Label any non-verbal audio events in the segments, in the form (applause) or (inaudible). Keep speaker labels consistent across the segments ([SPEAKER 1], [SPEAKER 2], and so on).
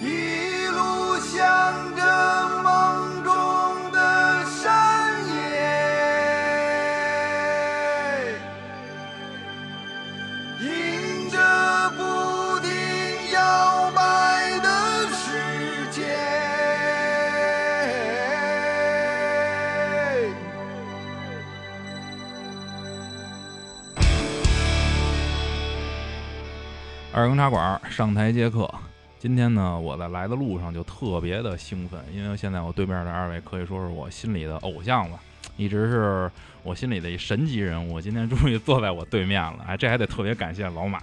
[SPEAKER 1] 一路向着梦中的山野，迎着不停摇摆的世界。
[SPEAKER 2] 二更茶馆上台接客。今天呢，我在来的路上就特别的兴奋，因为现在我对面的二位可以说是我心里的偶像了，一直是我心里的一神级人物。今天终于坐在我对面了，哎，这还得特别感谢老马，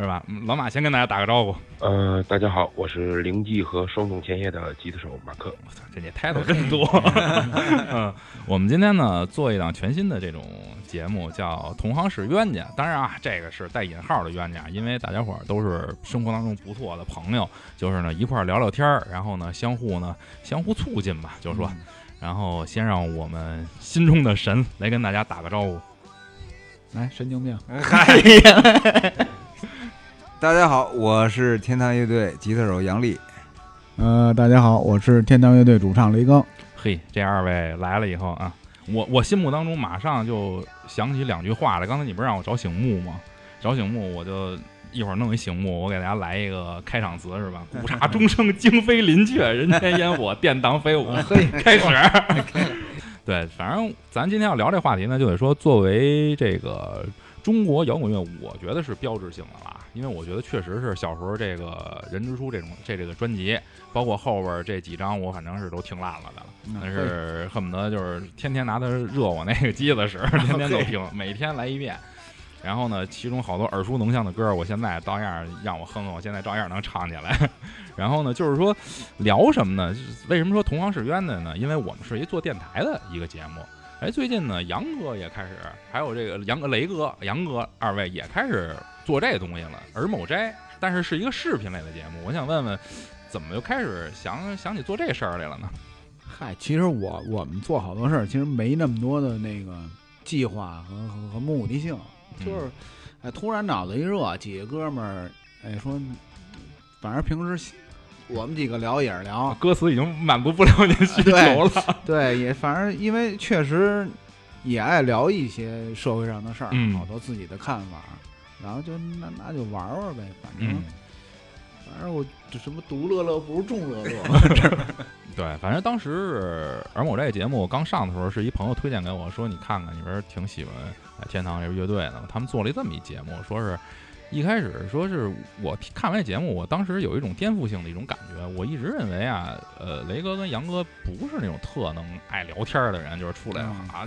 [SPEAKER 2] 是吧？嗯老马先跟大家打个招呼。
[SPEAKER 3] 呃，大家好，我是灵记和双动前夜的吉他手马克。
[SPEAKER 2] 我操，这这 title 真多。嗯，我们今天呢做一档全新的这种节目，叫《同行是冤家》。当然啊，这个是带引号的冤家，因为大家伙儿都是生活当中不错的朋友，就是呢一块儿聊聊天儿，然后呢相互呢相互促进吧，就说。然后先让我们心中的神来跟大家打个招呼。
[SPEAKER 4] 来，神经病，
[SPEAKER 1] (laughs) 大家好，我是天堂乐队吉他手杨丽。
[SPEAKER 4] 呃，大家好，我是天堂乐队主唱雷刚，
[SPEAKER 2] 嘿，这二位来了以后啊，我我心目当中马上就想起两句话来。刚才你不是让我找醒目吗？找醒目，我就一会儿弄一醒目，我给大家来一个开场词是吧？古刹钟声，惊飞林阙，人间烟火，殿堂飞舞。
[SPEAKER 1] 嘿，
[SPEAKER 2] 开始。 (laughs) 对，反正咱今天要聊这话题呢，就得说作为这个中国摇滚乐，我觉得是标志性的啦，因为我觉得确实是小时候这个《人之初》这种这这个专辑，包括后边这几张，我反正是都听烂了的了，
[SPEAKER 4] 嗯
[SPEAKER 2] 但是恨不得就是天天拿它热我那个机子使，天天都听，每天来一遍。然后呢，其中好多耳熟能详的歌儿，我现在照样让我哼哼，我现在照样能唱起来。 (laughs) 然后呢，就是说聊什么呢？就是为什么说同行是冤的呢？因为我们是一做电台的一个节目。哎，最近呢，杨哥也开始，还有这个杨哥、雷哥、杨哥二位也开始做这东西了，而某斋，但是是一个视频类的节目。我想问问，怎么就开始想想起做这事儿来了呢？
[SPEAKER 4] 嗨，哎其实我我们做好多事儿，其实没那么多的那个计划和和和目的性，
[SPEAKER 2] 嗯
[SPEAKER 4] 就是，哎，突然脑子一热，几个哥们儿，哎，说，反正平时我们几个聊也
[SPEAKER 2] (laughs)
[SPEAKER 4] 是聊，
[SPEAKER 2] 啊歌词已经满足不了您需求
[SPEAKER 4] (laughs) 对
[SPEAKER 2] 了。
[SPEAKER 4] 对，也反正因为确实也爱聊一些社会上的事儿，
[SPEAKER 2] 嗯
[SPEAKER 4] 好多自己的看法，然后就那那就玩玩呗，反正、
[SPEAKER 2] 嗯，
[SPEAKER 4] 反正我这什么独乐乐不如众乐乐，
[SPEAKER 2] 对，反正当时是而某这个节目刚上的时候，是一朋友推荐给我说，你看看，你不是挺喜欢呃天堂这个乐队的吗？他们做了一这么一节目，说是一开始说是我听看完这节目，我当时有一种颠覆性的一种感觉。我一直认为啊，呃，雷哥跟杨哥不是那种特能爱聊天儿的人，就是出来
[SPEAKER 4] 嗯
[SPEAKER 2] 啊，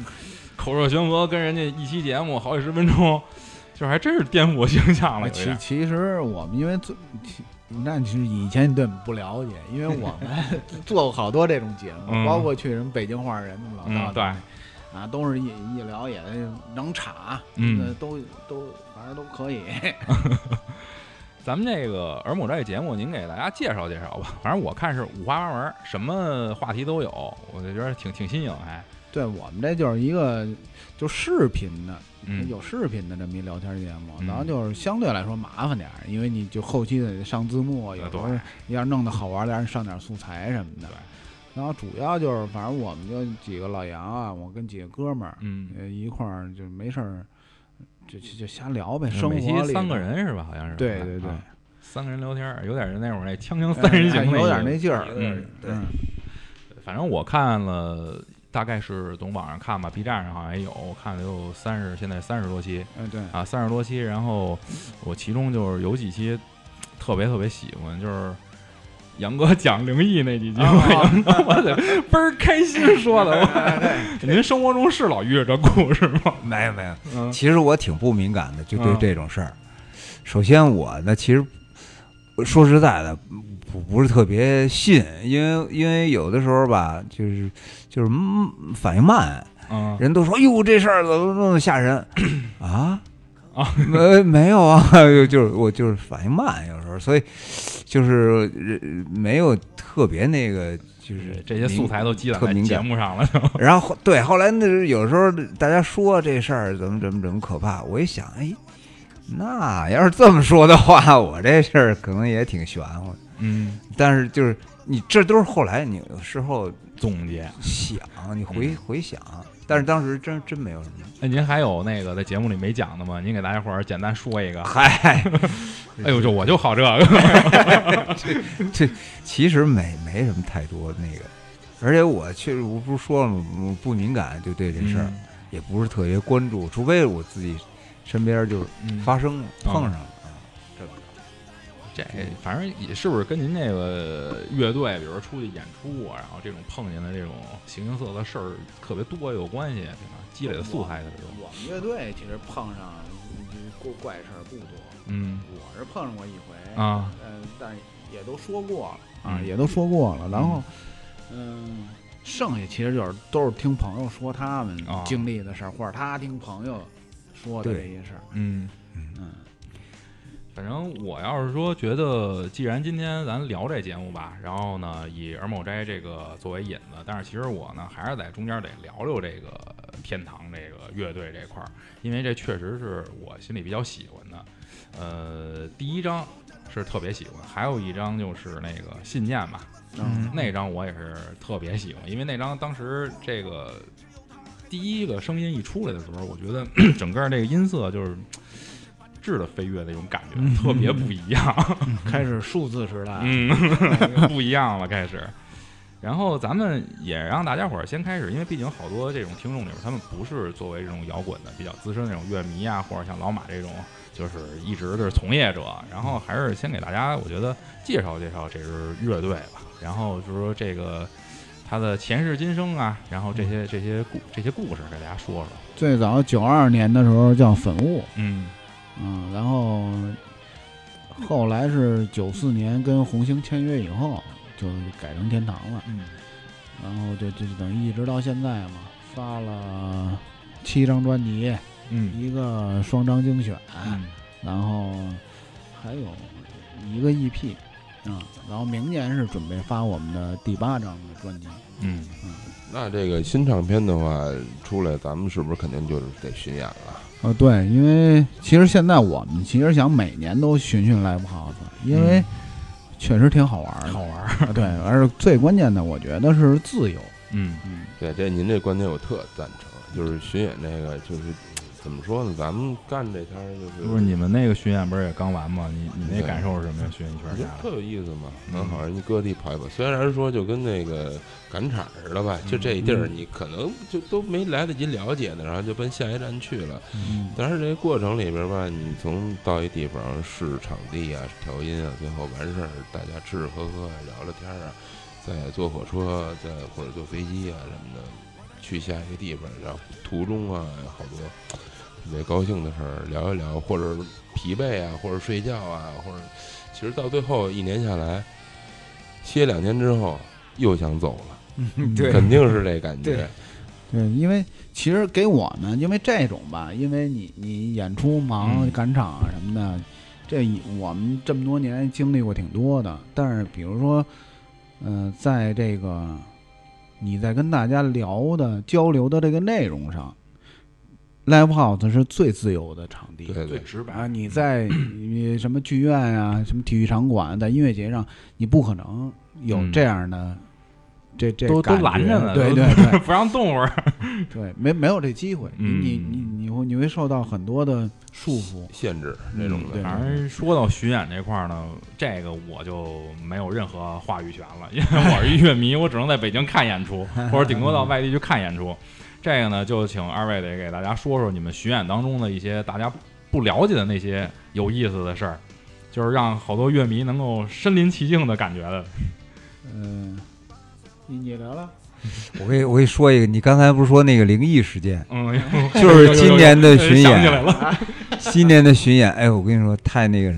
[SPEAKER 2] 口若悬河，跟人家一期节目好几十分钟，就是还真是颠覆我形象了。有
[SPEAKER 4] 其
[SPEAKER 2] 点
[SPEAKER 4] 其实我们因为最，其那其实以前你对我们不了解，因为我
[SPEAKER 2] (laughs)
[SPEAKER 4] 们做过好多这种节目，
[SPEAKER 2] 嗯
[SPEAKER 4] 包括去什么北京画人那么老
[SPEAKER 2] 嗯，
[SPEAKER 4] 道
[SPEAKER 2] 对，
[SPEAKER 4] 对啊，都是一一聊也能查，
[SPEAKER 2] 嗯
[SPEAKER 4] 那都都反正都可以。 (laughs)
[SPEAKER 2] 咱们这个耳母这节目，您给大家介绍介绍吧。反正我看是五花八门儿，什么话题都有，我就觉得挺挺新颖，还
[SPEAKER 4] 对我们这就是一个就视频的，
[SPEAKER 2] 嗯
[SPEAKER 4] 有视频的这么一聊天节目，
[SPEAKER 2] 嗯
[SPEAKER 4] 然后就是相对来说麻烦点儿，因为你就后期得上字幕，有时候
[SPEAKER 2] 啊对
[SPEAKER 4] 要弄得好玩点儿，上点儿素材什么的
[SPEAKER 2] 对。
[SPEAKER 4] 然后主要就是，反正我们就几个老杨啊，我跟几个哥们儿，
[SPEAKER 2] 嗯，
[SPEAKER 4] 呃，一块儿就没事儿，就就就瞎聊呗，生活
[SPEAKER 2] 每期
[SPEAKER 4] 里
[SPEAKER 2] 三
[SPEAKER 4] 的
[SPEAKER 2] 个，人是吧？好像是
[SPEAKER 4] 对对对，
[SPEAKER 2] 啊 (laughs) 三个人聊天儿，有点儿那会儿那锵锵三人行
[SPEAKER 4] 哎
[SPEAKER 2] 意思
[SPEAKER 4] 有点那劲儿，
[SPEAKER 2] 嗯，
[SPEAKER 1] 对
[SPEAKER 4] 嗯
[SPEAKER 2] 反正我看了，大概是从网上看吧，B 站上好像也有，我看了有三十，现在三十多期，
[SPEAKER 4] 哎对，
[SPEAKER 2] 啊，三十多期，然后我其中就是有几期特别特别喜欢，就是杨哥讲灵异那几集，
[SPEAKER 4] 啊
[SPEAKER 2] 杨哥我得倍儿开心说的。我您生活中是老遇着这故事吗？
[SPEAKER 1] 没有没有，
[SPEAKER 2] 嗯
[SPEAKER 1] 其实我挺不敏感的，就对
[SPEAKER 2] 嗯
[SPEAKER 1] 这种事儿。首先我呢，其实说实在的，不不是特别信，因为因为有的时候吧，就是就是、嗯反应慢，
[SPEAKER 2] 嗯，
[SPEAKER 1] 哎
[SPEAKER 2] (clears throat)
[SPEAKER 1] 人都说哟这事儿怎么那么吓人啊。
[SPEAKER 2] 啊，
[SPEAKER 1] 没没有啊， (laughs) 就就是我就是反应慢，有时候，所以就是呃没有特别那个，就是
[SPEAKER 2] 这些素材都积攒
[SPEAKER 1] 特
[SPEAKER 2] 在
[SPEAKER 1] 敏
[SPEAKER 2] 节
[SPEAKER 1] 感。
[SPEAKER 2] 目上了，
[SPEAKER 1] (laughs) 然后对，后来那是有时候大家说这事儿怎么怎么怎么可怕，我一想，哎，那要是这么说的话，我这事儿可能也挺玄乎的。
[SPEAKER 2] 嗯，
[SPEAKER 1] 但是就是你这都是后来你有时候
[SPEAKER 2] 总结。
[SPEAKER 1] 想，你回、
[SPEAKER 2] 嗯
[SPEAKER 1] 回想，但是当时真真没有什么。
[SPEAKER 2] 哎，您还有那个在节目里没讲的吗？您给大家伙儿简单说一个。
[SPEAKER 1] 嗨，
[SPEAKER 2] 哎呦，就我就好这个，
[SPEAKER 1] 其实没没什么太多那个，而且我确实我不是说了吗，我不敏感，就对这事
[SPEAKER 2] 嗯
[SPEAKER 1] 儿、也不是特别关注，除非我自己身边就是
[SPEAKER 2] 嗯，
[SPEAKER 1] 发生了、
[SPEAKER 2] 嗯
[SPEAKER 1] 碰上了。啊
[SPEAKER 2] 这反正也是不是跟您那个乐队，比如说出去演出啊，然后这种碰见的这种形形色色的事儿特别多有关系，对吧？积累的素材的这种，
[SPEAKER 4] 我们乐队其实碰上嗯过怪事儿不多，
[SPEAKER 2] 嗯
[SPEAKER 4] 我是碰上过一回，
[SPEAKER 2] 啊，
[SPEAKER 4] 呃，但是也都说过了啊，
[SPEAKER 2] 嗯
[SPEAKER 4] 也都说过了。然后，嗯，剩下其实就是都是听朋友说他们
[SPEAKER 2] 啊
[SPEAKER 4] 经历的事儿，或者他听朋友说的这些事儿。
[SPEAKER 2] 嗯。
[SPEAKER 4] 嗯，
[SPEAKER 2] 反正我要是说觉得，既然今天咱聊这节目吧，然后呢以尔某斋这个作为引子，但是其实我呢还是在中间得聊聊这个天堂这个乐队这块儿，因为这确实是我心里比较喜欢的。呃，第一张是特别喜欢，还有一张就是那个信念吧，
[SPEAKER 4] 嗯
[SPEAKER 2] 那张我也是特别喜欢，因为那张当时这个第一个声音一出来的时候，我觉得 (clears throat) 整个这个音色就是质的飞跃那种感觉，
[SPEAKER 4] 嗯
[SPEAKER 2] 特别不一样，
[SPEAKER 4] (laughs) 开始数字时代，
[SPEAKER 2] 嗯， (laughs) 不一样了开始。然后咱们也让大家伙儿先开始，因为毕竟好多这种听众里边，他们不是作为这种摇滚的比较资深的那种乐迷啊，或者像老马这种就是一直是从业者，然后还是先给大家我觉得介绍介绍这支乐队吧，然后就是说这个他的前世今生啊，然后这些这些故这些故事给大家说说，
[SPEAKER 4] 最早九二年的时候叫粉雾，
[SPEAKER 2] 嗯
[SPEAKER 4] 嗯，然后后来是九四年跟红星签约以后，就改成天堂了。
[SPEAKER 2] 嗯
[SPEAKER 4] 然后这这等于一直到现在嘛，发了七张专辑，
[SPEAKER 2] 嗯
[SPEAKER 4] 一个双张精选，
[SPEAKER 2] 嗯
[SPEAKER 4] 然后还有一个 EP，啊、然后明年是准备发我们的第八张的专辑，
[SPEAKER 2] 嗯，
[SPEAKER 5] 那这个新唱片的话出来，咱们是不是肯定就是得巡演了？
[SPEAKER 4] 呃，对，因为其实现在我们其实想每年都巡巡 live house，因为确实嗯挺好玩儿的，
[SPEAKER 2] 好玩儿，
[SPEAKER 4] 啊对，而且最关键的，我觉得是自由，
[SPEAKER 2] 嗯
[SPEAKER 4] 嗯，
[SPEAKER 5] 对，这您这观点我特赞成，就是巡演这个就是怎么说呢？咱们干这摊儿就是
[SPEAKER 2] 不是你们那个巡演不是也刚完吗？你你那感受是什么呀？巡演一圈
[SPEAKER 5] 我觉
[SPEAKER 2] 下
[SPEAKER 5] 得
[SPEAKER 2] 来
[SPEAKER 5] 特，有意思嘛，
[SPEAKER 2] 嗯
[SPEAKER 5] 正好人家各地跑一跑，虽然说就跟那个赶场似的吧，就这地儿
[SPEAKER 2] 嗯
[SPEAKER 5] 你可能就都没来得及了解呢，然后就奔下一站去了。
[SPEAKER 4] 嗯
[SPEAKER 5] 但是这个过程里边吧，你从到一地方试场地啊、调音啊，最后完事儿，大家吃吃喝喝、聊聊天儿啊，再坐火车，再或者坐飞机啊什么的，去下一个地方，然后途中啊好多特别高兴的事儿聊一聊，或者疲惫啊，或者睡觉啊，或者其实到最后一年下来，歇两天之后又想走了，
[SPEAKER 1] 对
[SPEAKER 5] 肯定是这感觉
[SPEAKER 1] 对。
[SPEAKER 4] 对，因为其实给我们，因为这种吧，因为你你演出忙、
[SPEAKER 2] 嗯
[SPEAKER 4] 赶场啊什么的，这一我们这么多年经历过挺多的。但是比如说，嗯、在这个你在跟大家聊的交流的这个内容上，live house 是最自由的场地。
[SPEAKER 5] 对
[SPEAKER 2] 最
[SPEAKER 5] 对，
[SPEAKER 2] 直白
[SPEAKER 4] 啊，你在你什么剧院啊，什么体育场馆，在音乐节上，你不可能有
[SPEAKER 2] 嗯
[SPEAKER 4] 这样的，这这
[SPEAKER 2] 都都
[SPEAKER 4] 感
[SPEAKER 2] 拦
[SPEAKER 4] 觉
[SPEAKER 2] 着呢，
[SPEAKER 4] 对
[SPEAKER 2] 都
[SPEAKER 4] 对对，
[SPEAKER 2] 不让动会儿，
[SPEAKER 4] 对，没没有这机会，你
[SPEAKER 1] 嗯
[SPEAKER 4] 你你你会你会受到很多的束缚。
[SPEAKER 5] 限制那种
[SPEAKER 4] 嗯
[SPEAKER 5] 的
[SPEAKER 4] 对。
[SPEAKER 2] 反正说到巡演这块儿呢，这个我就没有任何话语权了，因为我是一乐迷，我只能在北京看演
[SPEAKER 1] (laughs)
[SPEAKER 2] 出，或者顶多到外地去看演出。这个呢，就请二位得给大家说说你们巡演当中的一些大家不了解的那些有意思的事儿，就是让好多乐迷能够身临其境的感觉的。
[SPEAKER 4] 嗯、你你聊聊，
[SPEAKER 1] 我给我给你说一个，你刚才不是说那个灵异事
[SPEAKER 2] (laughs)
[SPEAKER 1] 件， (laughs)
[SPEAKER 2] 嗯，
[SPEAKER 1] 就是今年的巡
[SPEAKER 2] 想起来
[SPEAKER 1] 演，
[SPEAKER 2] 了，
[SPEAKER 1] 今年的巡演，哎，我跟你说太那个了，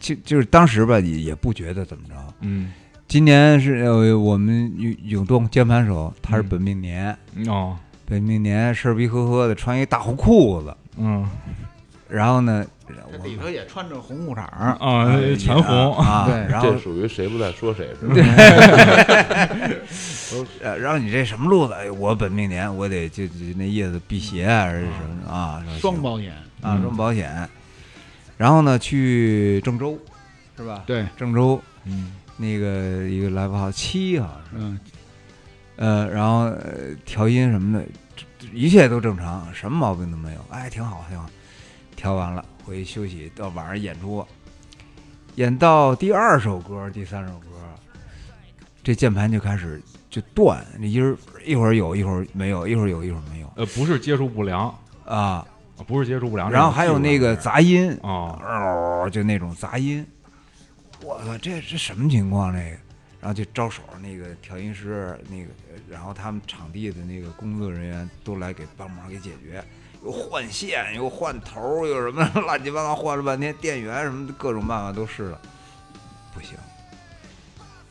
[SPEAKER 1] 就就是当时吧，也也不觉得怎么着。
[SPEAKER 2] 嗯，
[SPEAKER 1] 今年是呃，我们永永动键盘手，他是
[SPEAKER 2] 嗯
[SPEAKER 1] 本命年，
[SPEAKER 2] 哦，
[SPEAKER 1] 本命年事儿逼呵呵的，穿一大红裤子，
[SPEAKER 2] 嗯，
[SPEAKER 1] 然后呢，
[SPEAKER 4] 这
[SPEAKER 1] 我嗯
[SPEAKER 4] 里头也穿着红裤衩儿，
[SPEAKER 2] 啊，全红， (laughs)
[SPEAKER 1] 啊，
[SPEAKER 4] 对
[SPEAKER 1] 然后
[SPEAKER 5] 这属于谁不在说谁是吧？
[SPEAKER 1] 呃，然后你这什么路子？哎我本命年我得就就那意思辟邪啊，还是什么啊？说行
[SPEAKER 4] 嗯双保险，
[SPEAKER 1] 啊，双保险。然后呢，去郑州是吧？
[SPEAKER 4] 对，
[SPEAKER 1] 郑州
[SPEAKER 4] 嗯
[SPEAKER 1] 那个一个 live house 七好像是，
[SPEAKER 4] 嗯，
[SPEAKER 1] 呃，然后呃调音什么的，这这一切都正常，什么毛病都没有，哎，挺好挺好。调完了回去休息，到晚上演出，演到第二首歌、第三首歌，这键盘就开始就断，这一会儿一会儿有，一会儿没有，一会儿有，一会儿没有
[SPEAKER 2] 呃，不是接触不良，
[SPEAKER 1] 啊。
[SPEAKER 2] 不是接触不良，
[SPEAKER 1] 然后还有那个
[SPEAKER 2] 杂
[SPEAKER 1] 杂音，
[SPEAKER 2] 哦，
[SPEAKER 1] 嗷，啊就那种杂音。我操，这这什么情况？这个，然后就招手，那个调音师，那个，呃然后他们场地的那个工作人员都来给帮忙给解决，又换线，又换头儿，又什么乱七八糟，换了半天电源什么的，各种办法都试了，不行。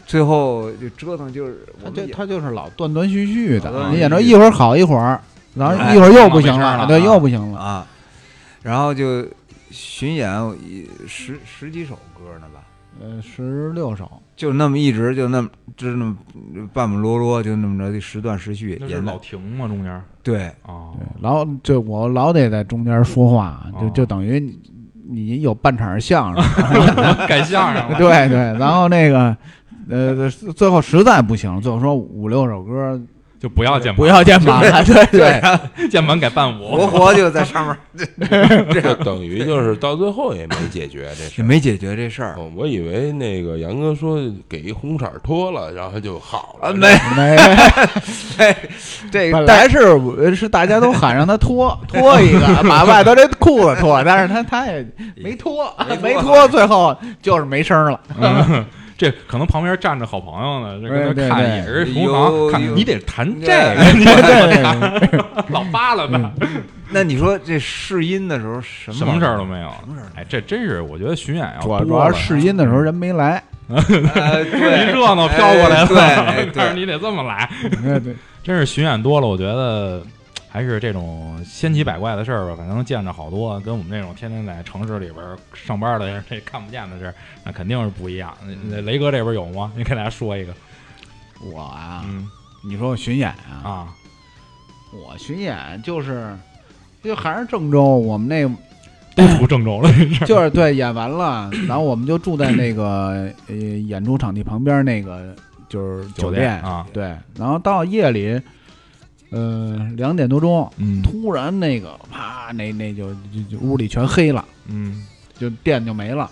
[SPEAKER 1] 最后就折腾，就是我
[SPEAKER 4] 他
[SPEAKER 1] 们
[SPEAKER 4] 就
[SPEAKER 1] 也
[SPEAKER 4] 他就是老断断续续
[SPEAKER 1] 老断
[SPEAKER 4] 的，啊
[SPEAKER 1] 断
[SPEAKER 4] 你
[SPEAKER 1] 续
[SPEAKER 4] 演着
[SPEAKER 1] 续
[SPEAKER 4] 一会儿好一会儿，然后
[SPEAKER 1] 哎
[SPEAKER 4] 一会儿又
[SPEAKER 2] 忘
[SPEAKER 4] 不
[SPEAKER 2] 没
[SPEAKER 4] 行
[SPEAKER 2] 声儿了
[SPEAKER 4] 对，
[SPEAKER 2] 啊
[SPEAKER 4] 又不行了，
[SPEAKER 1] 啊，然后就巡演一十十几首歌呢吧，
[SPEAKER 4] 呃，十六首，
[SPEAKER 1] 就那么一直就那么就那么半半落落，就那么着这时断时续
[SPEAKER 2] 那是
[SPEAKER 1] 演
[SPEAKER 2] 老
[SPEAKER 1] 到
[SPEAKER 2] 停吗？中间
[SPEAKER 1] 对
[SPEAKER 2] 哦
[SPEAKER 4] 对，
[SPEAKER 2] (laughs)
[SPEAKER 4] 老这我老得在中间说话，啊就
[SPEAKER 2] 哦
[SPEAKER 4] 就等于你你有半场相声， (laughs)
[SPEAKER 2] 改相声了，
[SPEAKER 4] 对对，然后那个。呃，最后实在不行，最后说五六首歌
[SPEAKER 2] 就不要键盘，
[SPEAKER 4] (laughs) 不要键盘了，对对，
[SPEAKER 2] 键盘改伴舞
[SPEAKER 1] 活，活就在
[SPEAKER 2] (laughs)
[SPEAKER 1] 上面， (laughs)
[SPEAKER 5] 这等于就是到最后也没解决这事
[SPEAKER 1] 啊也
[SPEAKER 5] 儿。
[SPEAKER 1] 没解决这事儿
[SPEAKER 5] 哦我以为那个杨哥说给一红色儿脱了，然后就好了。
[SPEAKER 2] 哦
[SPEAKER 1] 啊， (laughs) 没
[SPEAKER 4] 没 (laughs)
[SPEAKER 1] 这个
[SPEAKER 4] 本来是我是大家都喊让他 (laughs) 脱脱一个，把外头这裤子脱，但是他他也没脱， (laughs)
[SPEAKER 1] 没
[SPEAKER 4] 没
[SPEAKER 1] 脱
[SPEAKER 4] 脱，最后就是没声儿了。
[SPEAKER 2] 嗯这可能旁边站着好朋友呢，这
[SPEAKER 4] 哎
[SPEAKER 2] 跟
[SPEAKER 4] 对
[SPEAKER 2] 他看
[SPEAKER 4] 对
[SPEAKER 2] 也是同
[SPEAKER 1] 有
[SPEAKER 2] 行，
[SPEAKER 1] 有
[SPEAKER 2] 看你得弹这
[SPEAKER 1] 哎
[SPEAKER 2] 个，
[SPEAKER 4] 对对
[SPEAKER 2] (laughs)
[SPEAKER 4] 对，嗯
[SPEAKER 2] 老扒拉吧，
[SPEAKER 1] 那你说这试音的时候什么
[SPEAKER 2] 什么事儿都没有，
[SPEAKER 1] 什么事儿都
[SPEAKER 2] 哎，这真是我觉得巡演要
[SPEAKER 4] 主要
[SPEAKER 2] 多
[SPEAKER 4] 主要
[SPEAKER 2] 了
[SPEAKER 4] 试音的时候人没来，
[SPEAKER 2] (laughs)
[SPEAKER 1] 哎
[SPEAKER 2] 一
[SPEAKER 1] 对
[SPEAKER 2] 热闹飘过来
[SPEAKER 1] 哎
[SPEAKER 2] 了，
[SPEAKER 1] 对哎
[SPEAKER 2] (laughs) 但是
[SPEAKER 1] 对
[SPEAKER 2] 你得这么来，
[SPEAKER 4] (laughs) 对对，
[SPEAKER 2] 真是巡演多了，我觉得还是这种千奇百怪的事儿吧，反正见着好多，跟我们这种天天在城市里边儿上班的人这看不见的事儿，那肯定是不一样。那雷哥这边有吗？你给大家说一个。
[SPEAKER 4] 我啊，
[SPEAKER 2] 嗯
[SPEAKER 4] 你说我巡演啊，
[SPEAKER 2] 啊，
[SPEAKER 4] 我巡演就是就还是郑州，我们那
[SPEAKER 2] 都出郑州了，这是
[SPEAKER 4] 就是对演完 (coughs) 了，然后我们就住在那个呃演出场地旁边那个就是
[SPEAKER 2] (laughs)
[SPEAKER 4] 酒
[SPEAKER 2] 店啊，
[SPEAKER 4] 对，然后到夜里，呃两点多钟。
[SPEAKER 2] 嗯
[SPEAKER 4] 突然那个啪，那那就就就屋里全黑了，
[SPEAKER 2] 嗯
[SPEAKER 4] 就电就没了，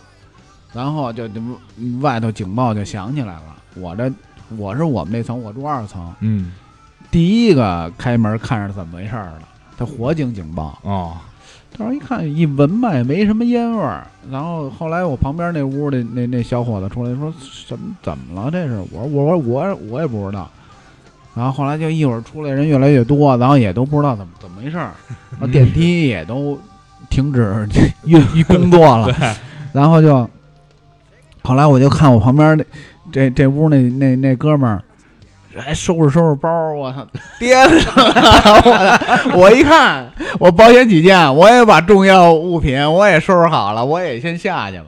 [SPEAKER 4] 然后就就外头警报就响起来了。我这我是我们那层，我住二层，
[SPEAKER 2] 嗯
[SPEAKER 4] 第一个开门看是怎么回事儿的，他火警警报。
[SPEAKER 2] 哦，
[SPEAKER 4] 当时一看一闻吧，也没什么烟味儿。然后后来我旁边那屋的那那小伙子出来说：“什么怎么了？这是？”我说：“我我我我也不知道。”然后后来就一会儿出来人越来越多，然后也都不知道怎么怎么回事儿，然后电梯也都停 (laughs) 止运运工作了。然后就后来我就看我旁边那这这屋那那那哥们儿。哎，收拾收拾包啊儿，我操，
[SPEAKER 1] 哎
[SPEAKER 4] 颠
[SPEAKER 2] (laughs)
[SPEAKER 4] 上 (laughs) 来了！我操我一看，我保险起见，我也把重要物品我也收拾好了，我也先下去吧。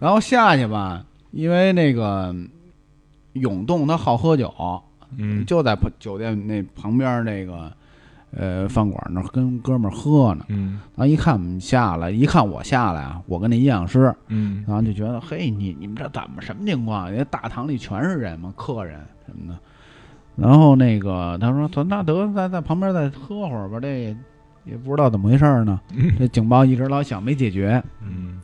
[SPEAKER 4] 然后下去吧，因为那个嗯永动他好喝酒，
[SPEAKER 2] 嗯
[SPEAKER 4] 就在旁酒店那旁边那个呃饭馆那儿跟哥们儿喝呢。
[SPEAKER 2] 嗯
[SPEAKER 4] 然后一看我们下来，一看我下来啊，我跟那营养师，
[SPEAKER 2] 嗯
[SPEAKER 4] 然后就觉得嘿，你你们这怎么什么情况？人家大堂里全是人嘛，客人什么的。然后那个他说：“咱那得在在旁边再喝会儿吧，这也也不知道怎么回事儿 (laughs) 呢。这警报一直老响，没解决。
[SPEAKER 2] 嗯。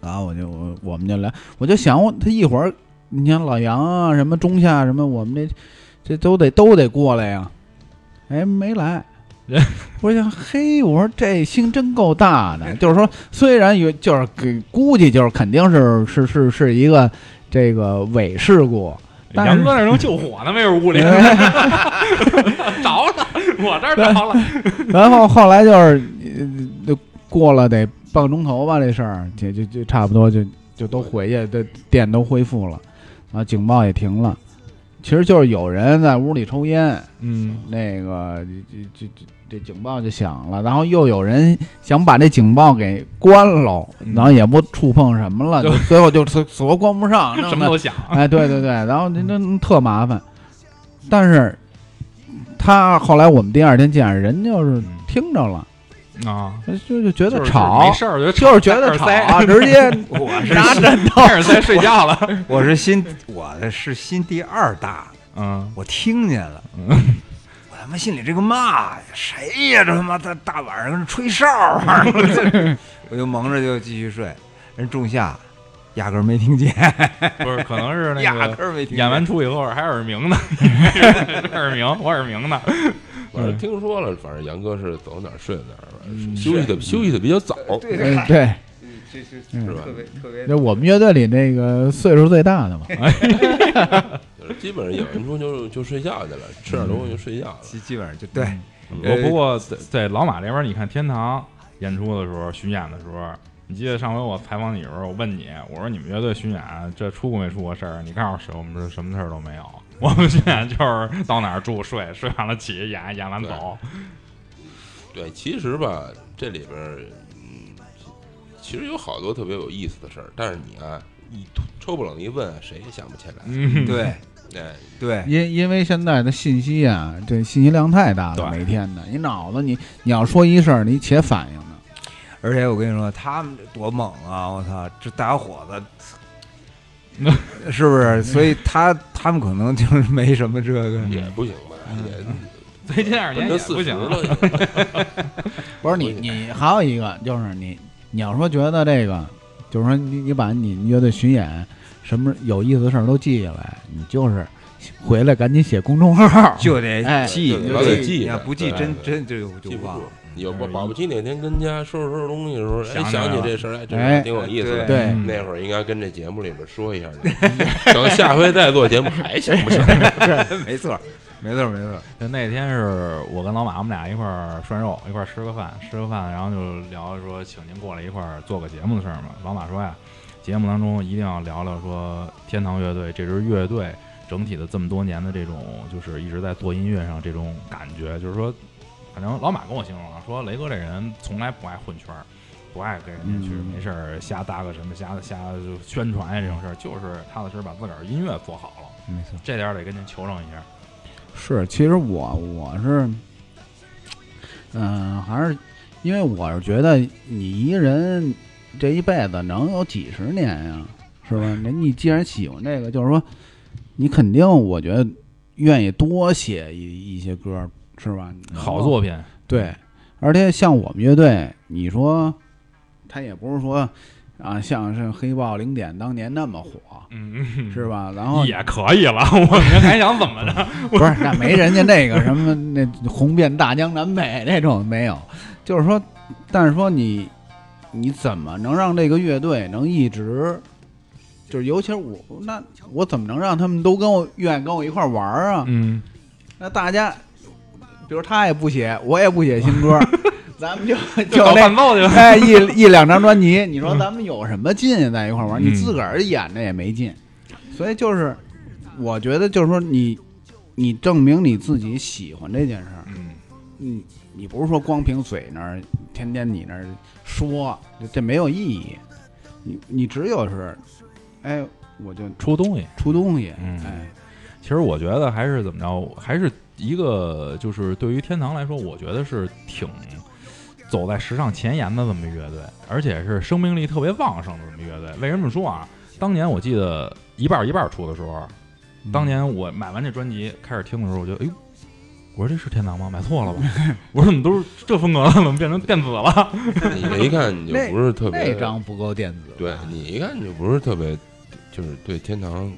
[SPEAKER 4] 然后我就我我们就来，我就想我他一会儿，你像老杨啊，什么中夏什么，我们这这都得都得过来呀、哎，没来我想，嘿，我说这心真够大的，就是说，虽然有，就是给估计就是肯定是是是是一个这个伪事故，但是
[SPEAKER 2] 杨哥那能救火呢，没准
[SPEAKER 4] (laughs)
[SPEAKER 2] 屋里 (laughs) 着了，我这儿着
[SPEAKER 4] (laughs)
[SPEAKER 2] 了， (laughs)
[SPEAKER 4] 然后后来就是呃就过了得半个钟头吧，这事儿也就就啊差不多就就都回去，这店都恢复了，然后警报也停了，其实就是有人在屋里抽烟，
[SPEAKER 2] 嗯，
[SPEAKER 4] 那个这这这这警报就响了，然后又有人想把这警报给关了，
[SPEAKER 2] 嗯
[SPEAKER 4] 然后也不触碰什么了，
[SPEAKER 2] 就
[SPEAKER 4] 就最后就死死活关不上，
[SPEAKER 2] (laughs)
[SPEAKER 4] (laughs)
[SPEAKER 2] 什
[SPEAKER 4] 弄
[SPEAKER 2] 么
[SPEAKER 4] 得
[SPEAKER 2] 都想，
[SPEAKER 4] 哎，对对对，然后那那那特麻烦。但是他后来我们第二天见着人就是
[SPEAKER 2] 嗯
[SPEAKER 4] 听着了，
[SPEAKER 2] 啊，
[SPEAKER 4] 就就觉
[SPEAKER 2] 就
[SPEAKER 4] 得
[SPEAKER 2] 是
[SPEAKER 4] 吵
[SPEAKER 2] 没，事儿，就
[SPEAKER 4] 就是
[SPEAKER 2] (laughs)
[SPEAKER 4] 觉得
[SPEAKER 2] 耳
[SPEAKER 4] 吵啊
[SPEAKER 2] 塞，(laughs)
[SPEAKER 4] 直接
[SPEAKER 1] 我是
[SPEAKER 4] 拿枕头
[SPEAKER 2] 开始在睡觉了，
[SPEAKER 1] 我是心我的是心第二大，
[SPEAKER 2] (laughs) 嗯，
[SPEAKER 1] 我听见了，我他妈心里这个骂呀，谁呀、这他妈大大晚上跟这吹哨玩意儿这，我就蒙着就继续睡。人仲夏压根儿没听见，
[SPEAKER 2] 不是，可能是那
[SPEAKER 1] 压
[SPEAKER 2] 个
[SPEAKER 1] 根儿没听见。
[SPEAKER 2] 演完出以后还耳鸣呢，耳鸣，我耳鸣呢，
[SPEAKER 5] 反正
[SPEAKER 2] 嗯
[SPEAKER 5] 听说了，反正杨哥是走哪儿睡哪儿吧，
[SPEAKER 2] 嗯
[SPEAKER 5] 休息的休息的比较早，
[SPEAKER 1] (laughs) 对对
[SPEAKER 4] 哎对，
[SPEAKER 1] 这这
[SPEAKER 4] 嗯
[SPEAKER 5] 是吧
[SPEAKER 1] 特别特别
[SPEAKER 4] 那我们乐队里那个岁数最大
[SPEAKER 2] (laughs)
[SPEAKER 4] 的嘛，
[SPEAKER 5] 就是基本上演完出就就睡觉去了，吃点东西就睡觉了。
[SPEAKER 1] 基基本上就对，
[SPEAKER 5] 嗯
[SPEAKER 1] 呃
[SPEAKER 2] 我不过在在老马这边，你看天堂演出的时候，巡演的时候，你记得上回我采访你的时候，我问你，我说你们乐队巡演这出过没出过事儿？你告诉我，我们是什么事儿都没有。我们巡演就是到哪儿住睡，睡完了起演，演完走。
[SPEAKER 5] 对，其实吧，这里边儿嗯，其实有好多特别有意思的事儿，但是你啊，一抽不冷一问，谁也想不起来。
[SPEAKER 2] 嗯，
[SPEAKER 1] 对
[SPEAKER 5] 哎，
[SPEAKER 1] 对
[SPEAKER 4] 因因为现在的信息啊，这信息量太大
[SPEAKER 2] 对
[SPEAKER 4] 了，每天的，你脑子你你要说一事儿，你且反应呢，
[SPEAKER 1] 而且我跟你说，他们多猛啊！我操，这大小伙子，是不是？所以他他们可能就是没什么这个。
[SPEAKER 5] 也不行吧，
[SPEAKER 1] 嗯
[SPEAKER 2] 最近二
[SPEAKER 5] 也
[SPEAKER 2] 年也
[SPEAKER 5] 奔着四
[SPEAKER 2] 不
[SPEAKER 5] 十
[SPEAKER 2] 行
[SPEAKER 5] 了
[SPEAKER 2] 了。
[SPEAKER 5] 也。
[SPEAKER 4] 不是你你还有一个就是你你要说觉得这个，就是说你你把你乐队巡演什么有意思的事儿都记下来，你就是回来赶紧写公众号，
[SPEAKER 1] 就得
[SPEAKER 4] 哎
[SPEAKER 1] 记，
[SPEAKER 5] 对
[SPEAKER 1] 就
[SPEAKER 5] 老得记
[SPEAKER 1] 你要
[SPEAKER 5] 着
[SPEAKER 1] 不记
[SPEAKER 5] 对
[SPEAKER 1] 真
[SPEAKER 5] 对
[SPEAKER 1] 真就就
[SPEAKER 5] 记不
[SPEAKER 1] 忘
[SPEAKER 5] 住
[SPEAKER 1] 了。，
[SPEAKER 5] 有不保不齐哪天跟家收拾收拾东西的时候，
[SPEAKER 2] 嗯想
[SPEAKER 5] 哎，
[SPEAKER 2] 起来
[SPEAKER 5] 想起
[SPEAKER 2] 了
[SPEAKER 5] 这事儿，哎，这事
[SPEAKER 4] 哎
[SPEAKER 5] 儿挺有意思的。
[SPEAKER 4] 对嗯
[SPEAKER 2] 嗯
[SPEAKER 5] 那会儿应该跟这节目里边说一下的， (laughs) 等下回再做节目还行不行？
[SPEAKER 1] (laughs) 没错儿，没错儿，没错儿。
[SPEAKER 2] 就那天是我跟老马，我们俩一块儿涮肉，一块儿吃个饭，吃个饭，然后就聊说请您过来一块儿做个节目的事儿嘛。老马说呀，节目当中一定要聊聊说天堂乐队这支乐队整体的这么多年的这种，就是一直在做音乐上这种感觉，就是说，反正老马跟我形容啊，说雷哥这人从来不爱混圈儿。不爱跟人家去
[SPEAKER 4] 嗯
[SPEAKER 2] 没事儿瞎搭个什么瞎瞎就宣传呀这种事儿，就是踏踏实实把自个儿音乐做好了，
[SPEAKER 1] 没错，
[SPEAKER 2] 这点儿得跟您求证一下。
[SPEAKER 4] 是，其实我我是，嗯、还是因为我是觉得你一人这一辈子能有几十年呀、是吧？那你既然喜欢这个，就是说你肯定，我觉得愿意多写一一些歌，是吧？
[SPEAKER 2] 好作品，
[SPEAKER 4] 对，而且像我们乐队，你说他也不是说啊，像是黑豹零点当年那么火，
[SPEAKER 2] 嗯，
[SPEAKER 4] 是吧？然后
[SPEAKER 2] 也可以了， (laughs) 我们还想怎么着？
[SPEAKER 4] 不是，那没人家那个什么那红遍大江南北那种没有，就是说，但是说你你怎么能让这个乐队能一直，就是尤其是我那我怎么能让他们都跟我愿意跟我一块儿玩儿啊？
[SPEAKER 2] 嗯，
[SPEAKER 4] 那大家，比如他也不写，我也不写新
[SPEAKER 2] (laughs)
[SPEAKER 4] 歌，咱们就就
[SPEAKER 2] 搞
[SPEAKER 4] 那
[SPEAKER 2] 伴 (laughs) 奏去吧。
[SPEAKER 4] 哎一一两张
[SPEAKER 2] (laughs)
[SPEAKER 4] 专辑，你说
[SPEAKER 2] 嗯
[SPEAKER 4] 咱们有什么劲在一块儿玩儿？你
[SPEAKER 2] 嗯
[SPEAKER 4] 自个儿演着也没劲，所以就是我觉得就是说你你证明你自己喜欢这件事儿，
[SPEAKER 2] 嗯，
[SPEAKER 4] 你你不是说光凭嘴那儿天天你那儿说，这这没有意义。你你只有是，哎，我就
[SPEAKER 2] 出东西。
[SPEAKER 4] 出东西，
[SPEAKER 2] 嗯
[SPEAKER 4] 哎，
[SPEAKER 2] 其实我觉得还是怎么着，还是一个就是对于天堂来说，我觉得是挺走在时尚前沿的这么一乐队，而且是生命力特别旺盛的这么一乐队。为什么这么说啊？当年我记得一半儿一半儿出的时候，当年我买完这专辑开始听的时候，我觉得哎呦。我说这是天堂吗？买错 (laughs) 了吧？我说怎么都是这风格了？怎么变成电子 (laughs) 了？
[SPEAKER 5] 你这一看你就
[SPEAKER 4] 那
[SPEAKER 5] 不是特别
[SPEAKER 4] 那，张不够电子，
[SPEAKER 5] 对你一看你就不是特别，就是对天堂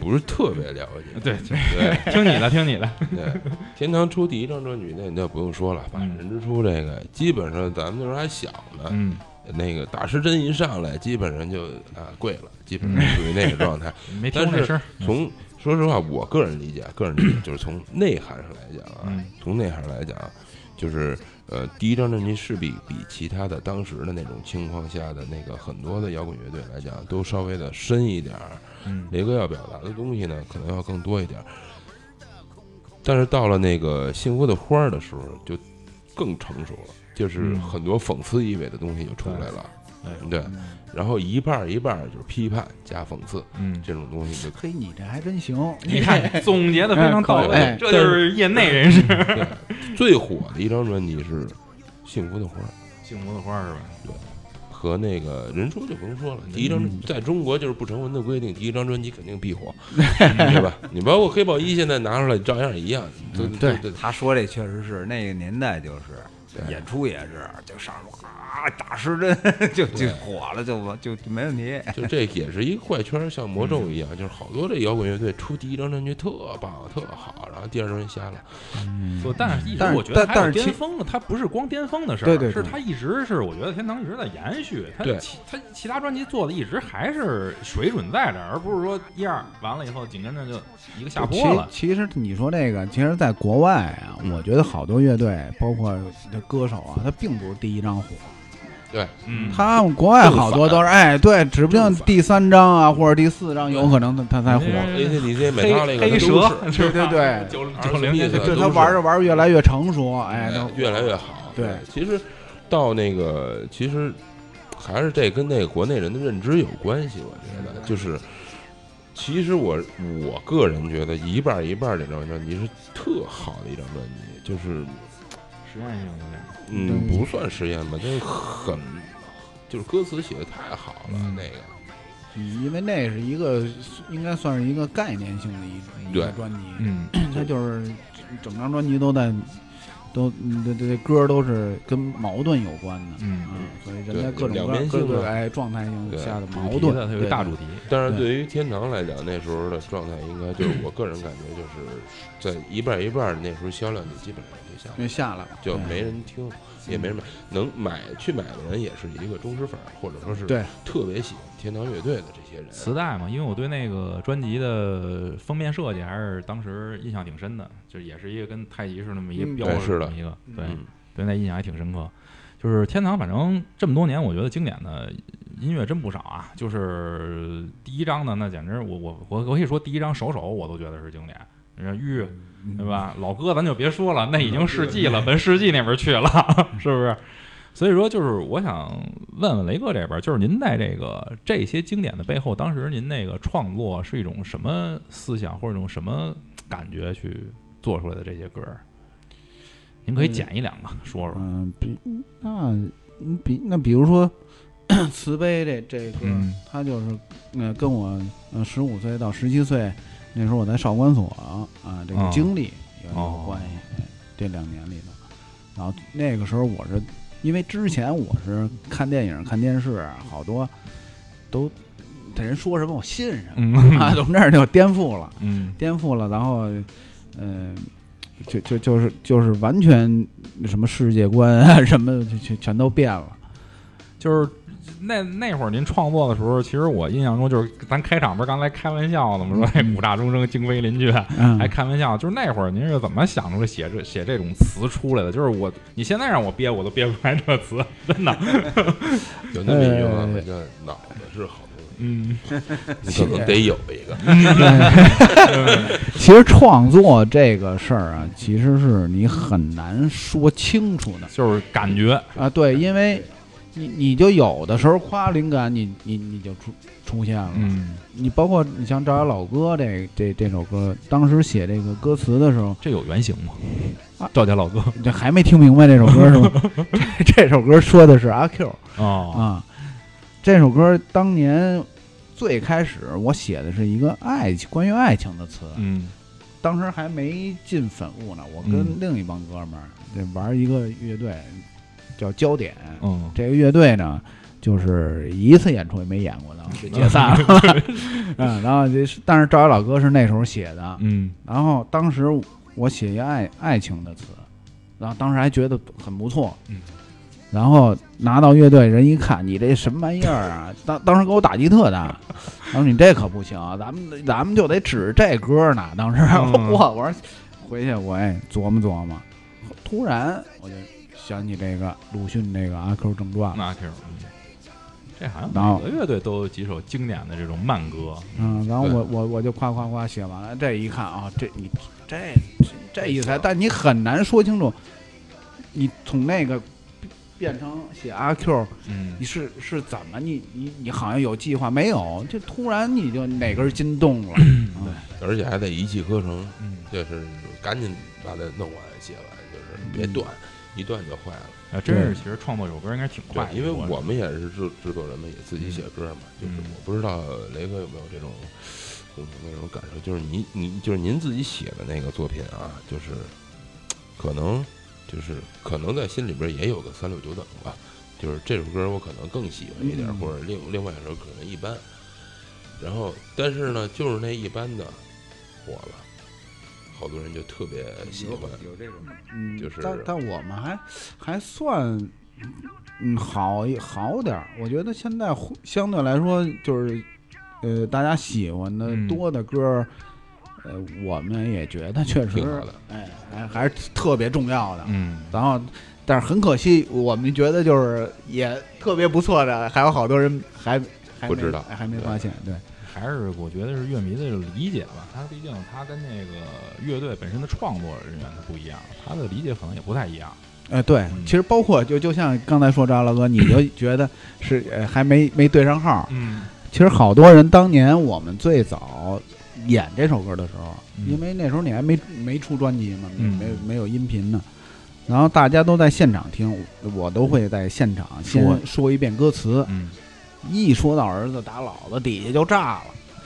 [SPEAKER 5] 不是特别了解。
[SPEAKER 2] 对，对
[SPEAKER 5] 对
[SPEAKER 2] 听你的，听你的。
[SPEAKER 5] 对，天堂出第一张专辑那那不用说了，反
[SPEAKER 2] 嗯
[SPEAKER 5] 正人之初这个基本上咱们那时候还小呢，
[SPEAKER 2] 嗯，
[SPEAKER 5] 那个大师针一上来基本上就啊跪了，基本
[SPEAKER 2] 嗯
[SPEAKER 5] 上属于那个状态。
[SPEAKER 2] 没听过那声儿。
[SPEAKER 5] 从说实话，我个人理解，个人理解就是从内涵上来讲啊
[SPEAKER 2] 嗯，
[SPEAKER 5] 从内涵上来讲，啊就是呃，第一张专辑是比比其他的当时的那种情况下的那个很多的摇滚乐队来讲，都稍微的深一点儿。
[SPEAKER 1] 嗯，
[SPEAKER 5] 雷哥要表达的东西呢，可能要更多一点儿。但是到了那个幸福的花儿的时候，就更成熟了，就是
[SPEAKER 1] 嗯
[SPEAKER 5] 很多讽刺意味的东西就出来了。对，
[SPEAKER 1] 嗯
[SPEAKER 5] 然后一半儿一半儿就是批判加讽刺
[SPEAKER 1] 嗯，
[SPEAKER 5] 这种东西就
[SPEAKER 4] 嘿，你这还真行，
[SPEAKER 2] (laughs) 你看总结的非常到
[SPEAKER 5] 哎可
[SPEAKER 2] 位这
[SPEAKER 5] 以，
[SPEAKER 2] 就是业内人 (laughs) 士。
[SPEAKER 5] 对，最火的一张专辑是《幸福的花》，
[SPEAKER 2] 幸福的花是吧？
[SPEAKER 5] 和那个人说就不用说了。第一张
[SPEAKER 2] 嗯
[SPEAKER 5] 在中国就是不成文的规定，第一张专辑肯定必火， (laughs) 对吧？你包括黑豹一现在拿出来照样一样，都
[SPEAKER 4] 嗯
[SPEAKER 5] 对
[SPEAKER 4] 对
[SPEAKER 5] 对
[SPEAKER 1] 他说这确实是那个年代，就是
[SPEAKER 5] 对
[SPEAKER 1] 演出也是，就上啊哇打失真 (laughs) 就就火了，就完就就没问题。
[SPEAKER 5] 就这也是一个怪圈儿，像魔咒一样，就是好多这摇滚乐队出第一张专辑特棒特好，然后第二张就瞎了。
[SPEAKER 2] 不，但是一直
[SPEAKER 4] 嗯但是
[SPEAKER 2] 我觉得
[SPEAKER 4] 但
[SPEAKER 2] 它
[SPEAKER 4] 但
[SPEAKER 2] 有
[SPEAKER 4] 是
[SPEAKER 2] 巅
[SPEAKER 4] 其
[SPEAKER 2] 峰的，它不是光巅峰的事儿，
[SPEAKER 4] 对对
[SPEAKER 2] 是
[SPEAKER 4] 对
[SPEAKER 2] 它一直是我觉得天堂一直在延续，它
[SPEAKER 5] 对
[SPEAKER 2] 其它其他专辑做的一直还是水准在这儿，而不是说一二完了以后紧跟着就一个下
[SPEAKER 4] 其
[SPEAKER 2] 坡了。
[SPEAKER 4] 其实你说这个，其实在国外啊，
[SPEAKER 5] 嗯
[SPEAKER 4] 我觉得好多乐队，包括这歌手啊，他并不是第一张火，
[SPEAKER 5] 对，
[SPEAKER 2] 嗯，
[SPEAKER 4] 他们国外好多都是哎，对，指不定
[SPEAKER 5] 正反
[SPEAKER 4] 第三张啊或者第四张有可能他他才火。
[SPEAKER 2] 嗯
[SPEAKER 5] ACDC 美
[SPEAKER 2] 黑
[SPEAKER 5] 套那个
[SPEAKER 2] 黑
[SPEAKER 5] 都是
[SPEAKER 2] 蛇，
[SPEAKER 4] 对对对
[SPEAKER 2] (laughs) 九
[SPEAKER 5] 二十
[SPEAKER 2] 九零
[SPEAKER 5] 一
[SPEAKER 2] 年
[SPEAKER 5] 岁
[SPEAKER 4] 就
[SPEAKER 5] 都
[SPEAKER 4] 他
[SPEAKER 5] 是
[SPEAKER 4] 玩着玩着越来越成熟，哎，
[SPEAKER 5] 哎
[SPEAKER 4] 都
[SPEAKER 5] 越来越好。
[SPEAKER 4] 对，
[SPEAKER 5] 其实到那个，其实还是这跟那个国内人的认知有关系，我觉得就是。其实我我个人觉得一半儿一半儿这张专辑是特好的一张专辑，就是
[SPEAKER 2] 实验性有点。
[SPEAKER 5] 嗯
[SPEAKER 4] 嗯
[SPEAKER 5] 不算实验吧，但是很就是歌词写的太好了，
[SPEAKER 1] 嗯
[SPEAKER 5] 那个
[SPEAKER 4] 嗯因为那是一个应该算是一个概念性的一一
[SPEAKER 5] 对
[SPEAKER 4] 个专辑，
[SPEAKER 1] 嗯，
[SPEAKER 4] 它就是整张专辑都在都嗯这这这歌都是跟矛盾有关的，
[SPEAKER 1] 嗯
[SPEAKER 4] 所以人
[SPEAKER 5] 对
[SPEAKER 4] 家各种
[SPEAKER 5] 两
[SPEAKER 4] 各
[SPEAKER 5] 面性
[SPEAKER 4] 各
[SPEAKER 5] 的
[SPEAKER 4] 个哎状态性
[SPEAKER 5] 对
[SPEAKER 4] 下的
[SPEAKER 2] 主
[SPEAKER 4] 矛
[SPEAKER 2] 题
[SPEAKER 4] 盾
[SPEAKER 2] 的，它有一
[SPEAKER 4] 对
[SPEAKER 2] 大主题，
[SPEAKER 5] 但是
[SPEAKER 4] 对
[SPEAKER 5] 对于天堂来讲，那时候的状态应该就是我个人感觉就是在一半儿一半儿，那时候销量就基本上就下来了
[SPEAKER 4] 就下来了，
[SPEAKER 5] 就
[SPEAKER 4] 对
[SPEAKER 5] 没人听，也没人买，能买去买的人也是一个忠实粉儿，或者说是
[SPEAKER 4] 对
[SPEAKER 5] 特别喜欢天堂乐队的这些人。
[SPEAKER 2] 磁带嘛，因为我对那个专辑的封面设计还是当时印象挺深的，就也是一个跟太极是那么一个
[SPEAKER 4] 嗯
[SPEAKER 2] 标
[SPEAKER 5] 对
[SPEAKER 2] 志
[SPEAKER 5] 是
[SPEAKER 2] 这
[SPEAKER 5] 的
[SPEAKER 2] 么一个，对，
[SPEAKER 5] 嗯，
[SPEAKER 2] 对那印象还挺深刻。就是天堂，反正这么多年，我觉得经典的音乐真不少啊。就是第一张呢，那简直我我我我可以说第一张首首我都觉得是经典。你看玉
[SPEAKER 4] 嗯
[SPEAKER 1] 嗯
[SPEAKER 2] 对吧？老哥咱就别说了，那已经世纪了，奔世纪那边去
[SPEAKER 4] (laughs)
[SPEAKER 2] 了，是不是？所以说，就是我想问问雷哥这边，就是您在这个这些经典的背后，当时您那个创作是一种什么思想或者一种什么感觉去做出来的这些歌儿？您可以
[SPEAKER 4] 嗯
[SPEAKER 2] 捡一两个说说。
[SPEAKER 4] 嗯，比那嗯比那比如说 (coughs) 慈悲这这歌，
[SPEAKER 2] 嗯
[SPEAKER 4] 它就是呃跟我呃十五岁到十七岁那时候我在少管所啊、这
[SPEAKER 2] 哦
[SPEAKER 4] 个经历有
[SPEAKER 2] 哦
[SPEAKER 4] 有关系，哎这两年里头，然后那个时候我是因为之前我是看电影看电视好多都这人说什么我信什么、
[SPEAKER 2] 嗯
[SPEAKER 4] (laughs) 啊，从这儿就颠覆了。
[SPEAKER 2] 嗯
[SPEAKER 4] 颠覆了，然后，嗯、就就就是就是完全什么世界观啊，什么就全全都变了。，
[SPEAKER 2] 就是那那会儿您创作的时候，其实我印象中就是咱开场不是刚才开玩笑的吗？说这
[SPEAKER 4] 嗯
[SPEAKER 2] 古刹钟声惊飞林雀，
[SPEAKER 4] 嗯
[SPEAKER 2] 还，开玩笑，就是那会儿您是怎么想出来写这写这种词出来的？就是我你现在让我憋，我都憋不出来这词，真的。
[SPEAKER 5] 有那么一句话
[SPEAKER 4] 呃
[SPEAKER 5] 叫“脑子是好东
[SPEAKER 2] 嗯
[SPEAKER 5] 西”，你可能得有一个。
[SPEAKER 4] 其实创作这个事儿啊，其实是你很难说清楚的
[SPEAKER 2] 就是感觉，
[SPEAKER 4] 啊。对，因为你你就有的时候夸灵感你，你你就出出现了。
[SPEAKER 2] 嗯，
[SPEAKER 4] 你包括你像《赵家老歌》这这这首歌，当时写这个歌词的时候，
[SPEAKER 2] 这有原型吗
[SPEAKER 4] 啊？
[SPEAKER 2] 赵家老哥
[SPEAKER 4] 这还没听明白这首歌是吗？ (laughs) 这这首歌说的是阿 Q。
[SPEAKER 2] 哦，
[SPEAKER 4] 啊，这首歌当年最开始我写的是一个爱情，关于爱情的词，
[SPEAKER 2] 嗯
[SPEAKER 4] 当时还没进粉雾呢。我
[SPEAKER 2] 嗯
[SPEAKER 4] 跟另一帮哥们儿这玩一个乐队，叫焦点。
[SPEAKER 2] 嗯，
[SPEAKER 4] 这个乐队呢，就是一次演出也没演
[SPEAKER 2] (laughs)
[SPEAKER 4] 过呢，就解散了。 (laughs) 嗯，然后就是，但是赵云老哥是那时候写的，
[SPEAKER 2] 嗯
[SPEAKER 4] 然后当时我写一爱爱情的词，然后当时还觉得很不错，
[SPEAKER 2] 嗯，
[SPEAKER 4] 然后拿到乐队人一看，你这什么玩意儿啊？当当时给我打击特大，他说你这可不行，啊咱们咱们就得指这歌呢。当时、
[SPEAKER 2] 嗯
[SPEAKER 4] 哎我我说回去我也琢磨琢磨，突然我就想起这个鲁迅这个《阿 Q 正传》了。
[SPEAKER 2] 那挺，这好像
[SPEAKER 4] 然后
[SPEAKER 2] 每个乐队都有几首经典的这种慢歌，
[SPEAKER 4] 嗯，然后
[SPEAKER 5] 对
[SPEAKER 4] 我我我就夸夸夸写完了，这一看啊，这你这这这意思，但你很难说清楚，你从那个变成写阿 Q，
[SPEAKER 2] 嗯
[SPEAKER 4] 你是是怎么你你你好像有计划没有？就突然你就哪根筋动了，嗯
[SPEAKER 5] 而且还得一气呵成，
[SPEAKER 2] 嗯，
[SPEAKER 5] 就是赶紧把它弄完写完，就是别断，一断就坏了。
[SPEAKER 2] 啊，真是，
[SPEAKER 4] 对
[SPEAKER 2] 其实创作一首歌应该挺快
[SPEAKER 5] 对
[SPEAKER 2] 的，，
[SPEAKER 5] 因为我们也是制制作人嘛，也自己写歌嘛，
[SPEAKER 2] 嗯
[SPEAKER 5] 就是我不知道雷哥有没有这种有没有那种感受，就是您您就是您自己写的那个作品啊，就是可能就是可能在心里边也有个三六九等吧，就是这首歌我可能更喜欢一点，
[SPEAKER 4] 嗯
[SPEAKER 5] 或者另另外一首可能一般，然后但是呢，就是那一般的火了，好多人就特别喜欢，
[SPEAKER 1] 有这种，
[SPEAKER 4] 嗯，
[SPEAKER 5] 就是
[SPEAKER 4] 但但我们还还算嗯好一好点儿，我觉得现在互相对来说就是呃大家喜欢的
[SPEAKER 2] 嗯
[SPEAKER 4] 多的歌儿。呃，我们也觉得确实
[SPEAKER 5] 挺好的，
[SPEAKER 4] 哎，还还是特别重要的。
[SPEAKER 2] 嗯，
[SPEAKER 4] 然后，但是很可惜，我们觉得就是也特别不错的，还有好多人还还
[SPEAKER 5] 不
[SPEAKER 4] 没
[SPEAKER 5] 知道
[SPEAKER 4] 还没发现。对，
[SPEAKER 2] 还是我觉得是乐迷的这种理解吧，他毕竟他跟那个乐队本身的创作人员他不一样，他的理解可能也不太一样，
[SPEAKER 4] 呃，对，
[SPEAKER 2] 嗯
[SPEAKER 4] 其实包括就就像刚才说张老哥，你就觉得是呃还没没对上号，
[SPEAKER 2] 嗯
[SPEAKER 4] 其实好多人当年我们最早演这首歌的时候，
[SPEAKER 2] 嗯
[SPEAKER 4] 因为那时候你还没没出专辑嘛，没
[SPEAKER 2] 嗯
[SPEAKER 4] 没有没有音频呢，然后大家都在现场听，我我都会在现场先
[SPEAKER 2] 说
[SPEAKER 4] 说一遍歌词，
[SPEAKER 2] 嗯，
[SPEAKER 4] 一说到儿子打老子，底下就炸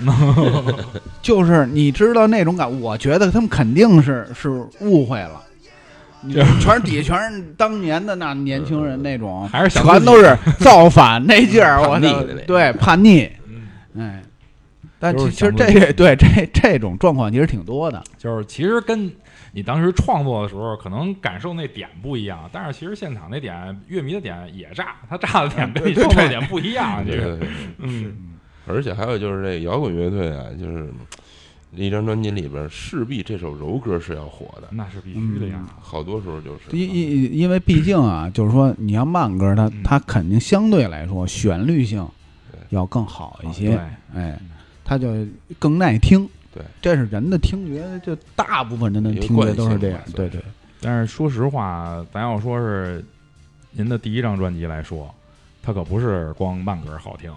[SPEAKER 4] 了。
[SPEAKER 2] (laughs)
[SPEAKER 4] 就是你知道那种感，我觉得他们肯定是是误会了，你全是底下全是当年的那年轻人那种，
[SPEAKER 2] 还是想
[SPEAKER 4] 全都是造反那劲儿，我
[SPEAKER 5] 叛逆
[SPEAKER 4] 操
[SPEAKER 5] 的那，
[SPEAKER 4] 对叛逆，
[SPEAKER 2] 嗯
[SPEAKER 4] 哎，但
[SPEAKER 2] 都是
[SPEAKER 4] 其其实
[SPEAKER 2] 想
[SPEAKER 4] 这
[SPEAKER 2] 自己
[SPEAKER 4] 个对这这种状况其实挺多的，
[SPEAKER 2] 就是其实跟你当时创作的时候，可能感受那点不一样，但是其实现场那点乐迷的点也炸，他炸的点跟你创作点不一样，
[SPEAKER 5] 嗯对
[SPEAKER 2] 这个
[SPEAKER 5] 对对。
[SPEAKER 2] 嗯
[SPEAKER 5] 而且还有就是这摇滚乐队啊，就是一张专辑里边势必这首柔歌是要火的，
[SPEAKER 2] 那是必须的呀，
[SPEAKER 4] 嗯
[SPEAKER 5] 好多时候就是
[SPEAKER 4] 因因因为毕竟啊，就是说你要慢歌，它
[SPEAKER 2] 嗯
[SPEAKER 4] 它肯定相对来说旋律性
[SPEAKER 5] 对
[SPEAKER 4] 要更好一
[SPEAKER 2] 哦对
[SPEAKER 4] 些，哎，它就更耐听。
[SPEAKER 5] 嗯对，
[SPEAKER 4] 这是人的听觉，就大部分人的
[SPEAKER 5] 有
[SPEAKER 4] 听觉
[SPEAKER 5] 惯
[SPEAKER 4] 都是
[SPEAKER 5] 性
[SPEAKER 4] 这
[SPEAKER 5] 嘛
[SPEAKER 4] 样。
[SPEAKER 5] 算
[SPEAKER 4] 对
[SPEAKER 5] 是
[SPEAKER 4] 对，
[SPEAKER 2] 但是说实话，咱要说是您的第一张专辑来说，它可不是光慢歌好听，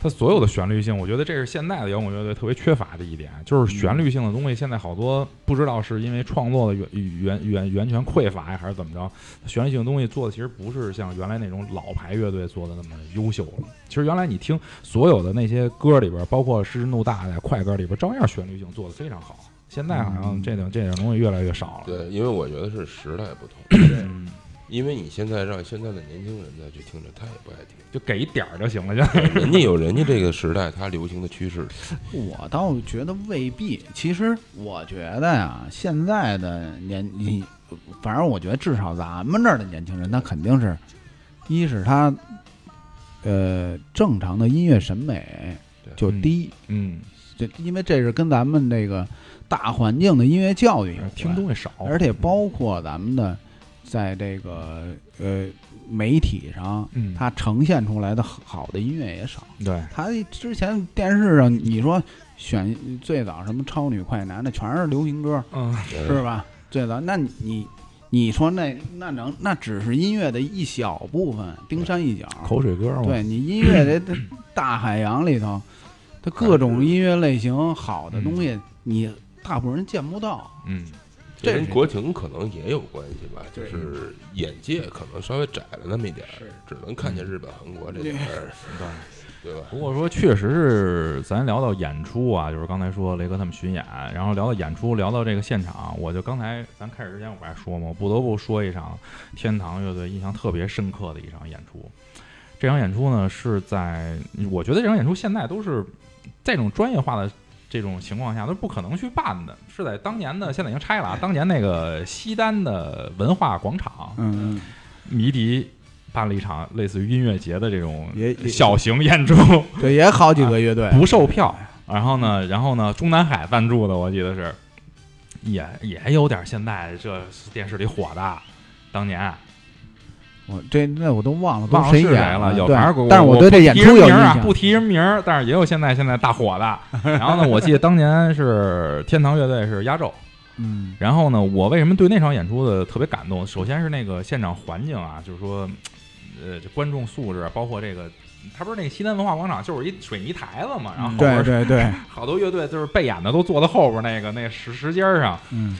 [SPEAKER 2] 它所有的旋律性，我觉得这是现在的摇滚乐队特别缺乏的一点，就是旋律性的东西。现在好多不知道是因为创作的源源源源泉匮乏呀，还是怎么着，旋律性的东西做的其实不是像原来那种老牌乐队做的那么优秀了。其实原来你听所有的那些歌里边，包括《失之怒大》的快歌里边，照样旋律性做的非常好。现在好像这种这种东西越来越少了。
[SPEAKER 5] 对，因为我觉得是时代不同，
[SPEAKER 2] 嗯
[SPEAKER 5] 因为你现在让现在的年轻人再去听着，他也不爱听。
[SPEAKER 2] 就给一点儿就行了，就
[SPEAKER 5] 人家有人家这个时代他流行的趋势，
[SPEAKER 4] 我倒觉得未必。其实我觉得呀、现在的年你，反正我觉得至少咱们这儿的年轻人，他肯定是，一是他，呃，正常的音乐审美
[SPEAKER 5] 对
[SPEAKER 4] 就低，
[SPEAKER 2] 嗯，
[SPEAKER 4] 这、因为这是跟咱们这个大环境的音乐教育有关
[SPEAKER 2] 嗯听东西少，
[SPEAKER 4] 而且包括咱们的，在这个呃媒体上，
[SPEAKER 2] 嗯，
[SPEAKER 4] 它呈现出来的好的音乐也少。
[SPEAKER 2] 对，
[SPEAKER 4] 它之前电视上你说选最早什么超女快男的，全是流行歌，
[SPEAKER 2] 嗯，
[SPEAKER 5] 呃
[SPEAKER 4] 是吧？最早那你你说那那能那只是音乐的一小部分，冰山一角。
[SPEAKER 2] 口水歌嘛，
[SPEAKER 4] 对你音乐的这大海洋里头，它各种音乐类型好的东西，你大部分人见不到。
[SPEAKER 2] 嗯，
[SPEAKER 5] 这
[SPEAKER 4] 这
[SPEAKER 5] 跟
[SPEAKER 4] 是
[SPEAKER 5] 国情可能也有关系吧，就是眼界可能稍微窄了那么一点儿，只能看见日本、韩国这边儿，
[SPEAKER 2] 对。
[SPEAKER 5] 对吧？
[SPEAKER 2] 不过说，确实是咱聊到演出啊，就是刚才说雷哥他们巡演，然后聊到演出，聊到这个现场，我就刚才咱开始之前我不还说嘛，我不得不说一场天堂乐队印象特别深刻的一场演出。这场演出呢是在，我觉得这场演出现在都是这种专业化的这种情况下都是不可能去办的，是在当年的，现在已经拆了啊，当年那个西单的文化广场，
[SPEAKER 4] 嗯，
[SPEAKER 2] 迷笛办了一场类似于音乐节的这种
[SPEAKER 4] 也也
[SPEAKER 2] 小型演出。
[SPEAKER 4] (laughs) 对，也好
[SPEAKER 2] 啊哎
[SPEAKER 4] 几个乐队，
[SPEAKER 2] 不售票。然后呢，然后呢，中南海赞助的，我记得是也也有点现在这电视里火的，当年啊
[SPEAKER 4] 我这那我都忘了，
[SPEAKER 2] 忘了是
[SPEAKER 4] 谁
[SPEAKER 2] 谁
[SPEAKER 4] 演
[SPEAKER 2] 了，有
[SPEAKER 4] 对
[SPEAKER 2] 反正
[SPEAKER 4] 但是
[SPEAKER 2] 我
[SPEAKER 4] 对这演
[SPEAKER 2] 不
[SPEAKER 4] 出
[SPEAKER 2] 提人
[SPEAKER 4] 有印
[SPEAKER 2] 名儿啊
[SPEAKER 4] 象，
[SPEAKER 2] 不提人名儿，但是也有现在现在大火
[SPEAKER 4] (laughs)
[SPEAKER 2] 的。然后呢，我记得当年是天堂乐队是压轴，
[SPEAKER 4] 嗯
[SPEAKER 2] 然后呢，我为什么对那场演出的特别感动？首先是那个现场环境啊，就是说，呃，这观众素质，包括这个，它不是那个西单文化广场就是一水泥台子嘛，然后后边
[SPEAKER 4] 对
[SPEAKER 2] 儿
[SPEAKER 4] 对
[SPEAKER 2] (laughs)
[SPEAKER 4] 对，
[SPEAKER 2] 好多乐队就是背演的都坐在后边那个那石石阶儿上。
[SPEAKER 4] 嗯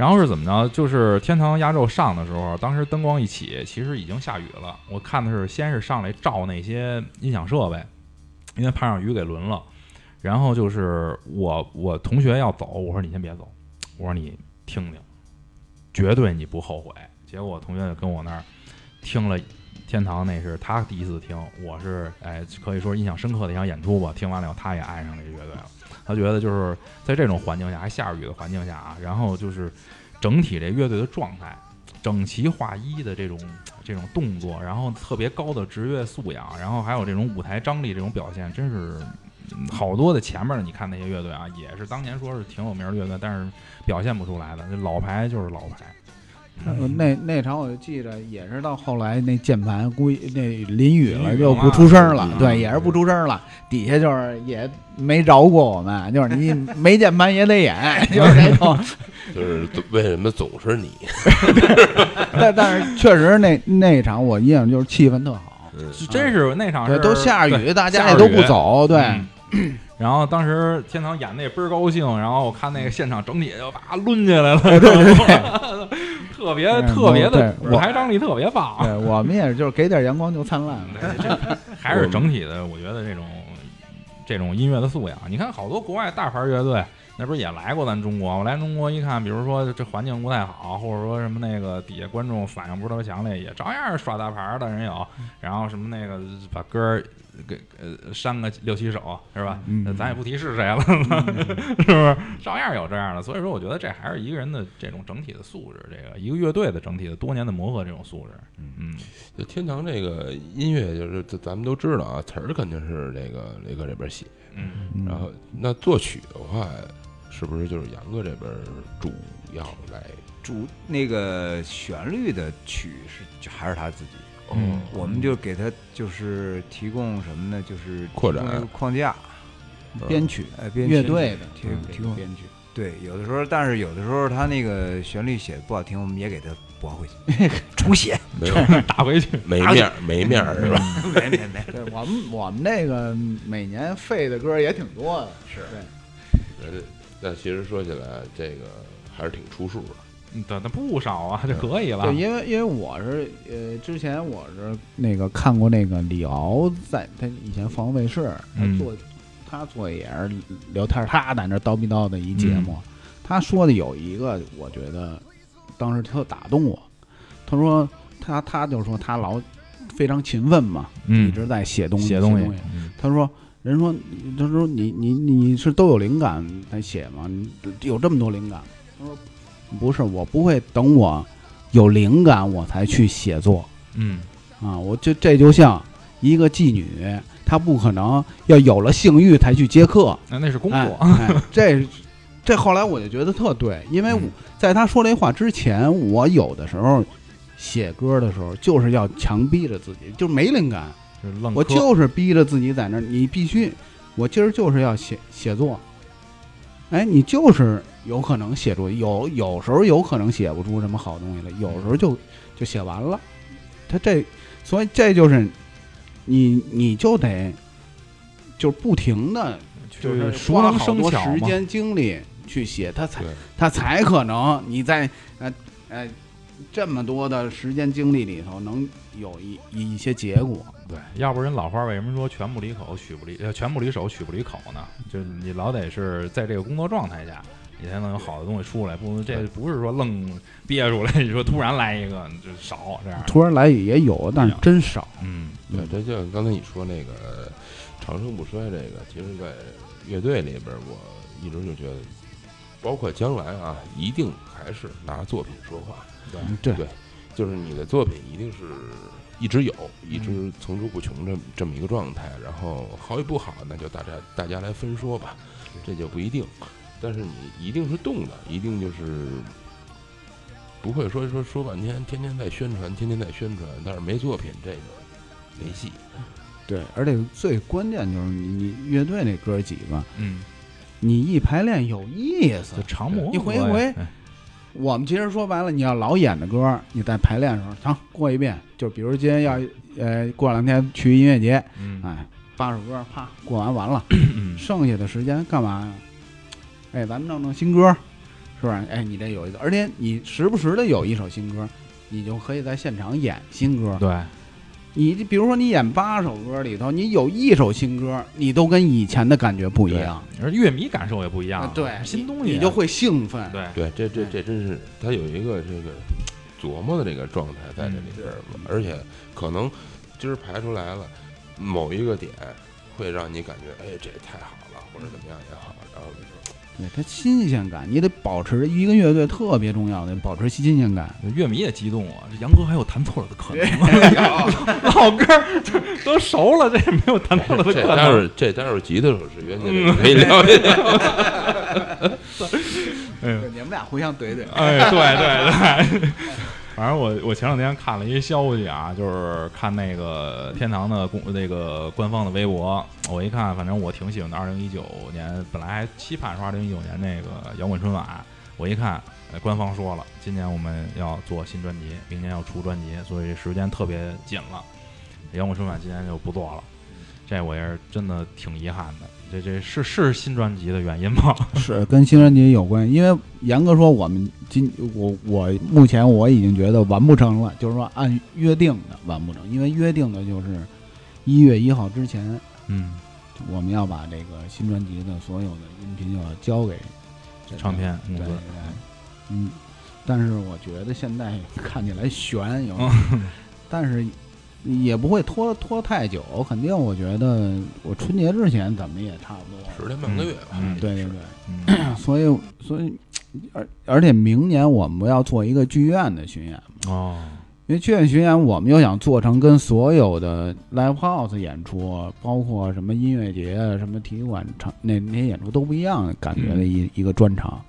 [SPEAKER 2] 然后是怎么着？就是天堂压轴上的时候，当时灯光一起，其实已经下雨了。我看的是先是上来照那些音响设备，因为怕让雨给淋了。然后就是我我同学要走，我说你先别走，我说你听听，绝对你不后悔。结果我同学就跟我那儿听了天堂，那是他第一次听，我是哎可以说印象深刻的一场演出吧。听完了以后，他也爱上这个乐队了。他觉得就是在这种环境下，还下着雨的环境下啊，然后就是整体这乐队的状态，整齐划一的这种这种动作，然后特别高的职业素养，然后还有这种舞台张力这种表现，真是嗯好多的前面的你看那些乐队啊，也是当年说是挺有名的乐队，但是表现不出来的，这老牌就是老牌。
[SPEAKER 4] 呃那那场我就记着，也是到后来那键盘估计那淋雨
[SPEAKER 2] 淋
[SPEAKER 4] 了
[SPEAKER 2] 雨
[SPEAKER 4] 就
[SPEAKER 2] 了
[SPEAKER 4] 不出声了
[SPEAKER 2] 嗯，
[SPEAKER 4] 对，也是不出声了，底下就是也没饶过我们，就是
[SPEAKER 2] (laughs)
[SPEAKER 4] 你没键盘也得演，就是这种。
[SPEAKER 5] 就是为什么总是你？
[SPEAKER 4] 但但是确实那那场我印象就是气氛特好，
[SPEAKER 2] 是真是那啊场是
[SPEAKER 4] 对，都下着
[SPEAKER 2] 对
[SPEAKER 4] 雨，大
[SPEAKER 2] 下
[SPEAKER 4] 家也
[SPEAKER 2] 着
[SPEAKER 4] 都不
[SPEAKER 2] 雨
[SPEAKER 4] 走，对，
[SPEAKER 2] 嗯然后当时天堂演的也倍儿高兴，然后我看那个现场整体就叭抡起来了， (laughs) 特别
[SPEAKER 4] 嗯
[SPEAKER 2] 特别的
[SPEAKER 4] 对
[SPEAKER 2] 舞台张力特别棒，
[SPEAKER 4] 对我们也是就是给点阳光就灿烂了。
[SPEAKER 2] 对这还是整体的，我觉得这种这种音乐的素养，你看好多国外大牌乐队。那不是也来过咱中国？我来中国一看，比如说这环境不太好，或者说什么那个底下观众反应不是特别强烈，也照样耍大牌儿的人有，然后什么那个把歌儿给呃删个六七首是吧？那咱也不提是谁了， (laughs) 是不是？照样有这样的，所以说我觉得这还是一个人的这种整体的素质，这个一个乐队的整体的多年的磨合这种素质，嗯，
[SPEAKER 5] 就天堂这个音乐，就是咱咱们都知道啊，词儿肯定是这个雷哥这边写，
[SPEAKER 2] 嗯，
[SPEAKER 4] 嗯
[SPEAKER 5] 然后那作曲的话，是不是就是杨哥这边主要来？
[SPEAKER 1] 主那个旋律的曲是就还是他自己，
[SPEAKER 2] 嗯
[SPEAKER 5] 哦
[SPEAKER 2] (laughs)
[SPEAKER 1] 我们就给他就是提供什么呢？就是
[SPEAKER 5] 扩展
[SPEAKER 1] 提供一个框架，
[SPEAKER 4] 嗯编曲
[SPEAKER 1] 呃，编曲
[SPEAKER 4] 乐队的
[SPEAKER 1] 提
[SPEAKER 4] 嗯
[SPEAKER 1] 提供
[SPEAKER 4] 编曲，
[SPEAKER 1] 对，有的时候，但是有的时候他那个旋律写的不好听，我们也给他驳回去，重写，
[SPEAKER 5] 没有
[SPEAKER 2] 嗯 (laughs) 打回去，
[SPEAKER 5] 没面儿，没面儿是吧？
[SPEAKER 1] 没没没，
[SPEAKER 4] 对我们我们那个每年废的歌也挺多的，是
[SPEAKER 2] 嗯
[SPEAKER 5] 呃那其实说起来，这个还是挺出数的。
[SPEAKER 2] 嗯对，那不少啊，这可以了
[SPEAKER 4] 对，，因为因为我是呃，之前我是那个看过那个李敖在他以前凤凰卫视，他
[SPEAKER 2] 嗯
[SPEAKER 4] 做、他做的也是聊天儿，他在那叨逼叨的一节目，他说的有一个，我觉得当时特打动我。他说他他就说他老非常勤奋嘛，一
[SPEAKER 2] 嗯，
[SPEAKER 4] 直在写东西
[SPEAKER 2] 写
[SPEAKER 4] 东
[SPEAKER 2] 西，嗯
[SPEAKER 4] 他说。人说，他说你你你是都有灵感才写吗？你有这么多灵感？他说不是，我不会等我有灵感我才去写作
[SPEAKER 2] 嗯，
[SPEAKER 4] 啊。我就这就像一个妓女，她不可能要有了性欲才去接客
[SPEAKER 2] 那那是工
[SPEAKER 4] 哎
[SPEAKER 2] 作，
[SPEAKER 4] 哎，这这后来我就觉得特对，因为我
[SPEAKER 2] 嗯
[SPEAKER 4] 在他说这话之前，我有的时候写歌的时候就是要强逼着自己，就没灵感。
[SPEAKER 2] 就是愣
[SPEAKER 4] 我
[SPEAKER 2] 磕
[SPEAKER 4] 就是逼着自己在那儿，你必须，我今儿就是要写写作。哎，你就是有可能写出，有有时候有可能写不出什么好东西来，有时候就就写完了。他这，所以这就是你，你就得就是不停的，就
[SPEAKER 2] 去
[SPEAKER 4] 是
[SPEAKER 2] 熟
[SPEAKER 4] 花
[SPEAKER 2] 能
[SPEAKER 4] 好
[SPEAKER 2] 生
[SPEAKER 4] 多
[SPEAKER 2] 巧
[SPEAKER 4] 时
[SPEAKER 2] 嘛，
[SPEAKER 4] 间精力去写，他才
[SPEAKER 5] 对
[SPEAKER 4] 他才可能你在呃呃这么多的时间精力里头能有一一一些结果。
[SPEAKER 2] 对，要不然老话为什么说拳不离口，曲不离呃拳不离手，曲不离口呢？就是你老得是在这个工作状态下，你才能有好的东西出来，不能这不是说愣憋出来，你说突然来一个就少这样。
[SPEAKER 4] 突然来也有，但是真少。
[SPEAKER 2] 嗯
[SPEAKER 5] 对，这就像刚才你说那个呃长盛不衰这个，其实，在乐队里边儿，我一直就觉得，包括将来啊，一定还是拿作品说话，
[SPEAKER 4] 对
[SPEAKER 5] 对就是你的作品一定是一直有，一直层出不穷这么这么一个状态。然后好与不好，那就大家大家来分说吧，这就不一定。但是你一定是动的，一定就是不会说说说半天，天天在宣传，天天在宣传，但是没作品这个没戏。
[SPEAKER 4] 对，而且最关键就是你你乐队那哥几个，
[SPEAKER 2] 嗯，
[SPEAKER 4] 你一排练有意思
[SPEAKER 2] 就。长磨合呀。
[SPEAKER 4] 一回一回
[SPEAKER 2] 哎
[SPEAKER 4] 我们其实说白了，你要老演的歌，你在排练的时候，行过一遍，就比如今天要呃过两天去音乐节，
[SPEAKER 2] 嗯
[SPEAKER 4] 哎，八首歌啪过完完了，
[SPEAKER 2] 嗯
[SPEAKER 4] 剩下的时间干嘛呀？哎，咱们弄弄新歌，是吧？哎，你这有一个，而且你时不时的有一首新歌，你就可以在现场演新歌。
[SPEAKER 2] 对，
[SPEAKER 4] 你比如说你演八首歌里头，你有一首新歌，你都跟以前的感觉不一样，
[SPEAKER 2] 而乐迷感受也不一样
[SPEAKER 4] 啊
[SPEAKER 2] 了，
[SPEAKER 4] 对，
[SPEAKER 2] 新东
[SPEAKER 4] 你
[SPEAKER 2] 西啊
[SPEAKER 4] 你就会兴奋。
[SPEAKER 2] 对，
[SPEAKER 5] 对，这这
[SPEAKER 4] 哎
[SPEAKER 5] 这真是他有一个这个琢磨的这个状态在这里边儿
[SPEAKER 2] 嗯
[SPEAKER 5] 嘛，而且可能今儿排出来了某一个点，会让你感觉哎这太好了，或者怎么样也好，然后
[SPEAKER 2] (laughs)
[SPEAKER 4] 对，它新鲜感，你得保持一个乐队特别重要的，保持新鲜 (laughs) 感。
[SPEAKER 2] 乐迷也激动啊，这杨哥还有弹错了的
[SPEAKER 4] (laughs)
[SPEAKER 2] 可能啊， (laughs) 老歌儿这都熟了，这没有弹错了的嗯
[SPEAKER 5] 这这
[SPEAKER 2] 可
[SPEAKER 5] 待
[SPEAKER 2] 能。
[SPEAKER 5] 会儿这待会儿吉他手是原先可以聊
[SPEAKER 2] (laughs)
[SPEAKER 5] 一聊，
[SPEAKER 2] 嗯
[SPEAKER 4] 对，你们俩互相 (laughs) 怼怼。
[SPEAKER 2] (laughs) 哎，对对对， (laughs) 反正我我前两天看了一消息啊，就是看那个天堂的公那个官方的微博，我一看，反正我挺喜欢的。二零一九年本来还期盼说二零一九年那个摇滚春晚，我一看，呃官方说了，今年我们要做新专辑，明年要出专辑，所以时间特别紧了。摇滚春晚今年就不做了，这我也是真的挺遗憾的。这这是是新专辑的原因吗？
[SPEAKER 4] 是跟新专辑有关系，因为严格说，我们今我我目前我已经觉得完不成了，就是说按约定的完不成，因为约定的就是一月一号之前，
[SPEAKER 2] 嗯，
[SPEAKER 4] 我们要把这个新专辑的所有的音频要交给这个
[SPEAKER 2] 唱片公
[SPEAKER 4] 对
[SPEAKER 2] 司
[SPEAKER 4] 对，嗯，但是我觉得现在看起来悬有，
[SPEAKER 2] 哦
[SPEAKER 4] (laughs) 但是也不会拖拖太久，肯定我觉得我春节之前怎么也差不多了，
[SPEAKER 5] 十天半个月吧
[SPEAKER 2] 嗯，
[SPEAKER 4] 对对对。 (coughs)
[SPEAKER 2] 嗯
[SPEAKER 4] (clears throat) 所以，所以，而而且明年我们要做一个剧院的巡演，
[SPEAKER 2] 哦，
[SPEAKER 4] 因为剧院巡演我们又想做成跟所有的 live house 演出，包括什么音乐节啊、什么体育馆场那那些演出都不一样的感觉的一、一个专场。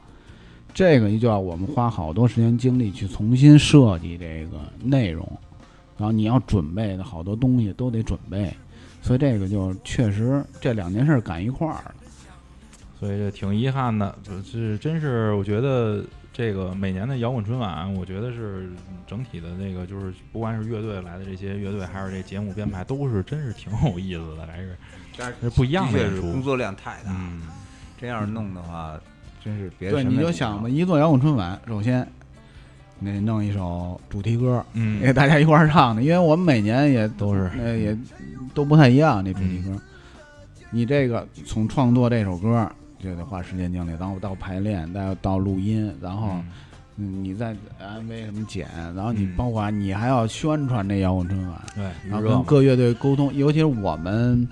[SPEAKER 4] 这个就要我们花好多时间精力去重新设计这个内容，然后你要准备的好多东西都得准备，所以这个就确实这两件事儿赶一块儿了。
[SPEAKER 2] 所以这挺遗憾的，就是真是我觉得这个每年的摇滚春晚，我觉得是整体的那个就是不管是乐队来的这些乐队，还是这节目编排，都是真是挺有意思的，还是
[SPEAKER 1] 但是
[SPEAKER 2] 这不一样的
[SPEAKER 1] 确
[SPEAKER 2] 演
[SPEAKER 1] 是工
[SPEAKER 2] 出。
[SPEAKER 1] 作量太大，
[SPEAKER 2] 嗯，
[SPEAKER 1] 真要是弄的话，真是别的
[SPEAKER 4] 对，
[SPEAKER 1] 审美
[SPEAKER 4] 你就
[SPEAKER 1] 不
[SPEAKER 4] 想
[SPEAKER 1] 上
[SPEAKER 4] 吧，一做摇滚春晚，首先你得弄一首主题歌，
[SPEAKER 2] 嗯
[SPEAKER 4] 给大家一块儿唱的，因为我们每年也
[SPEAKER 2] 都是嗯
[SPEAKER 4] 呃也都不太一样那主题歌。你这个从创作这首歌就得花时间精力，然后到排练，再到录音，然后
[SPEAKER 2] 嗯
[SPEAKER 4] 嗯你再 MV 什么剪，然后你
[SPEAKER 2] 嗯
[SPEAKER 4] 包括你还要宣传这摇滚春晚，
[SPEAKER 2] 对，
[SPEAKER 4] 然后
[SPEAKER 2] 娱乐
[SPEAKER 4] 跟
[SPEAKER 2] 嘛
[SPEAKER 4] 各乐队沟通，尤其是我们，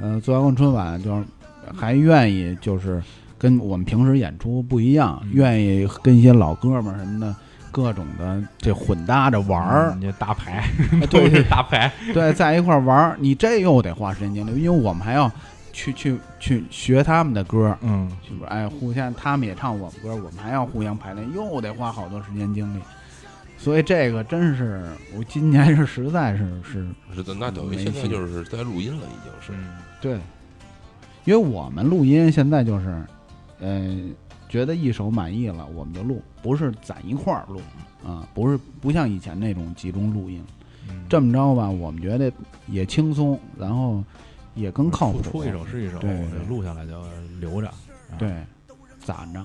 [SPEAKER 4] 呃，做摇滚春晚就是还愿意就是跟我们平时演出不一样，
[SPEAKER 2] 嗯
[SPEAKER 4] 愿意跟一些老哥们儿什么的。各种的这混搭着玩儿
[SPEAKER 2] 嗯，这大牌，
[SPEAKER 4] 哎
[SPEAKER 2] 都
[SPEAKER 4] (laughs) 对
[SPEAKER 2] 是
[SPEAKER 4] 对
[SPEAKER 2] 大牌，
[SPEAKER 4] 对，在一块儿玩儿，你这又得花时间精力，因为我们还要去去去学他们的歌儿，
[SPEAKER 2] 嗯，
[SPEAKER 4] 是不是？哎，互相他们也唱我们歌儿，我们还要互相排练，又得花好多时间精力，所以这个真是我今年是实在是是
[SPEAKER 5] 是的，那等于
[SPEAKER 4] 没
[SPEAKER 5] 现在
[SPEAKER 4] 戏
[SPEAKER 5] 就是在录音了，已经是。
[SPEAKER 2] 嗯
[SPEAKER 4] 对，因为我们录音现在就是，呃，觉得一首满意了，我们就录，不是攒一块儿录啊，不是不像以前那种集中录音。
[SPEAKER 2] 嗯
[SPEAKER 4] 这么着吧，我们觉得也轻松，然后也更靠谱。
[SPEAKER 2] 出出一首啊是一首，
[SPEAKER 4] 对
[SPEAKER 2] 我
[SPEAKER 4] 对
[SPEAKER 2] 这录下来就留着。
[SPEAKER 4] 对，攒着。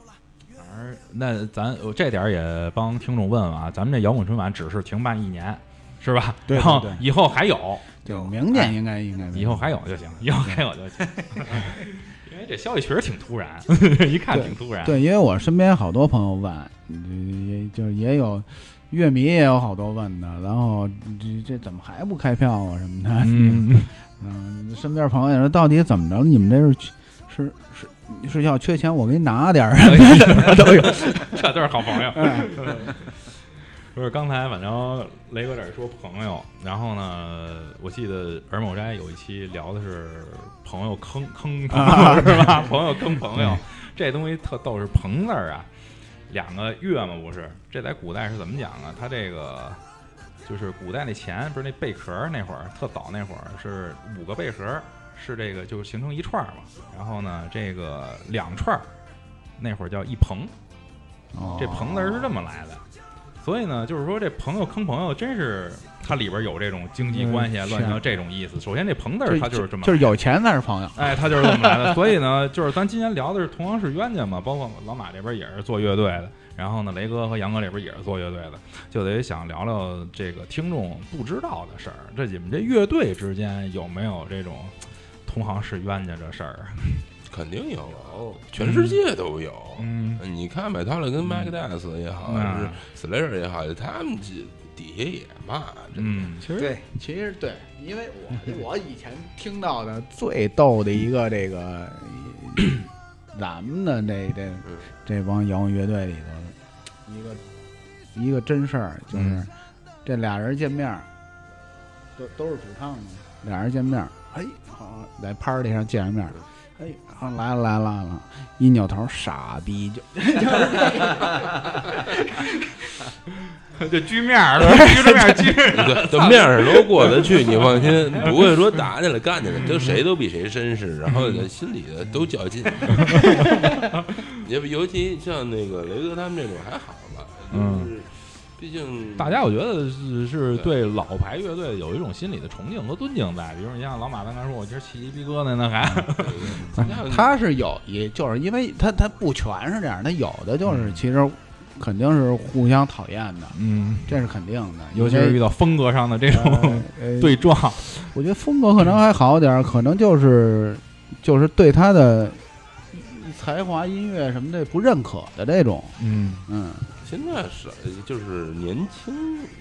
[SPEAKER 2] 而那咱我这点儿也帮听众问问啊，咱们这摇滚春晚只是停办一年，是吧？
[SPEAKER 4] 对
[SPEAKER 2] 然后
[SPEAKER 4] 对对
[SPEAKER 2] 以后还有，
[SPEAKER 4] 对，明年应该应该没
[SPEAKER 2] 以后还有就行，以后还有就
[SPEAKER 4] (laughs)
[SPEAKER 2] 行。因为这消息确实挺突然，一看挺突然。
[SPEAKER 4] 对，因为我身边好多朋友问，嗯也就是也有乐迷也有好多问的，然后这这怎么还不开票啊什么的，
[SPEAKER 2] 嗯，
[SPEAKER 4] 嗯，身边朋友也说，到底怎么着？你们这是缺是是是要缺钱，我给你拿点儿
[SPEAKER 2] (laughs)
[SPEAKER 4] 啊？
[SPEAKER 2] 都有，这都是好朋友。 (laughs) 不是，刚才反正雷哥这儿说朋友，然后呢，我记得尔 (laughs) 某斋有一期聊的是朋友坑坑朋友、是吧？朋友坑朋友，这东西特逗，是棚字儿啊，两个月嘛不是？这在古代是怎么讲啊？它这个就是古代那钱，不是那贝壳儿那会儿，特早那会儿是五个贝壳儿，是这个就形成一串儿嘛。然后呢，这个两串儿那会儿叫一棚，
[SPEAKER 4] 哦
[SPEAKER 2] 这棚字儿是这么来的。所以呢，就是说这朋友坑朋友，真是它里边有这种经济关系啊
[SPEAKER 4] 嗯
[SPEAKER 2] 乱七八
[SPEAKER 4] 是
[SPEAKER 2] 糟这种意思。首先这棚字
[SPEAKER 4] 就
[SPEAKER 2] 儿它就是这么来的
[SPEAKER 4] 就是有钱才是朋友。
[SPEAKER 2] 哎，他就是这么来的。所以呢，就是咱今天聊的是同样是冤家嘛，包括老马这边也是做乐队的，然后呢，雷哥和杨哥这边也是做乐队的，就得想聊聊这个听众不知道的事儿。这你们这乐队之间有没有这种同行是冤家这事儿啊？
[SPEAKER 5] 肯定有，全世界都有。
[SPEAKER 2] 嗯，
[SPEAKER 5] 你看呗，他俩跟 Mike d a s 也好，
[SPEAKER 2] 嗯
[SPEAKER 5] 是 Slayer 也好，他们这底下也骂，真的
[SPEAKER 2] 嗯，
[SPEAKER 4] 其实
[SPEAKER 1] 对，
[SPEAKER 4] 其实对，因为我我以前听到的最逗的一个这个， (clears throat) 咱们的这这
[SPEAKER 5] 嗯
[SPEAKER 4] 这帮摇滚乐队里头，一个一个真事儿，就是、
[SPEAKER 2] 嗯
[SPEAKER 4] 这俩人见面儿，都都是主唱嘛，俩人见面儿，哎，好在 party 上见着面儿。哎，好来了来了来了！一扭头，傻逼就
[SPEAKER 2] 就居面
[SPEAKER 4] (laughs)
[SPEAKER 2] 儿，居着面儿居着。
[SPEAKER 5] 对，都面上都过得去，你放心，不会说打起来干起来，都谁都比谁绅士，然后
[SPEAKER 2] 嗯
[SPEAKER 5] 呢心里的都
[SPEAKER 2] (laughs)
[SPEAKER 5] 较劲。也尤其像那个雷哥他们这种还好吧，就是毕竟
[SPEAKER 2] 嗯大家我觉得是是对老牌乐队有一种心理的崇敬和尊敬在，比如你像老马刚才说，我今儿起鸡皮疙瘩呢，还
[SPEAKER 5] (laughs) 大家
[SPEAKER 2] 嗯
[SPEAKER 4] 他是有，也就是因为他他不全是这样，他有的就是其实肯定是互相讨厌的，
[SPEAKER 2] 嗯， (laughs)
[SPEAKER 4] 这是肯定的，
[SPEAKER 2] 尤其是遇
[SPEAKER 4] 到
[SPEAKER 2] 到风格上的这种
[SPEAKER 4] (laughs) 对，
[SPEAKER 2] (laughs) 对撞，
[SPEAKER 4] 呃我觉得风格可能还好点儿，可能就是就是对他的才华、音乐什么的不认可的这种，
[SPEAKER 2] 嗯
[SPEAKER 4] 嗯，
[SPEAKER 5] 现在是就是年轻，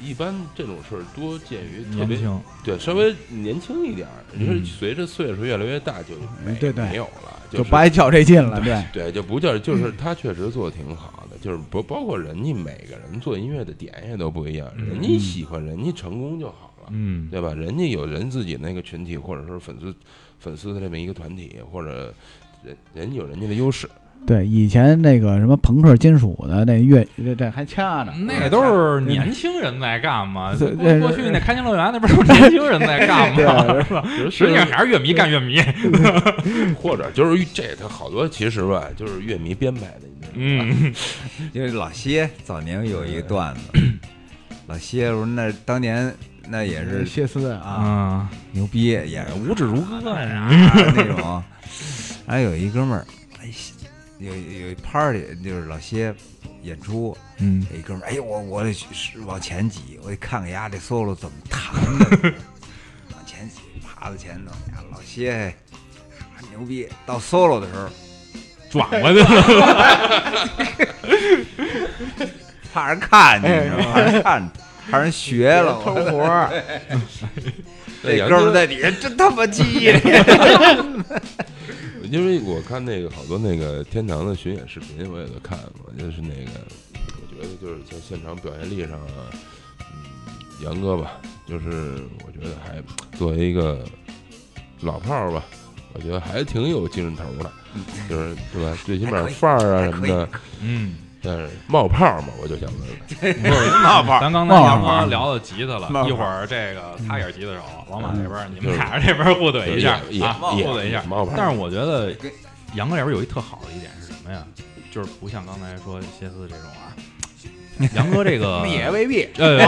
[SPEAKER 5] 一般这种事儿多见于特
[SPEAKER 2] 嗯年
[SPEAKER 5] 别
[SPEAKER 2] 轻，
[SPEAKER 5] 对稍微年轻一点儿，你说
[SPEAKER 2] 嗯
[SPEAKER 5] 随着岁数越来越大就没
[SPEAKER 4] 对对
[SPEAKER 5] 没有了，
[SPEAKER 4] 就是不爱较这劲了，对，
[SPEAKER 5] 对，就不叫，就是他确实做的挺好的，就是不包括人家每个人做音乐的点也都不一样，
[SPEAKER 2] 嗯
[SPEAKER 5] 人家喜欢，人家成功就好了，
[SPEAKER 2] 嗯，
[SPEAKER 5] 对吧？人家有人自己那个群体，或者说粉丝粉丝的这么一个团体，或者人人家有人家的优势，
[SPEAKER 4] 对，以前那个什么朋克金属的那乐，这这还掐呢，
[SPEAKER 2] 那都是年轻人在干 (laughs) 嘛？
[SPEAKER 4] 对
[SPEAKER 2] 过过去那开心乐园那不是都是年轻人在干 (laughs)
[SPEAKER 4] 啊 (laughs)
[SPEAKER 2] 嘛？是吧？啊实际上还是乐迷干乐迷，
[SPEAKER 5] 或者就是这他好多其实吧，就是乐迷编排的，你知道吗
[SPEAKER 2] 嗯
[SPEAKER 1] 因为老歇早年有一个段子， (coughs) 老歇说那当年那也是
[SPEAKER 4] 歇斯啊，
[SPEAKER 1] 啊
[SPEAKER 2] (laughs) 啊，
[SPEAKER 1] 牛逼，也是
[SPEAKER 2] 无指如歌呀，
[SPEAKER 1] 那种。 (laughs) 然后有一哥们儿，哎，有有一 party 就是老歇演出，
[SPEAKER 2] (laughs) 嗯
[SPEAKER 1] 有一哥们儿，哎呦我我得是往前挤，我得看看丫这 solo 怎么弹 (laughs) 的，往前挤，爬到前头，呀老哎歇还牛逼，到 solo 的时候。
[SPEAKER 2] 转过去了，
[SPEAKER 1] 怕人看见，你知道吗？怕人看，怕人学了。
[SPEAKER 4] 偷
[SPEAKER 1] 我
[SPEAKER 4] 活儿。
[SPEAKER 1] 这哥们儿在底下真他妈鸡肋。
[SPEAKER 5] 因为我看那个好多那个天堂的巡演视频，我也都看过，就是那个，我觉得就是在现场表现力上啊，嗯，杨哥吧，就是我觉得还作为一个老炮儿吧，我觉得还挺有精神头儿的，就是对吧？最起码范儿啊什么的，
[SPEAKER 2] (laughs) 嗯，
[SPEAKER 5] 但是冒泡儿嘛，我就想问问，
[SPEAKER 2] 冒泡。咱刚才
[SPEAKER 4] 冒
[SPEAKER 2] 杨
[SPEAKER 4] 泡
[SPEAKER 2] 哥聊到吉他了，
[SPEAKER 1] 冒泡
[SPEAKER 2] 一会儿这个他也是吉他手，老马这边你们
[SPEAKER 5] 嗯
[SPEAKER 2] 俩人这边互怼一下
[SPEAKER 5] 也
[SPEAKER 2] 啊，
[SPEAKER 5] 也
[SPEAKER 2] 互怼一下。
[SPEAKER 5] 冒泡儿，
[SPEAKER 2] 但是我觉得杨哥这边有一特好的一点是什么呀？就是不像刚才说歇斯这种啊，杨哥这个
[SPEAKER 4] 也未必，
[SPEAKER 2] 呃，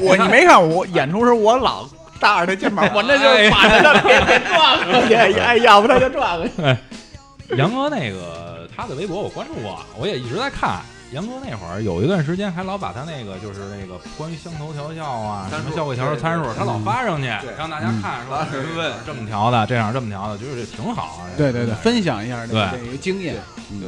[SPEAKER 4] 我你没看我演出时候，我 (laughs) 老搭着他肩膀，我那就是把他的脸给撞过去，哎，要不他就撞过去。
[SPEAKER 2] 杨哥那个他的微博我关注过，我也一直在看。杨哥那会儿有一段时间还老把他那个就是那个关于乡头调校啊，什
[SPEAKER 1] 参数
[SPEAKER 2] 么校会调校参数，他老发上去
[SPEAKER 1] 对，
[SPEAKER 2] 让大家看说这
[SPEAKER 1] 嗯
[SPEAKER 2] 样这么调的，这样这么调的，就是这挺好。啊
[SPEAKER 4] 对对对，分享一下这个
[SPEAKER 2] 对
[SPEAKER 4] 这个经验，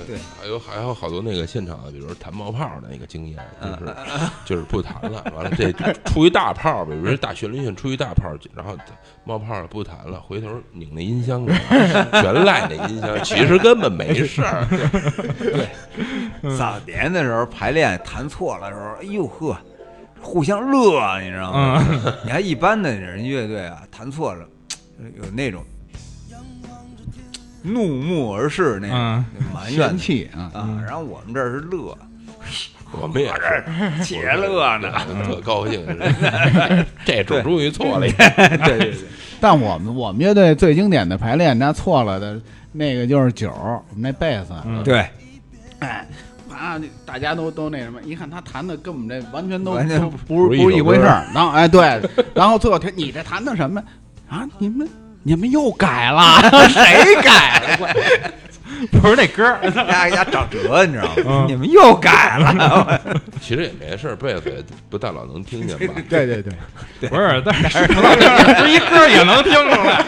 [SPEAKER 1] 对
[SPEAKER 5] 还有还有好多那个现场，比如说弹冒泡儿的那个经验，就是
[SPEAKER 2] 嗯
[SPEAKER 5] (laughs) 就是不弹了，完了这出一大炮儿，比如说大旋律线出一大炮儿，然后冒泡儿不弹了，回头拧那音箱了， (laughs) 全赖那音箱，其实根本没事儿。
[SPEAKER 1] 早年的时候排练弹错了的时候，哎呦呵，互相乐，你知道
[SPEAKER 2] 嗯
[SPEAKER 1] 吗？你看一般的人乐队啊，弹错了有那种。怒目而视那
[SPEAKER 2] 嗯
[SPEAKER 1] 种那埋
[SPEAKER 4] 嫌
[SPEAKER 1] 怨
[SPEAKER 4] 弃啊，
[SPEAKER 1] 啊，然后我们这儿是乐，
[SPEAKER 5] 我们也是
[SPEAKER 1] 且乐呢，
[SPEAKER 5] 特高
[SPEAKER 2] (laughs)
[SPEAKER 5] 兴，这主终于错
[SPEAKER 2] 嗯
[SPEAKER 5] 了一个，
[SPEAKER 1] 对对对，
[SPEAKER 4] 但我们我们乐队最经典的排练，那错了的那个就是九儿，我们那贝斯，
[SPEAKER 2] 嗯
[SPEAKER 1] 对，
[SPEAKER 4] 哎，啊，大家都都那什么，一看他弹的跟我们这完全都
[SPEAKER 1] 完全
[SPEAKER 4] 都
[SPEAKER 1] 不
[SPEAKER 4] 不
[SPEAKER 5] 不
[SPEAKER 4] 是
[SPEAKER 5] 是一
[SPEAKER 4] 不是一
[SPEAKER 5] 首
[SPEAKER 4] 回
[SPEAKER 5] 歌
[SPEAKER 4] 事儿。然后哎对，然后最后听你这弹的什么啊？你们你们又改了？
[SPEAKER 2] 哎
[SPEAKER 4] 谁
[SPEAKER 2] (laughs)
[SPEAKER 4] 改了？
[SPEAKER 2] 不是那歌儿，
[SPEAKER 1] 大家长折，你知道吗
[SPEAKER 2] 嗯？
[SPEAKER 1] 你们又改了，
[SPEAKER 5] 其实也没事，贝斯也不大老能听见
[SPEAKER 2] (laughs)
[SPEAKER 5] 吧。
[SPEAKER 4] (laughs) 对对对，
[SPEAKER 2] 不是，但是 (laughs) 是一歌儿也能听出来。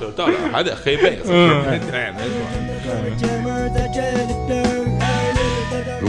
[SPEAKER 5] 就到哪儿还得黑贝斯。
[SPEAKER 2] 嗯，
[SPEAKER 1] 对，没错。
[SPEAKER 6] 如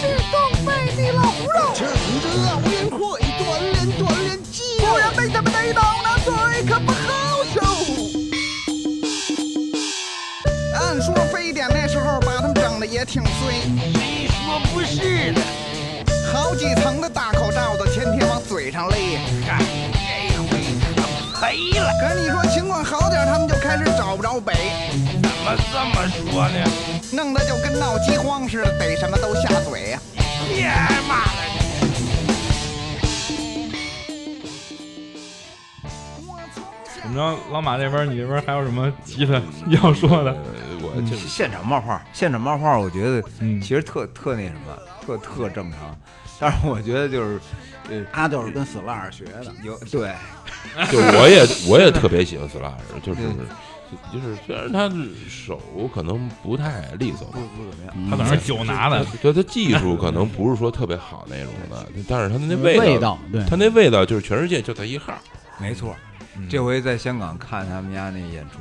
[SPEAKER 7] 吃东北的老虎肉？吃着老脸会锻炼锻炼肌肉，不然被他们逮到那罪可不好受。按说非典那时候把他们整的也挺衰，谁说不是呢？好几层的大口罩子，天天往嘴上勒。嗨，这回可赔了。可你说情况好点，他们就开始找不着北。怎么这么说呢？弄得就跟闹饥荒似的，逮什么都下嘴啊呀、别骂了你。
[SPEAKER 2] 怎么着，老马这边儿你这边儿还有什么其他要说的？
[SPEAKER 5] 呃我就
[SPEAKER 1] 现场冒泡，现场冒泡，我觉得
[SPEAKER 2] 嗯
[SPEAKER 1] 其实特特那什么，特特正常。但是我觉得就是，呃，
[SPEAKER 4] 他就是跟死烂儿学的。
[SPEAKER 1] 有对
[SPEAKER 5] 就我也我也特别喜欢斯拉尔，就是
[SPEAKER 1] 嗯
[SPEAKER 5] 就是虽然他手可能不太利索吧，
[SPEAKER 2] 他可能是酒拿的，
[SPEAKER 5] 对他技术可能不是说特别好那种的，但是他那
[SPEAKER 4] 味
[SPEAKER 5] 道，
[SPEAKER 4] 道对
[SPEAKER 5] 他那味道就是全世界就他一号。
[SPEAKER 1] 没错。
[SPEAKER 2] 嗯
[SPEAKER 1] 这回在香港看他们家那演出，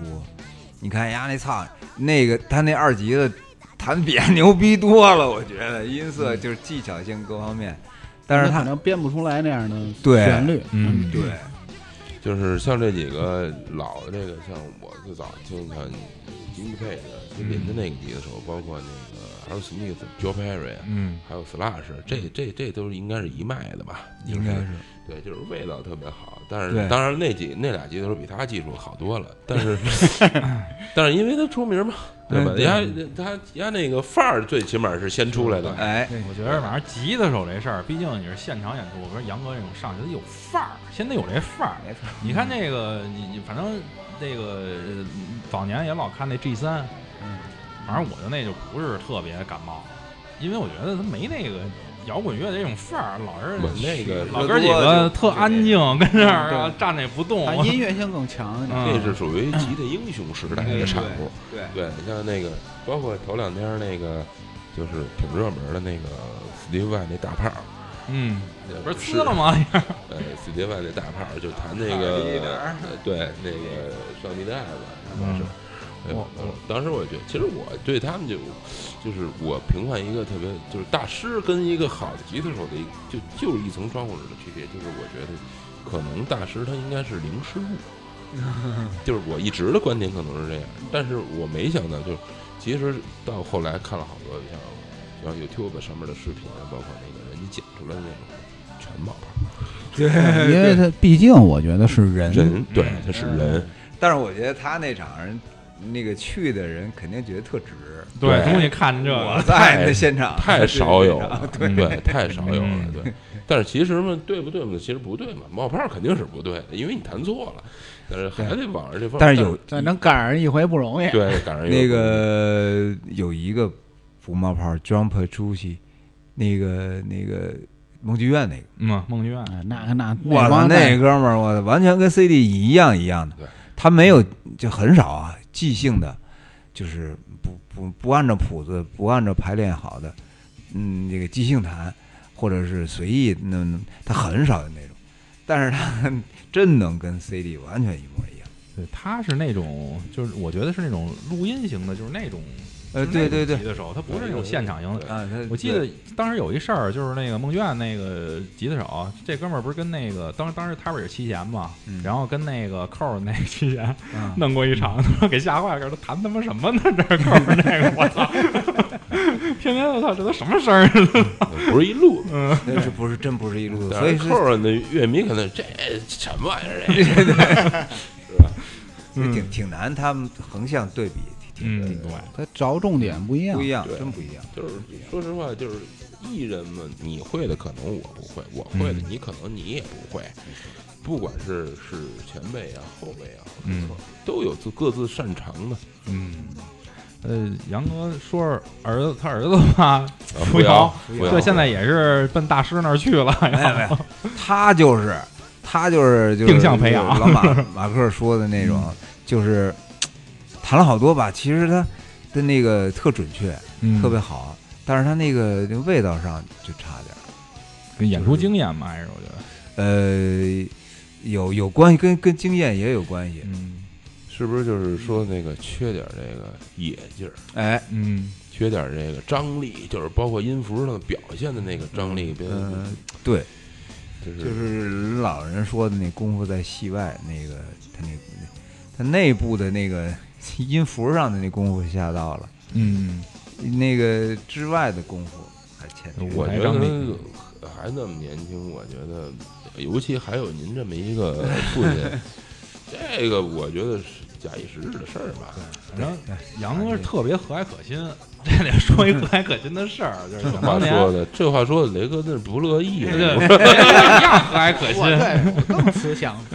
[SPEAKER 1] 你看人家那操那个他那二级的弹比他牛逼多了，我觉得音色就是技巧性各方面，但是
[SPEAKER 4] 可
[SPEAKER 1] 他
[SPEAKER 4] 能编不出来那样的
[SPEAKER 1] 对
[SPEAKER 4] 旋律，
[SPEAKER 2] 嗯
[SPEAKER 1] 对
[SPEAKER 5] 就是像这几个老的这个，像我最早听像金佩的、
[SPEAKER 1] 嗯
[SPEAKER 5] 金林的那个吉他手，包括那个 Al Smith、Joe Perry，啊
[SPEAKER 2] 嗯，
[SPEAKER 5] 还有 Slash，这这这都是应该是一脉的吧？就是
[SPEAKER 1] 应该是
[SPEAKER 5] 对，就是味道特别好。但是
[SPEAKER 1] 对
[SPEAKER 5] 当然那几那俩吉他手比他技术好多了，
[SPEAKER 1] (laughs)
[SPEAKER 5] 但是但是因为他出名嘛，对吧？
[SPEAKER 1] 嗯对
[SPEAKER 5] 人家他人家那个范儿最起码是先出来的。
[SPEAKER 1] 哎
[SPEAKER 2] 我觉得反正吉他手这事儿，毕竟你是现场演出，我说杨哥这种上去得有范儿，先得有这范儿。
[SPEAKER 1] 没错
[SPEAKER 2] 你看那个，你你反正那个呃早年也老看那 G 三，反正我对那就不是特别感冒，因为我觉得他没那个摇滚乐的这种范儿，老是
[SPEAKER 5] 我那个啊
[SPEAKER 2] 老哥几个特安静，跟这儿啊站着也不动
[SPEAKER 4] 他。音乐性更强。
[SPEAKER 2] (laughs) 嗯
[SPEAKER 5] 那是属于吉他英雄时代的产物。
[SPEAKER 1] 嗯对
[SPEAKER 5] 对，你像那个，包括头两天那个，就是挺热门的那个 Steve Vai 那大炮儿，
[SPEAKER 2] 嗯，
[SPEAKER 5] 呃
[SPEAKER 2] 不是呲了？吗？
[SPEAKER 5] 呃，Steve Vai 那大炮儿就弹那
[SPEAKER 1] 二逼
[SPEAKER 5] 个
[SPEAKER 1] 点儿，
[SPEAKER 5] 呃对，那个上帝的爱啊吧，当时
[SPEAKER 2] 嗯。
[SPEAKER 5] 哎呦当当时我也觉得，其实我对他们就，就是我评判一个特别，就是大师跟一个好的吉他手的一，就就是一层窗户纸的区别，就是我觉得，可能大师他应该是零失
[SPEAKER 1] (laughs)
[SPEAKER 5] 误，就是我一直的观点可能是这样，但是我没想到，就是其实到后来看了好多像像 YouTube 上面的视频啊，包括那个人家剪出来的那种，全冒泡。
[SPEAKER 4] 对，因为他毕竟我觉得是人，
[SPEAKER 5] 人对，他是人，
[SPEAKER 1] 但是我觉得他那场人，那个去的人肯定觉得特值。
[SPEAKER 2] (laughs) 对，
[SPEAKER 5] 对
[SPEAKER 2] 终于看这
[SPEAKER 1] 我
[SPEAKER 2] 个，
[SPEAKER 1] 在那现场
[SPEAKER 5] 太少有了，
[SPEAKER 1] 对
[SPEAKER 5] 嗯对，太少有了
[SPEAKER 2] 嗯，
[SPEAKER 5] 对。但是其实嘛，对不对嘛？其实不对嘛，冒泡肯定是不对的，因为你弹错了，但是还得往上这方面。
[SPEAKER 1] 但是有
[SPEAKER 4] 对，能赶上一回不容易。
[SPEAKER 5] 对赶上一
[SPEAKER 1] 那个有一个不冒泡 jump 出息，那个那个梦剧院那个，
[SPEAKER 2] 嗯，梦剧院，
[SPEAKER 4] 哎那那
[SPEAKER 1] 我操
[SPEAKER 4] 帮
[SPEAKER 1] 那哥们儿，我操完全跟 CD 一样一样的
[SPEAKER 5] 对，
[SPEAKER 1] 他没有就很少啊，即兴的，就是不不不按照谱子，不按照排练好的，嗯，这个即兴弹或者是随意，那他很少有那种，但是他 (laughs) 真能跟 CD 完全一模一样。
[SPEAKER 2] 对，他是那种，就是我觉得是那种录音型的，就是那种
[SPEAKER 1] 呃，
[SPEAKER 2] 就是那
[SPEAKER 1] 对
[SPEAKER 2] 种
[SPEAKER 1] 对对
[SPEAKER 2] 吉，他手，他不是那种现场型的。
[SPEAKER 1] 啊，他
[SPEAKER 2] 我记得当时有一事儿，就是那个梦卷那个吉他手，这哥们儿不是跟那个当当时他不是也是七弦嘛，
[SPEAKER 1] 嗯
[SPEAKER 2] 然后跟那个扣儿那个七弦
[SPEAKER 1] 啊
[SPEAKER 2] 弄过一场，他 (laughs) 妈给吓坏了，这弹他妈什么呢？ (laughs) 这扣儿那个，我操！ (laughs) 天天我操，这都什么声儿？ (laughs)
[SPEAKER 5] 不是一路。
[SPEAKER 1] (laughs) 那是不是真不是一路的，嗯所
[SPEAKER 5] 嗯但
[SPEAKER 1] 以
[SPEAKER 5] 是
[SPEAKER 1] 是
[SPEAKER 5] 扣儿那乐迷可能这什么玩意儿啊这
[SPEAKER 1] 所以挺挺难，他们横向对比挺
[SPEAKER 2] 嗯，
[SPEAKER 1] 挺
[SPEAKER 2] 对，
[SPEAKER 4] 它着重点不一样
[SPEAKER 1] 不。一样，
[SPEAKER 5] 对
[SPEAKER 1] 真不一样。
[SPEAKER 5] 就是说实话，就是艺人嘛，你会的可能我不会，我会的
[SPEAKER 2] 嗯
[SPEAKER 5] 你可能你也不会。不管是是前辈啊、后辈啊，
[SPEAKER 2] 嗯
[SPEAKER 5] 都有自各自擅长的。
[SPEAKER 2] 嗯。呃，杨哥说儿子，他儿子吧，
[SPEAKER 5] 啊
[SPEAKER 2] 扶摇
[SPEAKER 5] 不
[SPEAKER 1] 扶摇
[SPEAKER 5] 要
[SPEAKER 2] 对，现在也是奔大师那儿去了。
[SPEAKER 1] 没有没有，他就是他就是就是
[SPEAKER 2] 定向培养
[SPEAKER 1] 老马马克说的那种，就是谈了好多吧，其实他的那个特准确，
[SPEAKER 2] 嗯
[SPEAKER 1] 特别好，但是他那个那个味道上就差点儿。
[SPEAKER 2] 跟演出经验嘛，还是我觉得，
[SPEAKER 1] 呃，有有关系，跟跟经验也有关系。
[SPEAKER 2] 嗯
[SPEAKER 5] 是不是就是说那个缺点这个野劲儿，
[SPEAKER 1] 哎，
[SPEAKER 2] 嗯
[SPEAKER 5] 缺点这个张力，就是包括音符上表现的那个张力，别
[SPEAKER 1] 呃，对，嗯
[SPEAKER 5] 就是
[SPEAKER 1] 就是老人说的那功夫在戏外，那个他那他内部的那个音符上的那功夫下到了，
[SPEAKER 2] 嗯，
[SPEAKER 1] 那个之外的功夫还欠缺。
[SPEAKER 5] 我
[SPEAKER 2] 还
[SPEAKER 5] 觉
[SPEAKER 2] 张力
[SPEAKER 5] 得还那么年轻，我觉得，尤其还有您这么一个父亲，这个我觉得是假以时日的事儿吧。
[SPEAKER 2] 反正嗯杨哥是特别和蔼可亲， (laughs) 这得说一和蔼可亲的事儿，就是
[SPEAKER 5] 这
[SPEAKER 2] 想
[SPEAKER 5] 话
[SPEAKER 2] 当年
[SPEAKER 5] 说的，这话说的，雷哥那是不乐意
[SPEAKER 2] 对 (laughs)
[SPEAKER 5] 的。 (laughs)
[SPEAKER 2] 对对一样和蔼
[SPEAKER 1] (laughs)
[SPEAKER 2] 可
[SPEAKER 4] 我
[SPEAKER 2] 亲。
[SPEAKER 4] 对我更慈祥，
[SPEAKER 2] (laughs)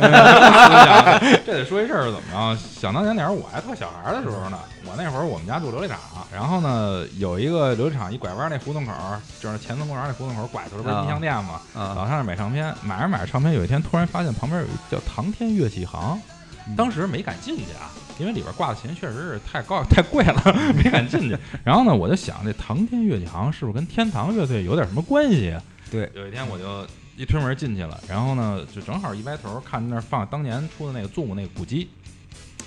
[SPEAKER 2] 这得说一事儿怎么着？想当年那会儿我还特小孩儿的时候呢，我那会儿我们家住琉璃厂，然后呢有一个琉璃厂一拐弯那胡同口儿，就是前村公园那胡同口儿拐头儿不是
[SPEAKER 1] 啊
[SPEAKER 2] 音像店嘛，
[SPEAKER 1] 啊，
[SPEAKER 2] 老上那买唱片，买着买着唱片，有一天突然发现旁边有一叫唐天乐器行，
[SPEAKER 1] 嗯
[SPEAKER 2] 当时没敢进去啊，因为里边挂的琴确实是太高太贵了， (laughs) 没敢进去。然后呢，我就想这唐天乐器行是不是跟天堂乐队有点什么关系？啊
[SPEAKER 1] 对，
[SPEAKER 2] 有一天我就一推门进去了，然后呢，就正好一歪头看那儿放当年出的那个 Zoom 那个鼓机，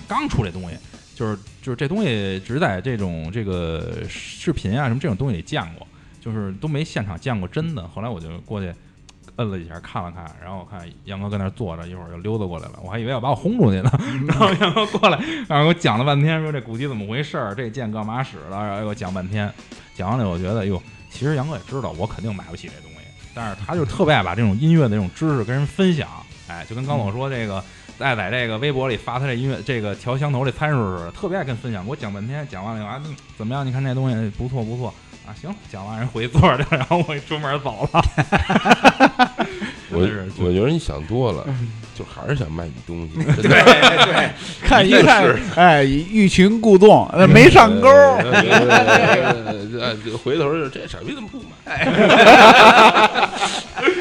[SPEAKER 2] 刚出这东西，就是就是这东西只在这种这个视频啊什么这种东西里见过，就是都没现场见过真的。后来我就过去摁了一下看了看，然后我看杨哥跟那儿坐着，一会儿就溜达过来了，我还以为要把我轰出去呢。然后杨哥过来，然后给我讲了半天，说这鼓机怎么回事儿，这键干嘛使的，然后给我讲半天。讲完了，我觉得哟，其实杨哥也知道我肯定买不起这东西，但是他就特别爱把这种音乐的这种知识跟人分享。哎，就跟刚我说这个，爱在这个微博里发他这音乐这个调香头这参数似的，特别爱跟分享。给我讲半天，讲完了以后啊，嗯怎么样？你看这东西不错不错啊，行，讲完人回座儿去，然后我出门走了。
[SPEAKER 5] 我
[SPEAKER 2] 真 (laughs) 的是
[SPEAKER 5] 我觉得你想多了，就还是想卖你
[SPEAKER 2] (laughs)
[SPEAKER 5] 东西。真的
[SPEAKER 4] 看一
[SPEAKER 5] 一定
[SPEAKER 4] 看
[SPEAKER 5] 是，
[SPEAKER 4] 哎，欲擒故纵，呃没上钩儿。
[SPEAKER 5] 呃呃呃呃回头就这傻逼怎么不买？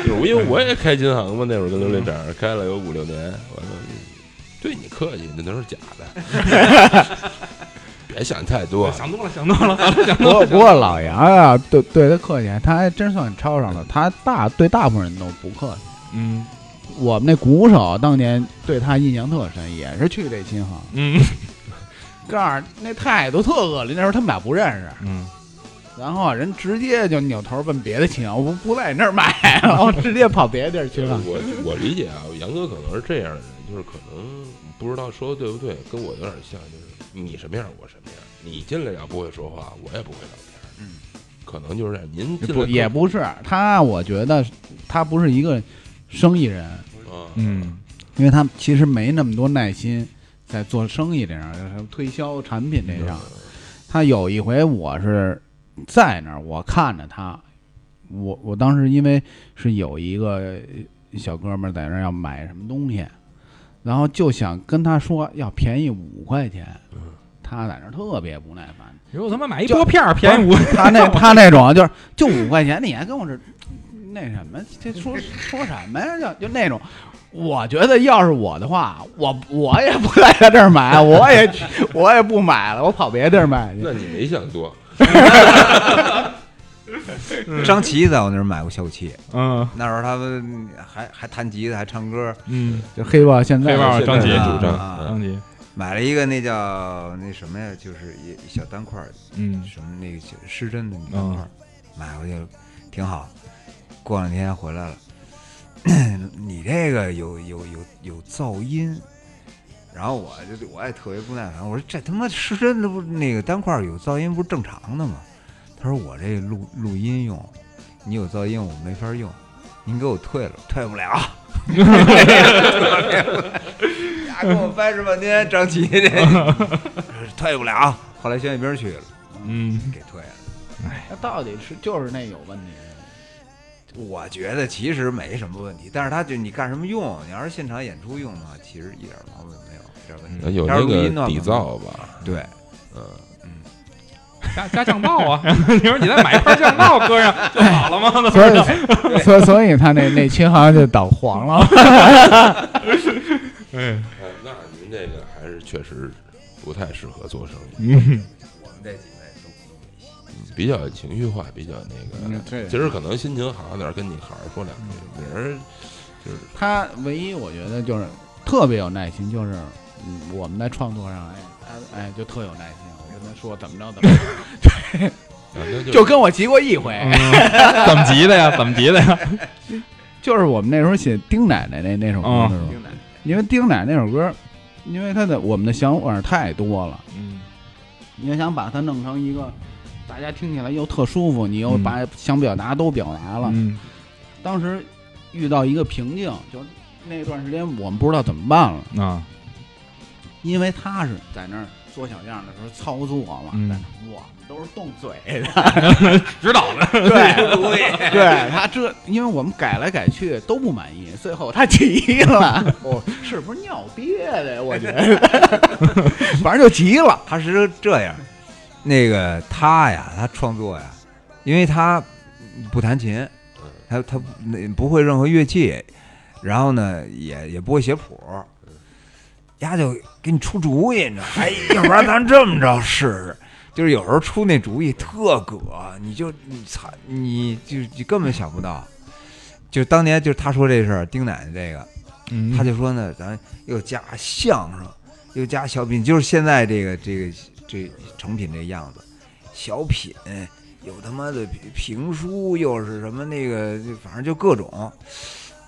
[SPEAKER 5] 就是因为我也开金行嘛，那会儿跟琉璃厂开了有五六年，我说对你客气，那都是假的，别想太多。
[SPEAKER 2] 想多了，想多了， (laughs) 想
[SPEAKER 4] 不过不过老杨啊，对对他客气，他还真算超上了。他大对大部分人都不客气。
[SPEAKER 2] 嗯
[SPEAKER 4] 我们那鼓手当年对他印象特深，也是去这琴行，
[SPEAKER 2] 嗯
[SPEAKER 4] 告诉你那态度特恶劣。那时候他们俩不认识，
[SPEAKER 2] 嗯，
[SPEAKER 4] 然后人直接就扭头奔别的琴行，我不不在你那儿
[SPEAKER 1] (laughs)
[SPEAKER 4] 买，然后直接跑别的地儿去了。
[SPEAKER 5] 我我理解啊，杨哥可能是这样的人，就是可能不知道说的对不对，跟我有点像，就是你什么样我什么样。你进来要不会说话，我也不会聊天。
[SPEAKER 1] 嗯，
[SPEAKER 5] 可能就是这样。您进
[SPEAKER 4] 不
[SPEAKER 5] 来
[SPEAKER 4] 也不是他，我觉得他不是一个生意人，
[SPEAKER 5] 啊，
[SPEAKER 2] 嗯，
[SPEAKER 4] 因为他其实没那么多耐心在做生意这上，就是推销产品这上。他有一回我是在那儿，我看着他，我我当时因为是有一个呃小哥们儿在那儿要买什么东西，然后就想跟他说要便宜五块钱，他在那儿特别不耐烦，
[SPEAKER 2] 如果他妈买一拨片儿便宜五，
[SPEAKER 4] 他那 (laughs) 他那种啊就是就五块钱，你还跟我这那什么，这 (laughs) 说说什么呀？就就那种。我觉得要是我的话，我我也不在他这儿买，我也去我也不买了，我跑别的地儿买去。
[SPEAKER 5] 那你没想多，
[SPEAKER 1] 张琪在我那儿买过小武器，
[SPEAKER 2] 嗯
[SPEAKER 1] 那时候他们还还弹吉他，还唱歌，
[SPEAKER 2] 嗯，
[SPEAKER 4] 就黑豹现在
[SPEAKER 2] 黑豹
[SPEAKER 5] 现在
[SPEAKER 2] 张琪
[SPEAKER 5] 的主张
[SPEAKER 1] 啊
[SPEAKER 5] 嗯
[SPEAKER 2] 张琪，
[SPEAKER 1] 买了一个那叫那什么呀，就是一一小单块儿，
[SPEAKER 2] 嗯
[SPEAKER 1] 什么那个小失真的那单块儿，买回去了，挺好。过两天回来了， (coughs) 你这个有有有有噪音。然后我就我也特别不耐烦，我说这他妈失真的不是那个单块儿有噪音不是正常的吗？他说我这录录音用，你有噪音我没法用，您给我退了，退不了。 (laughs) 呀，跟我掰扯半天，张琪这 (laughs) 退不了。后来宣一兵去了，
[SPEAKER 2] 嗯，
[SPEAKER 1] 给退了。
[SPEAKER 4] 那到底是就是那有问题，
[SPEAKER 1] 我觉得其实没什么问题，但是他就你干什么用？你要是现场演出用的话，其实一点毛病没有，一点问题。
[SPEAKER 5] 有
[SPEAKER 1] 要
[SPEAKER 5] 那
[SPEAKER 1] 是录音的
[SPEAKER 5] 个
[SPEAKER 1] 话
[SPEAKER 5] 底噪吧，
[SPEAKER 1] 对，
[SPEAKER 5] 嗯，
[SPEAKER 2] 加加酱爆啊！你说你再买一块酱爆搁上就好了吗？
[SPEAKER 4] (laughs) 所以所以所以他那那期好像就导黄了。
[SPEAKER 2] 嗯
[SPEAKER 5] 呃那您这个还是确实不太适合做生意，
[SPEAKER 2] 嗯
[SPEAKER 1] 我们这几位都不容
[SPEAKER 5] 比较情绪化，比较那
[SPEAKER 4] 嗯对
[SPEAKER 5] 个。今儿可能心情好点儿，跟你好好说两句，明儿就是
[SPEAKER 4] 他唯一我觉得就是特别有耐心，就是嗯，我们在创作上，哎，他哎就特有耐心。我跟他说怎么着怎么
[SPEAKER 2] (laughs)
[SPEAKER 4] 着，
[SPEAKER 5] 啊那就
[SPEAKER 4] 就跟我急过一回，
[SPEAKER 2] 嗯怎么急的呀？怎么急的呀？
[SPEAKER 4] 就是我们那时候写丁奶奶那那首歌
[SPEAKER 2] 嗯
[SPEAKER 4] 的时候，
[SPEAKER 1] 易。丁奶奶
[SPEAKER 4] 因为丁奶奶那首歌，因为他的我们的想法太多了，
[SPEAKER 2] 嗯
[SPEAKER 4] 你要想把它弄成一个大家听起来又特舒服，你又把想表达都表达了，
[SPEAKER 2] 嗯
[SPEAKER 4] 当时遇到一个瓶颈，就是那段时间我们不知道怎么办了。
[SPEAKER 2] 啊
[SPEAKER 4] 因为他是在那儿做小样的时候操作嘛，
[SPEAKER 2] 嗯
[SPEAKER 4] 在那儿我们都是动嘴的，
[SPEAKER 2] (laughs)
[SPEAKER 4] (laughs)
[SPEAKER 2] 指导的，
[SPEAKER 1] (laughs)
[SPEAKER 4] 对对，他这因为我们改来改去都不满意，最后他急了，哦，是不是尿憋的呀？我觉得， (laughs) 反正就急了，
[SPEAKER 1] 他是这样，那个他呀，他创作呀，因为他不弹琴，他他那不会任何乐器，然后呢，也也不会写谱，丫就给你出主意，你知道？哎，要不然咱这么着试试。就是有时候出那主意特葛，你就你操，你就你根本想不到。就当年就是他说这事儿，丁奶奶这个，
[SPEAKER 2] 嗯
[SPEAKER 1] 他就说呢，咱又加相声，又加小品，就是现在这个这个这成品这样子，小品有他妈的评评书，又是什么那个，反正就各种。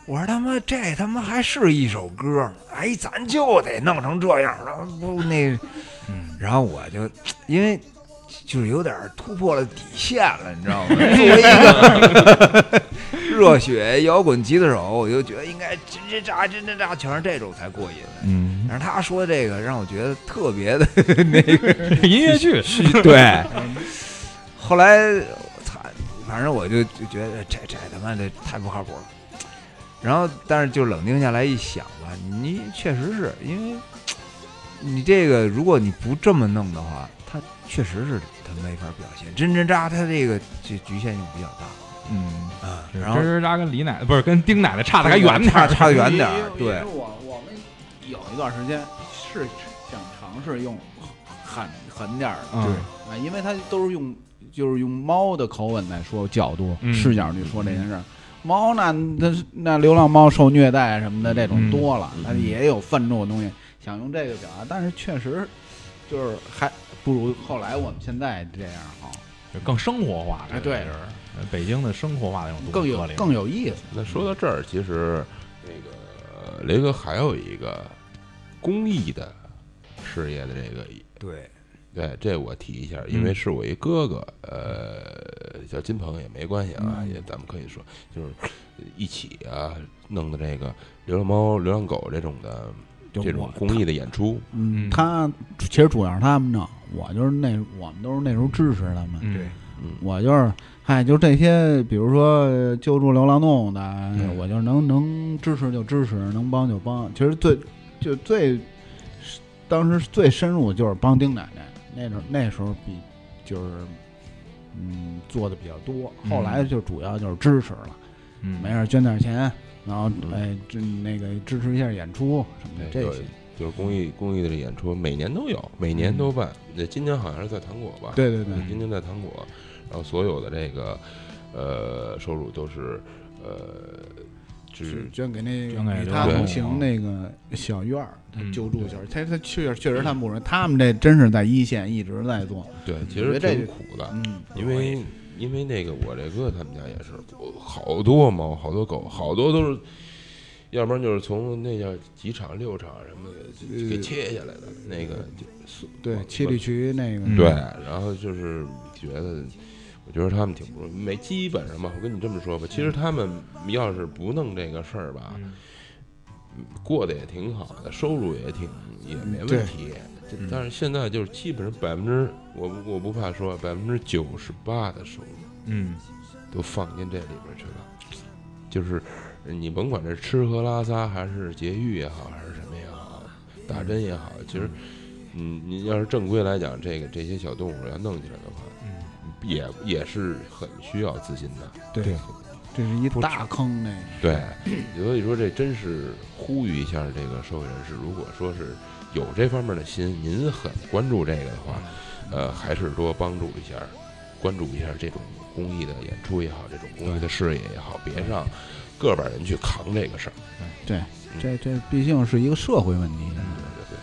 [SPEAKER 1] 我说他妈这他妈还是一首歌吗？哎，咱就得弄成这样，然后不那，然后我就因为就是有点突破了底线了，你知道吗？作为一个热血摇滚吉他手，我就觉得应该吱吱喳吱吱喳，全是这种才过瘾。
[SPEAKER 2] 嗯，
[SPEAKER 1] 但是他说这个让我觉得特别的
[SPEAKER 2] 这音乐剧 (laughs)
[SPEAKER 1] 对，后来我操，反正我就就觉得这这他妈的太不靠谱了。然后，但是就冷静下来一想吧，你确实是因为你这个，如果你不这么弄的话，他确实是他没法表现真真扎，他这个这局限性比较大
[SPEAKER 2] 嗯，
[SPEAKER 1] 啊。
[SPEAKER 2] 吱
[SPEAKER 1] 然后
[SPEAKER 2] 吱喳跟李奶奶不是跟丁奶奶差的还远点
[SPEAKER 1] 差 (laughs)
[SPEAKER 2] 儿，
[SPEAKER 1] 差得远点儿，
[SPEAKER 4] 因为
[SPEAKER 1] 对，
[SPEAKER 4] 我我们有一段时间是想尝试用狠狠点儿的，
[SPEAKER 2] 嗯
[SPEAKER 4] 啊，因为他都是用就是用猫的口吻来说角度、
[SPEAKER 2] 嗯
[SPEAKER 4] 视角去说这件事儿。猫那那是那流浪猫受虐待什么的这种
[SPEAKER 2] 嗯
[SPEAKER 4] 多了，
[SPEAKER 5] 嗯
[SPEAKER 4] 它也有愤怒的东西，想用这个表达，但是确实就是还不如后来我们现在这样好，
[SPEAKER 2] 就更生活化的，
[SPEAKER 4] 哎对
[SPEAKER 2] 就是呃北京的生活化的那种
[SPEAKER 4] 更有
[SPEAKER 2] 东西
[SPEAKER 4] 更有意思。嗯
[SPEAKER 5] 那说到这儿，其实那个呃雷哥还有一个公益的事业的这个，
[SPEAKER 1] 对，
[SPEAKER 5] 对，这我提一下，
[SPEAKER 4] 嗯
[SPEAKER 5] 因为是我一哥哥，呃，叫金鹏也没关系啊，
[SPEAKER 4] 嗯
[SPEAKER 5] 也咱们可以说就是一起啊弄的这个流浪猫、流浪狗这种的
[SPEAKER 4] 就
[SPEAKER 5] 这
[SPEAKER 4] 我
[SPEAKER 5] 种公益的演出，
[SPEAKER 4] 嗯
[SPEAKER 2] 嗯，
[SPEAKER 4] 他其实主要是他们呢，我就是那我们都是那时候支持他们，
[SPEAKER 2] 嗯
[SPEAKER 1] 对
[SPEAKER 5] 嗯，
[SPEAKER 4] 我就是，嗨，就这些，比如说呃救助流浪动物的，
[SPEAKER 2] 嗯
[SPEAKER 4] 我就是能能支持就支持，能帮就帮。其实最就最当时最深入的就是帮丁奶奶，那时候那时候比就是嗯做的比较多，
[SPEAKER 2] 嗯
[SPEAKER 4] 后来就主要就是支持了，
[SPEAKER 2] 嗯
[SPEAKER 4] 没事儿捐点钱，然后哎这那个支持一下演出什
[SPEAKER 2] 哎
[SPEAKER 4] 么的
[SPEAKER 5] 对
[SPEAKER 4] 这嗯
[SPEAKER 5] 有
[SPEAKER 4] 些。
[SPEAKER 5] 哎就是公益公益的演出，每年都有，每年都办。那今年好像是在糖果吧？
[SPEAKER 4] 嗯对嗯对对，
[SPEAKER 5] 今天在糖果，然后所有的这个呃收入都是呃支是
[SPEAKER 4] 捐给那
[SPEAKER 2] 捐给
[SPEAKER 4] 个与
[SPEAKER 2] 流
[SPEAKER 4] 他
[SPEAKER 2] 浪
[SPEAKER 5] 狗
[SPEAKER 4] 同行那个小院儿
[SPEAKER 2] 嗯
[SPEAKER 4] 救助小，他他确确实他们不容易，他们这真是在一线一直在做，
[SPEAKER 5] 对，其
[SPEAKER 4] 嗯我
[SPEAKER 5] 实
[SPEAKER 4] 觉得这
[SPEAKER 5] 挺
[SPEAKER 4] 就
[SPEAKER 5] 苦的，
[SPEAKER 4] 嗯，
[SPEAKER 5] 因为因为那个我这哥他们家也是，我好多猫，好多狗，好多都是，要不然就是从那叫几场六场什么的给切下来的那个就送，
[SPEAKER 4] 对，
[SPEAKER 5] 往
[SPEAKER 4] 七里渠那
[SPEAKER 2] 嗯
[SPEAKER 4] 个，
[SPEAKER 5] 对，然后就是觉得，我觉得他们挺不容易，没基本上吧。我跟你这么说吧，其实他们要是不弄这个事儿吧，
[SPEAKER 2] 嗯
[SPEAKER 5] 过得也挺好的，收入也挺也没问题。这但是现在就是基本上百分之，我不我不怕说百分之九十八的收入
[SPEAKER 2] 嗯
[SPEAKER 5] 都放进这里边去了，就是你甭管是吃喝拉撒还是节育也好，还是什么也好，打针也好，其实。嗯，你要是正规来讲，这个这些小动物要弄起来的话，
[SPEAKER 2] 嗯，
[SPEAKER 5] 也也是很需要资金的。
[SPEAKER 4] 对
[SPEAKER 5] 对
[SPEAKER 4] 这是一大坑那个，
[SPEAKER 5] 对，所以说这真是呼吁一下这个社会人士，如果说是有这方面的心，您很关注这个的话，呃，还是多帮助一下，关注一下这种公益的演出也好，这种公益的事业也好，别让个把人去扛这个事儿。
[SPEAKER 4] 这这毕竟是一个社会问题，
[SPEAKER 5] 对对对。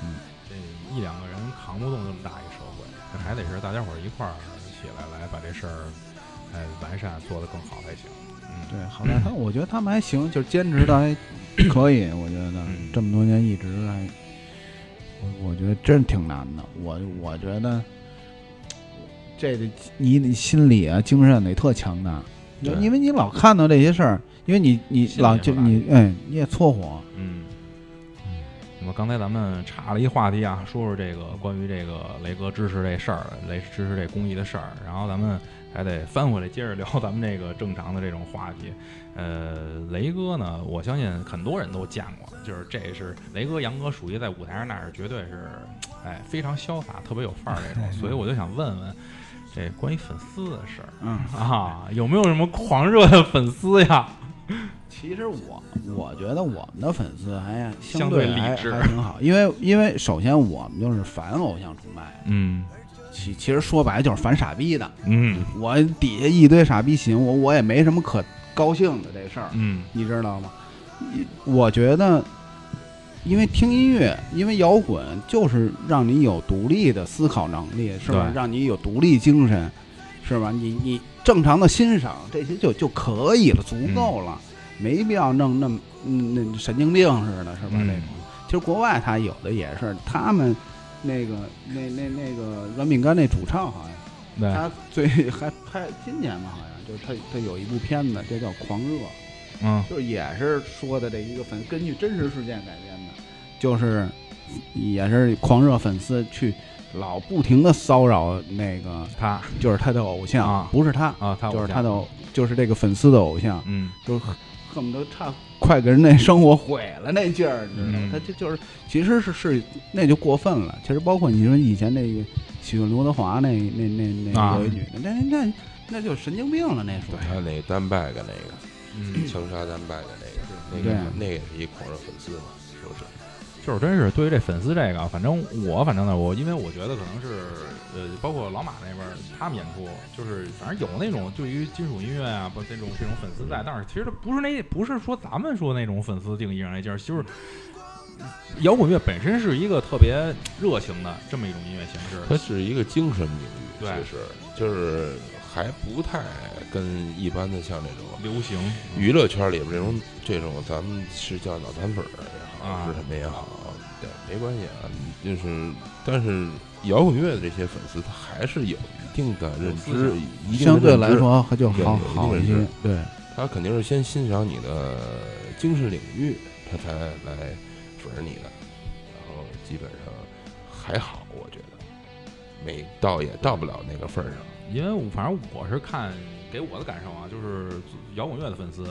[SPEAKER 2] 这一两个人扛不动这么大一社会，这还得是大家伙儿一块儿起来来把这事儿，哎，完善做得更好才行。嗯，
[SPEAKER 4] 对，好在他我觉得他们还行，就是坚持的还可以，我觉得
[SPEAKER 2] 嗯
[SPEAKER 4] 这么多年一直还，我我觉得真挺难的，我我觉得这得你得心理啊精神得特强大，
[SPEAKER 5] 对
[SPEAKER 4] 因为你老看到这些事儿，因为你你
[SPEAKER 2] 心里
[SPEAKER 4] 老
[SPEAKER 2] 也
[SPEAKER 4] 就
[SPEAKER 2] 有压力
[SPEAKER 4] 你哎你也搓火，
[SPEAKER 2] 嗯，那么刚才咱们岔了一话题啊，说说这个关于这个雷哥支持这事儿，啊雷支持这公益的事儿，然后咱们还得翻回来接着聊咱们这个正常的这种话题。呃，雷哥呢，我相信很多人都见过，就是这是雷哥、杨哥属于在舞台上那是绝对是，哎，非常潇洒、特别有范儿那 (laughs) 种，所以我就想问问。这关于粉丝的事儿
[SPEAKER 4] 嗯，
[SPEAKER 2] 啊，有没有什么狂热的粉丝呀？
[SPEAKER 4] 其实我我觉得我们的粉丝还
[SPEAKER 2] 相
[SPEAKER 4] 相
[SPEAKER 2] 对
[SPEAKER 4] 还
[SPEAKER 2] 理智
[SPEAKER 4] 还挺好，因为因为首先我们就是反偶像崇拜，
[SPEAKER 2] 嗯
[SPEAKER 4] 其其实说白了就是反傻逼的。
[SPEAKER 2] 嗯
[SPEAKER 4] 我底下一堆傻逼寻我，我也没什么可高兴的这事儿，
[SPEAKER 2] 嗯
[SPEAKER 4] 你知道吗？一我觉得，因为听音乐，因为摇滚就是让你有独立的思考能力，是吧
[SPEAKER 2] 对？
[SPEAKER 4] 让你有独立精神，是吧？你你正常的欣赏这些就就可以了，足
[SPEAKER 2] 嗯
[SPEAKER 4] 够了，没必要弄那么嗯那神经病似的，是吧？
[SPEAKER 2] 嗯
[SPEAKER 4] 那种其实国外他有的也是，他们那个那那那个软饼干那主唱好像。
[SPEAKER 2] 对，
[SPEAKER 4] 他最 (laughs) 还拍今年吧，好像就是他他有一部片子，这叫《狂热》，
[SPEAKER 2] 嗯
[SPEAKER 4] 就是也是说的这一个粉，根据真实事件改编的，就是也是狂热粉丝去老不停的骚扰那个，
[SPEAKER 2] 他
[SPEAKER 4] 就是他的偶像，
[SPEAKER 2] 啊
[SPEAKER 4] 不是他，
[SPEAKER 2] 啊，他
[SPEAKER 4] 就是他
[SPEAKER 2] 他
[SPEAKER 4] 的偶，就是这个粉丝的偶像，
[SPEAKER 2] 嗯
[SPEAKER 4] 就是恨恨不得差快给人那生活毁了那劲儿，你知道吗
[SPEAKER 2] 嗯？
[SPEAKER 4] 他这就是其实是是那就过分了。其实包括你说以前那个喜剧刘德华那那那
[SPEAKER 2] 啊
[SPEAKER 4] 那有一女的，那那那就神经病了，那属
[SPEAKER 5] 还有
[SPEAKER 4] 于。
[SPEAKER 5] 那个丹拜的那个
[SPEAKER 2] 嗯，
[SPEAKER 5] 枪杀丹拜的那个，那
[SPEAKER 4] 对
[SPEAKER 5] 个
[SPEAKER 4] 啊
[SPEAKER 5] 那个也是一狂热粉丝嘛，是不是？
[SPEAKER 2] 就是真是对于这粉丝这个，反正我反正呢，我因为我觉得可能是呃，包括老马那边儿他们演出，就是反正有那种对于金属音乐啊，不那种这种粉丝在，但是其实不是那不是说咱们说那种粉丝定义上那劲儿，就是。摇滚乐本身是一个特别热情的这么一种音乐形
[SPEAKER 5] 它
[SPEAKER 2] 式，
[SPEAKER 5] 是一个精神领域，
[SPEAKER 2] 对
[SPEAKER 5] 其实就是还不太跟一般的像这种
[SPEAKER 2] 流行
[SPEAKER 5] 娱乐圈里边这种这种，咱们是叫脑残粉儿也好，
[SPEAKER 2] 啊
[SPEAKER 5] 是什么也好，对，没关系啊，就是但是摇滚乐的这些粉丝，他还是有一定的认
[SPEAKER 2] 有思
[SPEAKER 5] 知，一定的
[SPEAKER 4] 相对
[SPEAKER 5] 认
[SPEAKER 4] 来
[SPEAKER 5] 知，
[SPEAKER 4] 说还就
[SPEAKER 5] 对
[SPEAKER 4] 好
[SPEAKER 5] 有一定
[SPEAKER 4] 好
[SPEAKER 5] 认
[SPEAKER 4] 一些
[SPEAKER 5] 知，
[SPEAKER 4] 对，
[SPEAKER 5] 他肯定是先欣赏你的精神领域，他才来粉儿你的，然后基本上还好，我觉得没到也到不了那个份儿上。
[SPEAKER 2] 因为我反正我是看给我的感受啊，就是摇滚乐的粉丝，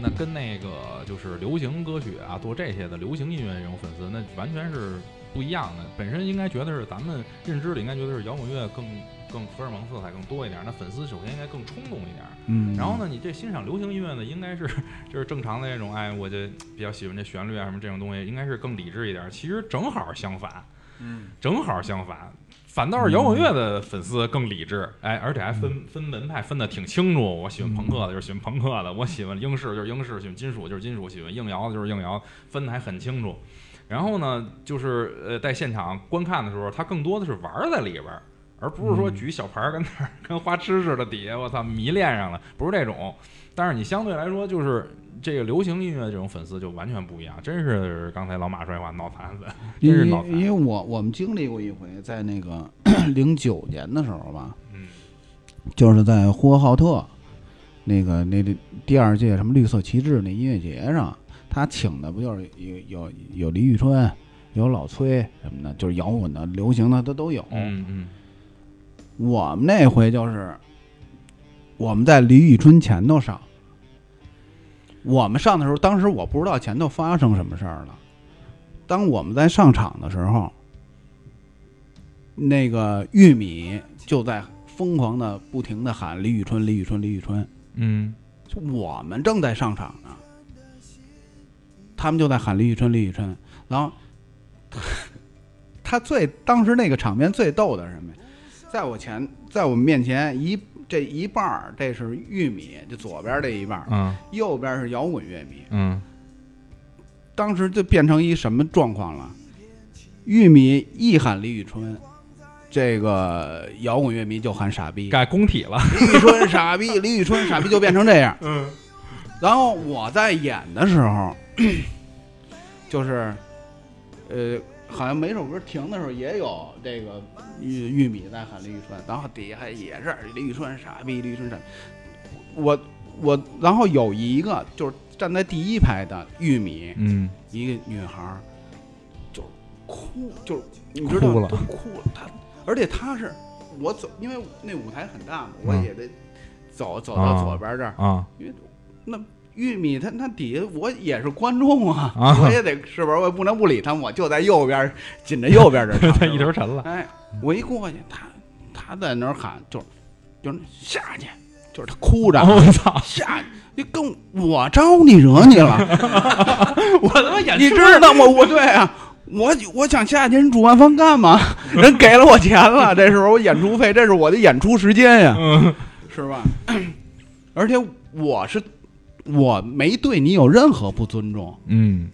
[SPEAKER 2] 那跟那个就是流行歌曲啊，做这些的流行音乐这种粉丝，那完全是不一样的。本身应该觉得是咱们认知里应该觉得是摇滚乐更更荷尔蒙色彩更多一点，那粉丝首先应该更冲动一点。
[SPEAKER 4] 嗯。
[SPEAKER 2] 然后呢，你这欣赏流行音乐呢，应该是 (laughs) 就是正常的那种，哎，我就比较喜欢这旋律啊什么这种东西，应该是更理智一点。其实正好相反，嗯，正好相反，反倒是摇滚乐的粉丝更理智，哎，而且还分分门派分得挺清楚。我喜欢朋克的，就是喜欢朋克的；我喜欢英式就是英式，喜欢金属就是金属，喜欢硬摇的就是硬摇，分得还很清楚。然后呢，就是呃，在现场观看的时候，他更多的是玩儿在里边儿，而不是说举小牌儿跟那儿跟花痴似的底下，我操迷恋上了，不是这种。但是你相对来说，就是这个流行音乐这种粉丝就完全不一样，真是刚才老马说的话脑残粉，真
[SPEAKER 4] 因
[SPEAKER 2] 是
[SPEAKER 4] 为
[SPEAKER 2] 脑
[SPEAKER 4] 因为
[SPEAKER 2] 残。
[SPEAKER 4] 我我们经历过一回，在那个 (clears throat) 零九年的时候吧，
[SPEAKER 2] 嗯
[SPEAKER 4] 就是在呼和浩特那个那那第二届什么绿色旗帜那音乐节上，他请的不就是有有有李宇春，有老崔什么的，就是摇滚的、流行的，他都有。
[SPEAKER 2] 嗯嗯，
[SPEAKER 4] 我们那回就是我们在李宇春前头上，我们上的时候，当时我不知道前头发生什么事儿了。当我们在上场的时候，那个玉米就在疯狂的、不停的喊李宇春、李宇春、李宇春。
[SPEAKER 2] 嗯，
[SPEAKER 4] 就我们正在上场呢，他们就在喊李宇春，李宇春。然后他他最当时那个场面最逗的是什么呀？在我前，在我们面前一这一半儿，这是玉米，就左边这一半儿，
[SPEAKER 2] 嗯
[SPEAKER 4] 右边是摇滚乐迷。
[SPEAKER 2] 嗯，
[SPEAKER 4] 当时就变成一什么状况了？玉米一喊李宇春，这个摇滚乐迷就喊傻逼。
[SPEAKER 2] 改工体了。
[SPEAKER 4] 李宇春傻逼，李宇春傻逼就变成这样。
[SPEAKER 2] 嗯
[SPEAKER 4] 然后我在演的时候， (clears throat) 就是，呃，好像每首歌停的时候也有这个玉玉米在喊李宇春，然后底下也是李宇春傻逼，李宇春傻逼。我我，然后有一个就是站在第一排的玉米，
[SPEAKER 2] 嗯
[SPEAKER 4] 一个女孩儿就哭，就是你知道
[SPEAKER 2] 哭了
[SPEAKER 4] 都哭了。她，而且她是我走，因为那舞台很大嘛，我
[SPEAKER 2] 嗯
[SPEAKER 4] 也得走走
[SPEAKER 2] 啊
[SPEAKER 4] 到左边这儿。
[SPEAKER 2] 啊
[SPEAKER 4] 那玉米他那底下我也是观众啊，
[SPEAKER 2] 啊
[SPEAKER 4] 我也得是不是？我也不能不理他们，我就在右边儿紧着右边
[SPEAKER 2] (laughs)
[SPEAKER 4] 儿这唱。
[SPEAKER 2] 他
[SPEAKER 4] 是吧
[SPEAKER 2] 一头沉了。
[SPEAKER 4] 哎，我一过去，他他在那儿喊，就是就是下去，就是他哭着。
[SPEAKER 2] 我操！
[SPEAKER 4] 下去，你跟我招你惹你了，
[SPEAKER 2] 我他妈演
[SPEAKER 4] 你知道吗？我对啊，我我想下去，人主办方干嘛？人给了我钱了，这是我演出费，这是我的演出时间呀，是吧？ (clears throat) 而且我是我没对你有任何不尊重，
[SPEAKER 2] 嗯，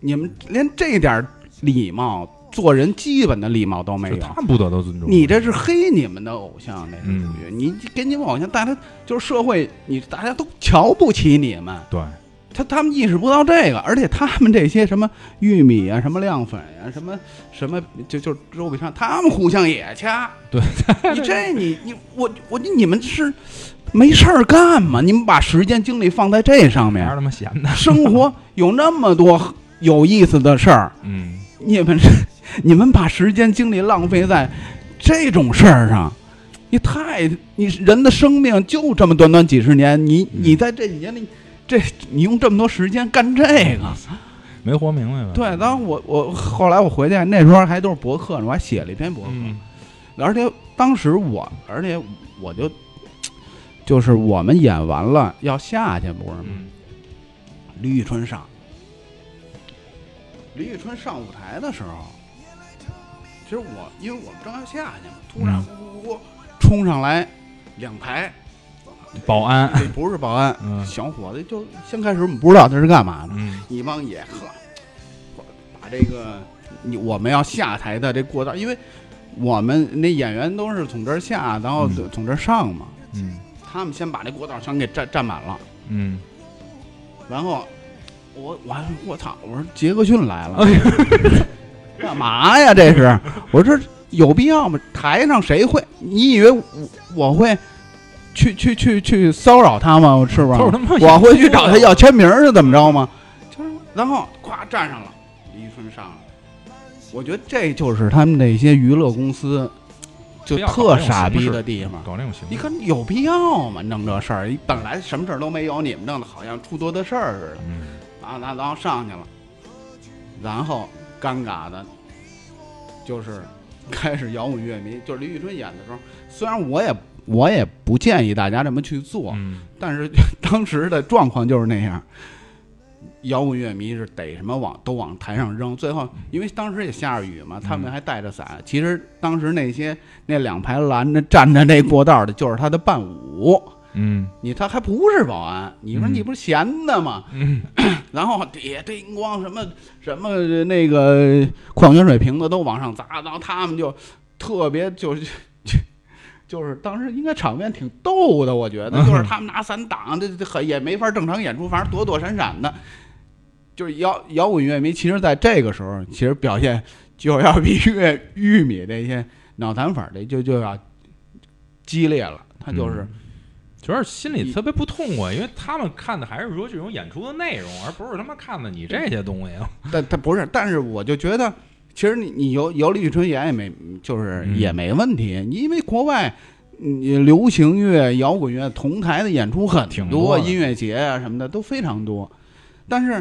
[SPEAKER 4] 你们连这点礼貌，做人基本的礼貌都没
[SPEAKER 2] 是
[SPEAKER 4] 有。
[SPEAKER 2] 他不得到尊重。
[SPEAKER 4] 你这是黑你们的偶像，这是属于、你给你们偶像，大家就是社会，你大家都瞧不起你们。
[SPEAKER 2] 对，
[SPEAKER 4] 他他们意识不到这个，而且他们这些什么玉米啊、什么亮粉啊、什么什么就就周笔畅，他们互相也掐。
[SPEAKER 2] 对，
[SPEAKER 4] (laughs) 你这你你我我你们是没事儿干吗？你们把时间精力放在这上
[SPEAKER 2] 哪
[SPEAKER 4] 面
[SPEAKER 2] 有，他妈闲的？
[SPEAKER 4] 生活有那么多有意思的事儿，
[SPEAKER 2] 嗯，
[SPEAKER 4] 你们 (laughs) 是你们把时间精力浪费在这种事儿上。你太你人的生命就这么短短几十年，你你在这几年里，这你用这么多时间干这个，
[SPEAKER 2] 没活明白吧？
[SPEAKER 4] 对，然后我我后来我回去，那时候还都是博客呢，我还写了一篇博客，
[SPEAKER 2] 嗯
[SPEAKER 4] 而且当时我，而且我就，就是我们演完了要下去，不是吗？
[SPEAKER 2] 嗯
[SPEAKER 4] 李宇春上，李宇春上舞台的时候，其实我因为我们正要下去嘛，突然
[SPEAKER 2] 嗯
[SPEAKER 4] 呼呼呼冲上来两排，
[SPEAKER 2] 保安。
[SPEAKER 4] 这不是保安，
[SPEAKER 2] 嗯
[SPEAKER 4] 小伙子就先开始我们不知道他是干嘛的，
[SPEAKER 2] 嗯
[SPEAKER 4] 一帮也呵，把这个你我们要下台的这过道，因为我们那演员都是从这儿下，然后
[SPEAKER 2] 嗯
[SPEAKER 4] 从这儿上嘛，
[SPEAKER 2] 嗯
[SPEAKER 4] 他们先把这过道全给占占满了，
[SPEAKER 2] 嗯，
[SPEAKER 4] 然后我我还说我操，我说杰克逊
[SPEAKER 2] 哎
[SPEAKER 4] 来了， (laughs) 干嘛呀这是？我说这有必要吗？台上谁会？你以为我我会？去去去去骚扰他吗？是不
[SPEAKER 2] (laughs)
[SPEAKER 4] 是？
[SPEAKER 2] 就是他妈
[SPEAKER 4] 我会去找他要签名儿是怎么着吗？就是，然后咵站上了，李宇春上了。我觉得这就是他们那些娱乐公司就
[SPEAKER 2] 不要搞
[SPEAKER 4] 特
[SPEAKER 2] 这种
[SPEAKER 4] 傻逼
[SPEAKER 2] 形式
[SPEAKER 4] 的地方。
[SPEAKER 2] 搞这种行
[SPEAKER 4] 你
[SPEAKER 2] 为。
[SPEAKER 4] 看有必要吗？弄这事儿，本来什么事儿都没有，你们弄得好像出多的事儿似
[SPEAKER 2] 嗯
[SPEAKER 4] 的啊！那然后上去了，然后尴尬的，就是开始摇滚乐迷，就是李宇春演的时候，虽然我也我也不建议大家这么去做， (laughs)
[SPEAKER 2] 嗯
[SPEAKER 4] 但是当时的状况就是那样，摇滚乐迷是逮什么往都往台上扔，最后因为当时也下着雨嘛，他们还带着伞。其实当时那些那两排拦着站着那过道的，就是他的伴舞。
[SPEAKER 2] 嗯
[SPEAKER 4] 你他还不是保安，你说
[SPEAKER 2] 嗯
[SPEAKER 4] 你不是闲的吗？
[SPEAKER 2] 嗯，
[SPEAKER 4] (coughs) 然后底下叮咣什么什么那个矿泉水瓶子都往上砸，然后他们就特别就是。就就是当时应该场面挺逗的，我觉
[SPEAKER 2] 嗯
[SPEAKER 4] 得，就是他们拿伞挡，这这很也没法正常演出，反正躲躲闪闪的。就是摇摇滚乐迷，其实在这个时候，其实表现就要比乐玉米这些脑残粉儿的就就要激烈了。他就是
[SPEAKER 2] 主要是心里特别不痛快，因为他们看的还是说这种演出的内容，而不是他妈看的你这些东西。
[SPEAKER 4] 但但不是，但是我就觉得，其实你你游游李宇春演也没，就是
[SPEAKER 2] 嗯
[SPEAKER 4] 也没问题，你因为国外。你流行乐、摇滚乐同台的演出很
[SPEAKER 2] 挺
[SPEAKER 4] 多，
[SPEAKER 2] 多的
[SPEAKER 4] 音乐节啊什么的都非常多，但是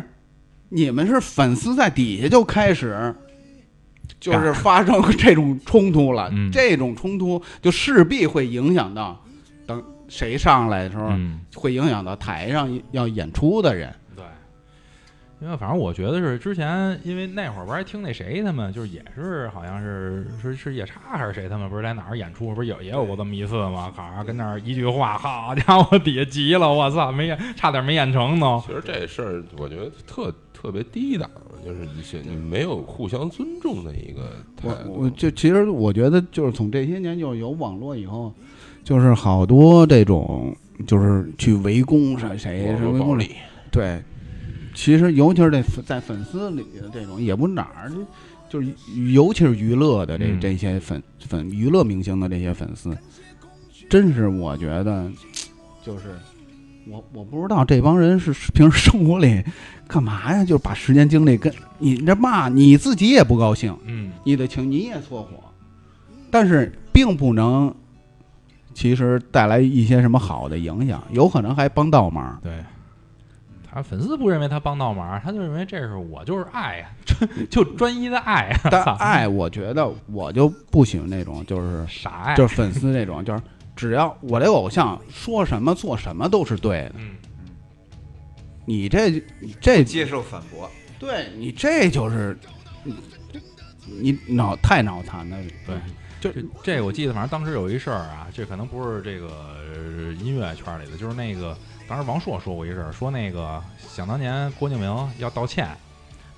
[SPEAKER 4] 你们是粉丝在底下就开始，就是发生这种冲突了，
[SPEAKER 2] 嗯
[SPEAKER 4] 这种冲突就势必会影响到等谁上来的时候，
[SPEAKER 2] 嗯，
[SPEAKER 4] 会影响到台上要演出的人。
[SPEAKER 2] 对，因为反正我觉得是之前，因为那会儿不是还听那谁他们，就是也是好像是是是夜叉还是谁他们，不是在哪儿演出，不是有也有过这么一次吗？好，跟那儿一句话，好家伙，底下急了，我操，没演差点没演成
[SPEAKER 4] 啊
[SPEAKER 2] 都。
[SPEAKER 5] 其实这事儿我觉得特特别低档，就是你是你没有互相尊重的一个态
[SPEAKER 4] 我我
[SPEAKER 5] 度。
[SPEAKER 4] 就其实我觉得就是从这些年就是有网络以后，就是好多这种就是去围攻谁谁
[SPEAKER 5] 网
[SPEAKER 4] 是
[SPEAKER 5] 络
[SPEAKER 4] 围
[SPEAKER 5] 暴
[SPEAKER 4] 攻
[SPEAKER 5] 力，
[SPEAKER 4] 对，其实尤其是这粉在粉丝里的这种也不哪儿就是尤其是娱乐的这、
[SPEAKER 2] 嗯
[SPEAKER 4] 这些粉粉娱乐明星的这些粉丝，真是我觉得就是。我我不知道这帮人是是平时生活里干嘛呀？就是把时间精力跟你这骂你自己也不高兴，
[SPEAKER 2] 嗯，
[SPEAKER 4] 你的情你也错火，但是并不能，其实带来一些什么好的影响，有可能还帮
[SPEAKER 2] (laughs)
[SPEAKER 4] 倒忙。
[SPEAKER 2] 对。他粉丝不认为他帮倒忙，他就认为这是我就是爱呀，就就专一的爱啊呀，
[SPEAKER 4] 但
[SPEAKER 2] 操
[SPEAKER 4] 爱，我觉得我就不喜欢那种，就是
[SPEAKER 2] 傻爱，
[SPEAKER 4] 就是粉丝那种，就是只要我这偶像说什么做什么都是对的，
[SPEAKER 2] 嗯，
[SPEAKER 4] 你这你这
[SPEAKER 1] 接受反驳，
[SPEAKER 4] 对你这就是你你脑太脑残了，
[SPEAKER 2] 对
[SPEAKER 4] 就
[SPEAKER 2] 这这我记得，反正当时有一事儿啊，这可能不是这个呃音乐圈里的，就是那个当时王朔说过一事儿，说那个想当年郭敬明要道歉，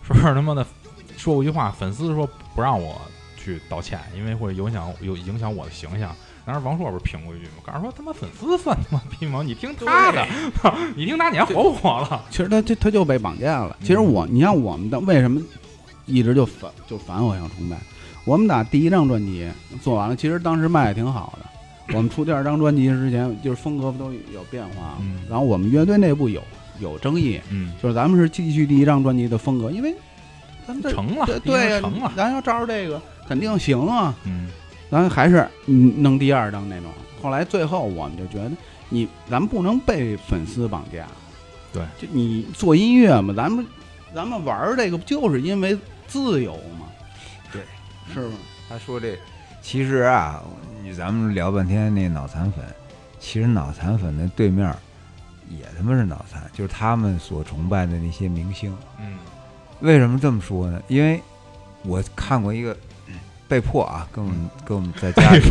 [SPEAKER 2] 说是他妈的说过一句话，粉丝说不让我去道歉，因为会影响有影响我的形象。当时王朔不是评过一句吗？告诉说他妈粉丝算他妈逼吗？你听他的，你听他，你还活不活了？
[SPEAKER 4] 其实他就他就被绑架
[SPEAKER 2] 嗯
[SPEAKER 4] 了。其实我，你像我们的为什么一直就反就反偶像崇拜？我们打第一张专辑做完了，其实当时卖的
[SPEAKER 2] (coughs)
[SPEAKER 4] 挺好的。我们出第二张专辑之前，就是风格不都有变化吗？
[SPEAKER 2] 嗯
[SPEAKER 4] 然后我们乐队内部有有争议，
[SPEAKER 2] 嗯，
[SPEAKER 4] 就是咱们是继续第一张专辑的风格，因为咱们这
[SPEAKER 2] 成了，
[SPEAKER 4] 对
[SPEAKER 2] 已经
[SPEAKER 4] 对呀
[SPEAKER 2] 成了，啊
[SPEAKER 4] 咱要照着这个肯定行啊。
[SPEAKER 2] 嗯
[SPEAKER 4] 咱还是嗯弄第二张那种。后来最后我们就觉得你，咱们不能被粉丝绑架。
[SPEAKER 2] 对，
[SPEAKER 4] 就你做音乐嘛，咱们咱们玩儿这个不就是因为自由嘛？
[SPEAKER 1] 对，
[SPEAKER 4] 是吗？
[SPEAKER 1] 他说这，其实啊，你咱们聊半天那脑残粉，其实脑残粉的对面儿也他妈是脑残，就是他们所崇拜的那些明星。
[SPEAKER 2] 嗯
[SPEAKER 1] 为什么这么说呢？因为我看过一个 (clears throat) 嗯被迫啊，跟我们跟我们在家里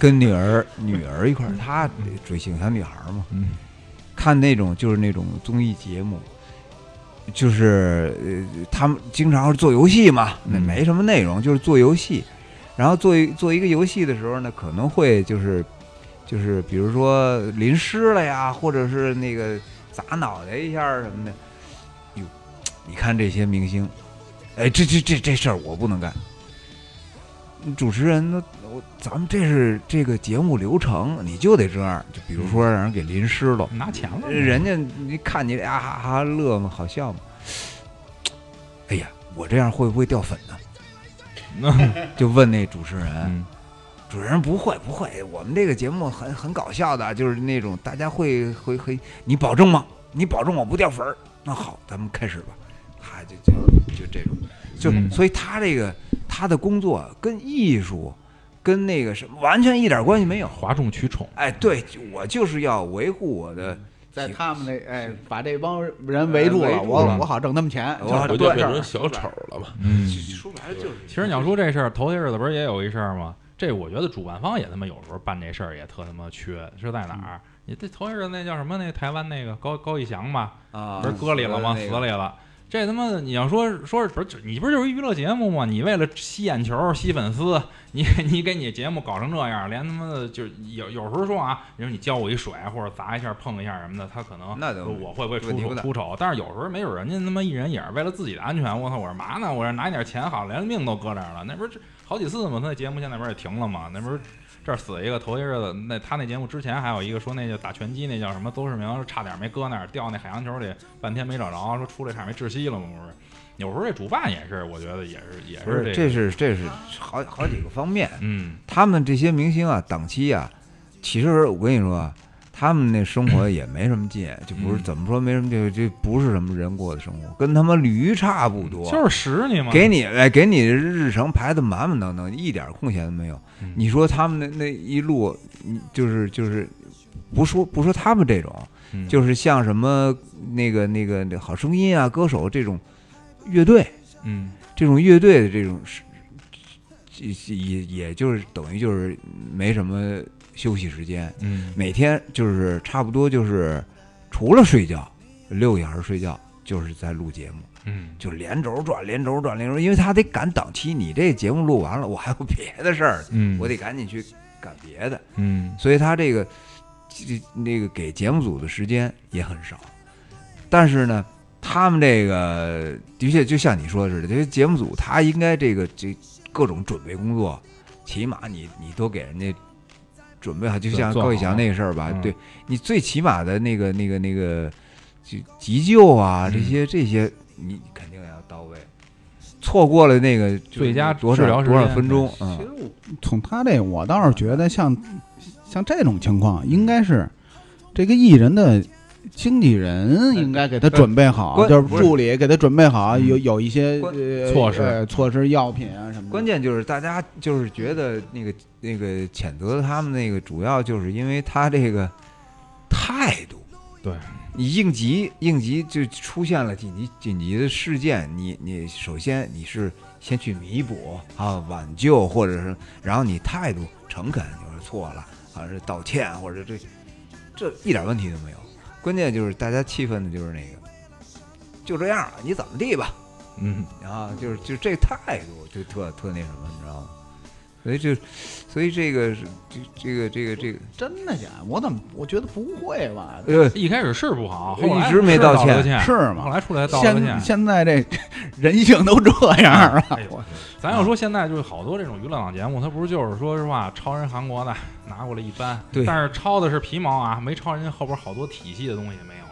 [SPEAKER 1] 跟女儿女儿一块儿，她追星小女孩儿嘛，
[SPEAKER 2] 嗯
[SPEAKER 1] 看那种就是那种综艺节目，就是呃，他们经常是做游戏嘛，那
[SPEAKER 2] 嗯
[SPEAKER 1] 没什么内容，就是做游戏。然后做一做一个游戏的时候呢，可能会就是就是比如说淋湿了呀，或者是那个砸脑袋一下儿什么的。哟，你看这些明星，哎，这这这这事儿我不能干。主持人呢？我咱们这是这个节目流程，你就得这样。就比如说让人给淋湿了，
[SPEAKER 2] 嗯拿钱
[SPEAKER 5] 呃
[SPEAKER 2] 了嘛，
[SPEAKER 1] 人家你看你啊哈哈乐嘛，好笑嘛。哎呀，我这样会不会掉粉
[SPEAKER 2] (laughs)
[SPEAKER 1] 呢？就问那主持人，
[SPEAKER 2] 嗯
[SPEAKER 1] 主持人不会不会，我们这个节目很很搞笑的，啊就是那种大家会会会，你保证吗？你保证我不掉粉儿？那好，咱们开始吧。他就就就这种，就、
[SPEAKER 2] 嗯
[SPEAKER 1] 所以他这个他的工作跟艺术跟
[SPEAKER 2] 嗯
[SPEAKER 1] 那个什么完全一点关系没有。
[SPEAKER 2] 哗众取宠，嗯
[SPEAKER 1] 哎，对我就是要维护我的
[SPEAKER 4] 在他们那哎，把这帮人哎围住
[SPEAKER 1] 围
[SPEAKER 4] 了，
[SPEAKER 1] 住
[SPEAKER 4] 我
[SPEAKER 1] 了
[SPEAKER 4] 我好挣他们钱，
[SPEAKER 1] 我
[SPEAKER 4] 就是
[SPEAKER 1] 好
[SPEAKER 5] 我
[SPEAKER 4] 多
[SPEAKER 5] 就
[SPEAKER 4] 事
[SPEAKER 5] 变
[SPEAKER 4] 儿
[SPEAKER 5] 成小丑了嘛。
[SPEAKER 2] 嗯，
[SPEAKER 5] 说白了就是，
[SPEAKER 2] 其实你要说这事儿，头些日子不是也有一事儿吗？这我觉得主办方也他妈有时候办这事儿也特他妈缺，是在哪儿？
[SPEAKER 4] 嗯
[SPEAKER 2] 你这头些日子那叫什么？那台湾那个高高以翔吧，
[SPEAKER 1] 啊
[SPEAKER 2] 不是搁里了吗？
[SPEAKER 1] 那
[SPEAKER 2] 死
[SPEAKER 1] 个
[SPEAKER 2] 里了。这他妈的你要说说是不是你不是就是一娱乐节目吗？你为了吸眼球、吸粉丝，你 (laughs) 你给你节目搞成这样，连他妈的就有有时候说啊，你说你浇我一水或者砸一下、碰一下什么的，他可能
[SPEAKER 1] 那倒
[SPEAKER 2] 说
[SPEAKER 1] 没
[SPEAKER 2] 我会不会出
[SPEAKER 1] 问题
[SPEAKER 2] 丑
[SPEAKER 1] 不大
[SPEAKER 2] 出丑？但是有时候没准人家他妈艺人也是为了自己的安全，我操，我说嘛呢？我这拿一点钱好，连命都搁这儿了，那不是好几次嘛？他那节目现在不是也停了嘛？那不是这儿死一个，头些日子那他那节目之前还有一个说那叫打拳击那叫什么邹市明差点没搁那儿掉那海洋球里半天没找着，说出来差点没窒息了嘛不是？有时候这主办也是，我觉得也是也
[SPEAKER 1] 不是，
[SPEAKER 2] 这
[SPEAKER 1] 这
[SPEAKER 2] 个
[SPEAKER 1] 是这是好好几个方面。
[SPEAKER 2] 嗯
[SPEAKER 1] 他们这些明星啊，档期啊，其实我跟你说啊，他们那生活也没什么劲，就不是
[SPEAKER 2] 嗯
[SPEAKER 1] 怎么说没什么劲，这不是什么人过的生活，跟他妈驴差不多。
[SPEAKER 2] 嗯就是使你嘛，
[SPEAKER 1] 给你哎，给你日程排的满满当当，一点空闲都没有
[SPEAKER 2] 嗯。
[SPEAKER 1] 你说他们那那一路，你就是就是，不说不说他们这种，
[SPEAKER 2] 嗯
[SPEAKER 1] 就是像什么那个那个那好声音啊，歌手这种乐队，
[SPEAKER 2] 嗯
[SPEAKER 1] 这种乐队的这种是，也也也就是等于就是没什么休息时间，
[SPEAKER 2] 嗯
[SPEAKER 1] 每天就是差不多就是除了睡觉六个小时睡觉，就是在录节目，
[SPEAKER 2] 嗯，
[SPEAKER 1] 就连轴转连轴转连轴，因为他得赶档期，你这节目录完了，我还有别的事儿，
[SPEAKER 2] 嗯
[SPEAKER 1] 我得赶紧去赶别的，
[SPEAKER 2] 嗯
[SPEAKER 1] 所以他这个这那个给节目组的时间也很少。但是呢，他们这个的确就像你说的似的，这些节目组他应该这个这各种准备工作，起码你你多给人家准备好，就
[SPEAKER 2] 对
[SPEAKER 1] 像
[SPEAKER 2] 做
[SPEAKER 1] 高以
[SPEAKER 2] 好
[SPEAKER 1] 翔那个事儿吧，
[SPEAKER 2] 嗯
[SPEAKER 1] 对你最起码的那个那个那个就急救啊
[SPEAKER 2] 嗯
[SPEAKER 1] 这些这些你肯定要到位。错过了那个就是
[SPEAKER 2] 最佳
[SPEAKER 1] 多
[SPEAKER 2] 治疗
[SPEAKER 1] 少
[SPEAKER 2] 时
[SPEAKER 1] 多少
[SPEAKER 2] 间
[SPEAKER 1] 分
[SPEAKER 2] 对
[SPEAKER 1] 钟，
[SPEAKER 8] 其
[SPEAKER 1] 嗯，
[SPEAKER 8] 实我
[SPEAKER 4] 从他这，我倒是觉得像像这种情况，应该是这个艺人的经纪人应该给他准备
[SPEAKER 5] 哎
[SPEAKER 4] 好，
[SPEAKER 1] 关
[SPEAKER 4] 就是
[SPEAKER 1] 不是
[SPEAKER 4] 助理给他准备好，
[SPEAKER 2] 嗯
[SPEAKER 4] 有有一些
[SPEAKER 1] 关
[SPEAKER 4] 呃
[SPEAKER 2] 措施
[SPEAKER 4] 呃措施、药品啊什么的。
[SPEAKER 1] 关键就是大家就是觉得那个那个谴责他们那个，主要就是因为他这个态度。
[SPEAKER 2] 对，
[SPEAKER 1] 你应急应急就出现了紧急紧急的事件，你你首先你是先去弥补啊挽救，或者是然后你态度诚恳，就是错了啊是道歉或者这这一点问题都没有。关键就是大家气愤的就是那个，就这样了，你怎么地吧。
[SPEAKER 2] 嗯
[SPEAKER 1] 啊，就是就这态度就特特那什么，你知道吗？所以就，所以这个是这这个这个这个，
[SPEAKER 4] 真的假的？我怎么我觉得不会吧？
[SPEAKER 1] 呃，
[SPEAKER 2] 一开始是不好，后来
[SPEAKER 1] 一直没
[SPEAKER 2] 是道
[SPEAKER 1] 道歉
[SPEAKER 2] 了歉
[SPEAKER 4] 是
[SPEAKER 2] 哎后
[SPEAKER 4] 吗？
[SPEAKER 2] 来出来道了
[SPEAKER 4] 现
[SPEAKER 2] 歉。
[SPEAKER 4] 现在这人性都这样啊了，
[SPEAKER 2] 哎呦咱要说现在就是好多这种娱乐档节目，它不是就是说实话抄人韩国的拿过来一搬，
[SPEAKER 1] 对
[SPEAKER 2] 但是抄的是皮毛啊，没抄人家后边好多体系的东西没有，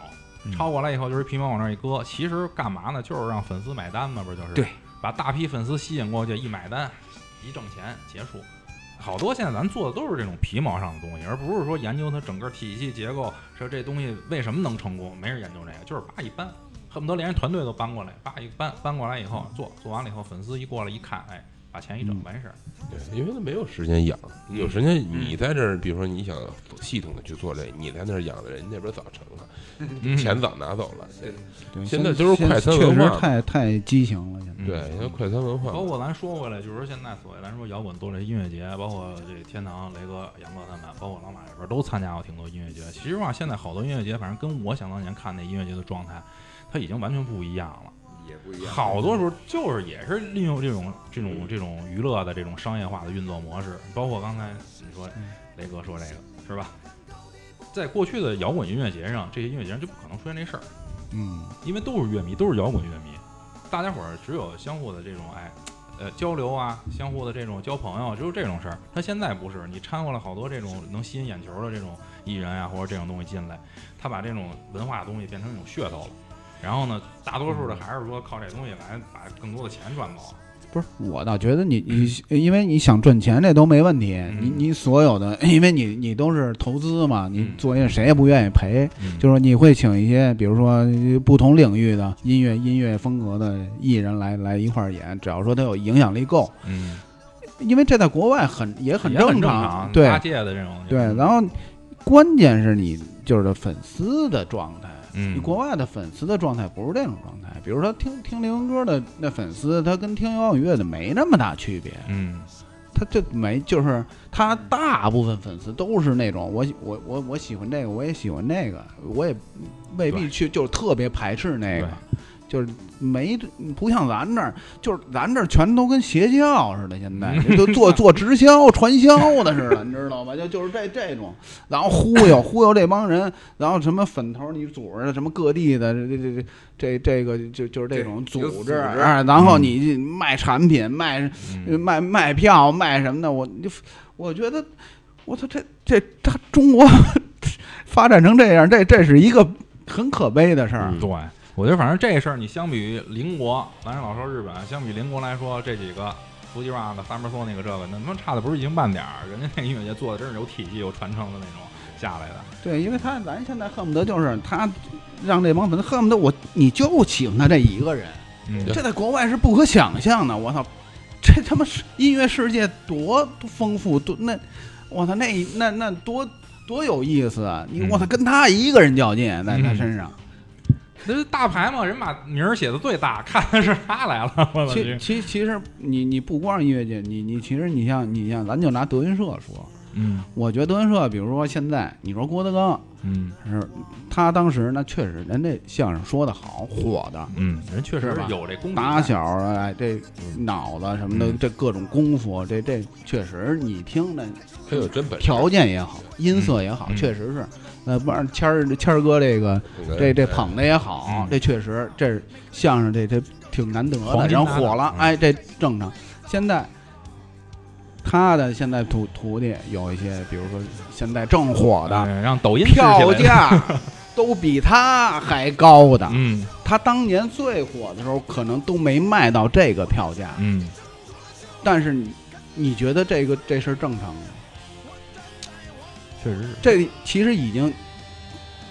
[SPEAKER 1] 嗯
[SPEAKER 2] 抄过来以后就是皮毛往那儿一搁，其实干嘛呢？就是让粉丝买单嘛，不是就是
[SPEAKER 1] 对，
[SPEAKER 2] 把大批粉丝吸引过去，一买单，一挣钱，结束。好多现在咱做的都是这种皮毛上的东西，而不是说研究它整个体系结构，说这东西为什么能成功，没人研究这个，就是叭一搬，恨不得连人团队都搬过来，叭一搬搬过来以后做，做完了以后粉丝一过来一看，哎，把钱一
[SPEAKER 5] 嗯
[SPEAKER 2] 整完事儿。
[SPEAKER 5] 对，因为他没有时间养，
[SPEAKER 4] 嗯
[SPEAKER 5] 你有时间你在这儿，比如说你想系统的去做这，你在那儿养的人那边早成了，
[SPEAKER 2] 嗯
[SPEAKER 5] 钱早拿走了。
[SPEAKER 4] 对
[SPEAKER 5] 现在就是快餐
[SPEAKER 4] 确
[SPEAKER 5] 文化
[SPEAKER 4] 实太太畸形了。现
[SPEAKER 2] 嗯
[SPEAKER 4] 在。
[SPEAKER 5] 对，因为快餐文化嘛，
[SPEAKER 2] 包括咱说回来，就是说现在所谓咱说摇滚做这音乐节，包括这天堂、雷哥、杨哥他们，包括老马这边都参加过挺多音乐节。其实吧，现在好多音乐节，反正跟我想当年看那音乐节的状态，它已经完全不一样了。
[SPEAKER 1] 也不一
[SPEAKER 2] 好多时候就是也是利用这种这种这种娱乐的这种商业化的运作模式，包括刚才你说雷哥说这个是吧？在过去的摇滚音乐节上，这些音乐节上就不可能出现这事儿。
[SPEAKER 4] 嗯，
[SPEAKER 2] 因为都是乐迷，都是摇滚乐迷，大家伙儿只有相互的这种哎，呃交流啊，相互的这种交朋友，只有这种事儿。他现在不是，你掺和了好多这种能吸引眼球的这种艺人啊，或者这种东西进来，他把这种文化的东西变成一种噱头了。然后呢，大多数的还是说靠这东西来把更多的钱赚走。
[SPEAKER 4] 不是，我倒觉得你你，因为你想赚钱这都没问题，你
[SPEAKER 2] 嗯
[SPEAKER 4] 你所有的， (laughs) 因为你你都是投资嘛，你
[SPEAKER 2] 嗯
[SPEAKER 4] 做业谁也不愿意赔，
[SPEAKER 2] 嗯
[SPEAKER 4] 就是说你会请一些，比如说不同领域的音乐音乐风格的艺人来来一块儿演，只要说他有影响力够，
[SPEAKER 2] 嗯，
[SPEAKER 4] 因为这在国外很也很
[SPEAKER 2] 也很
[SPEAKER 4] 常，
[SPEAKER 2] 常，
[SPEAKER 4] 对
[SPEAKER 2] 搭界的这种
[SPEAKER 4] 对，然后关键是你就是粉丝的状态。你
[SPEAKER 2] 嗯，
[SPEAKER 4] 国外的粉丝的状态不是这种状态，比如说听听流行歌的那粉丝，他跟听摇滚乐的没那么大区别，
[SPEAKER 2] 嗯
[SPEAKER 4] 他就没就是他大部分粉丝都是那种我我我我喜欢这个，我也喜欢那个，我也未必
[SPEAKER 2] 对
[SPEAKER 4] 去就是特别排斥那
[SPEAKER 2] 对，
[SPEAKER 4] 个就是没不像咱这儿，就是咱这儿全都跟邪教似的，现在就做做直销、传销的似的，你知道吧？就就是这这种，然后忽悠忽悠这帮人，然后什么粉头儿你组织的，什么各地的这这这这这个就就是这种
[SPEAKER 1] 对有
[SPEAKER 4] 组
[SPEAKER 1] 组
[SPEAKER 4] 织
[SPEAKER 1] 织
[SPEAKER 4] 啊，然后你卖产品、卖
[SPEAKER 2] 嗯，
[SPEAKER 4] 卖卖票、卖什么的，我就我觉得，我操，这这他中国 (laughs) 发展成这样，这这是一个很可悲的事儿。
[SPEAKER 2] 对，嗯我觉得反正这事儿你相比于邻国，咱也老说日本，相比邻国来说，这几个。福吉 rock、三门 s 那个这个，那他妈差的不是一星半点儿，人家那音乐节做的真是有体系、有传承的那种下来的。
[SPEAKER 4] 对，因为他咱现在恨不得就是他让这帮粉丝恨不得我你就喜欢他这一个人，
[SPEAKER 2] 嗯，
[SPEAKER 4] 这在国外是不可想象的。我操，这他妈是音乐世界多丰富，多那我操那那那多多有意思啊！你
[SPEAKER 2] 嗯
[SPEAKER 4] 我操跟他一个人较劲，在他身上。
[SPEAKER 2] 那是大牌嘛，人把名儿写的最大，看的是他来了。我操！
[SPEAKER 4] 其其其实你你不光是音乐界，你你其实你像你像咱就拿德云社说，
[SPEAKER 2] 嗯
[SPEAKER 4] 我觉得德云社，比如说现在你说郭德纲
[SPEAKER 2] 嗯
[SPEAKER 4] 是他当时那确实人这相声说的好火的，
[SPEAKER 2] 嗯，人确实
[SPEAKER 4] 是吧
[SPEAKER 2] 有这功底在。
[SPEAKER 4] 打小啊，哎，这脑子什么的，
[SPEAKER 2] 嗯
[SPEAKER 4] 这各种功夫，这这确实你听着，
[SPEAKER 5] 他有真本事。
[SPEAKER 4] 条件也好，音色也好，
[SPEAKER 2] 嗯
[SPEAKER 4] 确实是。呃，不然谦儿谦儿哥这个
[SPEAKER 5] 那个
[SPEAKER 4] 这这捧的也好
[SPEAKER 2] 嗯，
[SPEAKER 4] 这确实这是相声这这挺难得的，
[SPEAKER 2] 黄金
[SPEAKER 4] 然后
[SPEAKER 2] 搭档
[SPEAKER 4] 火了，
[SPEAKER 2] 嗯
[SPEAKER 4] 哎，这正常。现在他的现在徒徒弟有一些，比如说现在正火的，
[SPEAKER 2] 嗯，让抖音吃起来
[SPEAKER 4] 票。价
[SPEAKER 2] (laughs)
[SPEAKER 4] 都比他还高的，
[SPEAKER 2] 嗯
[SPEAKER 4] 他当年最火的时候，可能都没卖到这个票价。
[SPEAKER 2] 嗯，
[SPEAKER 4] 但是你，你觉得这个这事儿正常吗？
[SPEAKER 2] 确实是。
[SPEAKER 4] 这其实已经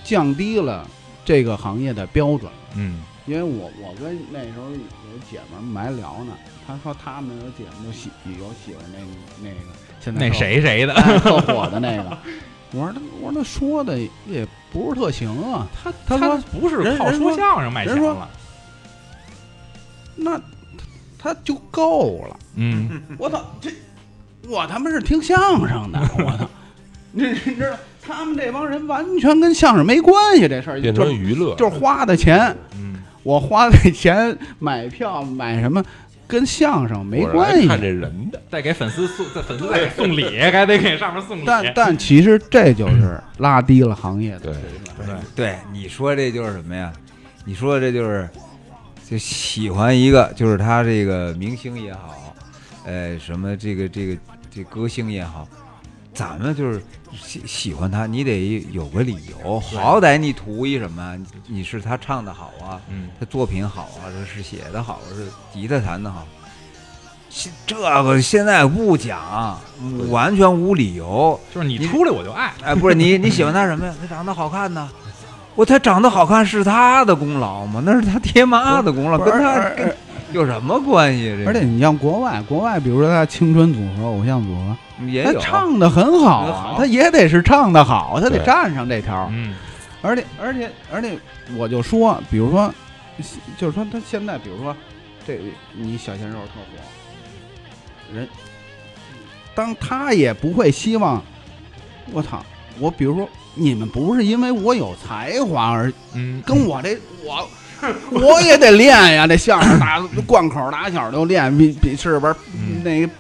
[SPEAKER 4] 降低了这个行业的标准。
[SPEAKER 2] 嗯
[SPEAKER 4] 因为我我跟那时候有姐们儿们还聊呢，她说她们有姐们儿就喜有喜欢那那个现在
[SPEAKER 2] 那
[SPEAKER 4] 特
[SPEAKER 2] 谁谁的，
[SPEAKER 4] 哎特火的那个，我说那我说那说的也不是特行啊，
[SPEAKER 2] 他
[SPEAKER 4] 他说
[SPEAKER 2] 不是靠
[SPEAKER 4] 人人说
[SPEAKER 2] 说相声卖钱
[SPEAKER 4] 人说
[SPEAKER 2] 了。
[SPEAKER 4] 那他就够了。
[SPEAKER 2] 嗯，
[SPEAKER 4] 我操，这我他妈是听相声的，我操，你你知道，他们这帮人完全跟相声没关系，这事儿
[SPEAKER 5] 变
[SPEAKER 4] 就
[SPEAKER 5] 成
[SPEAKER 4] 是
[SPEAKER 5] 娱乐，
[SPEAKER 4] 就是花的钱，
[SPEAKER 2] 嗯，
[SPEAKER 4] 我花的钱买票买什么，跟相声没
[SPEAKER 5] 我是
[SPEAKER 4] 关
[SPEAKER 5] 来
[SPEAKER 4] 系。
[SPEAKER 5] 看这人的，
[SPEAKER 2] 再给粉丝送，再粉丝再给送 (laughs) 礼，还得给上面送礼。
[SPEAKER 4] 但但其实这就是拉低了行业的
[SPEAKER 5] 对，
[SPEAKER 1] 对，你说这就是什么呀？你说这就是，就喜欢一个，就是他这个明星也好，呃，什么这个这个这歌星也好，咱们就是喜喜欢他，你得有个理由，好歹你图一什么啊？你你是他唱的好啊，
[SPEAKER 2] 嗯，
[SPEAKER 1] 他作品好啊，这是写的好啊，是吉他弹的好。现这个现在不讲，完全无理由。
[SPEAKER 2] 就是你出来我就爱。
[SPEAKER 1] 哎，不是你你喜欢他什么呀？他长得好看呢。我他长得好看是他的功劳吗？那是他爹妈的功劳，
[SPEAKER 4] 不是
[SPEAKER 1] 跟他
[SPEAKER 4] 而
[SPEAKER 1] 跟有什么关系？这
[SPEAKER 4] 而且你像国外，国外比如说他青春组合、偶像组合，
[SPEAKER 1] 也
[SPEAKER 4] 他
[SPEAKER 1] 有啊
[SPEAKER 4] 唱的很好
[SPEAKER 1] 很
[SPEAKER 4] 啊
[SPEAKER 1] 好，
[SPEAKER 4] 他也得是唱的好，啊他得
[SPEAKER 5] 对
[SPEAKER 4] 站上这条儿。
[SPEAKER 2] 嗯
[SPEAKER 4] 而且而且而且，我就说，比如说，就是说他现在，比如说，这你小鲜肉特火，人，当他也不会希望，我操，我比如说，你们不是因为我有才华而
[SPEAKER 2] 嗯，
[SPEAKER 4] 跟我这我。 (laughs) 我也得练呀，这相声打贯口，打小就练，比比是不是
[SPEAKER 2] 嗯
[SPEAKER 4] 那个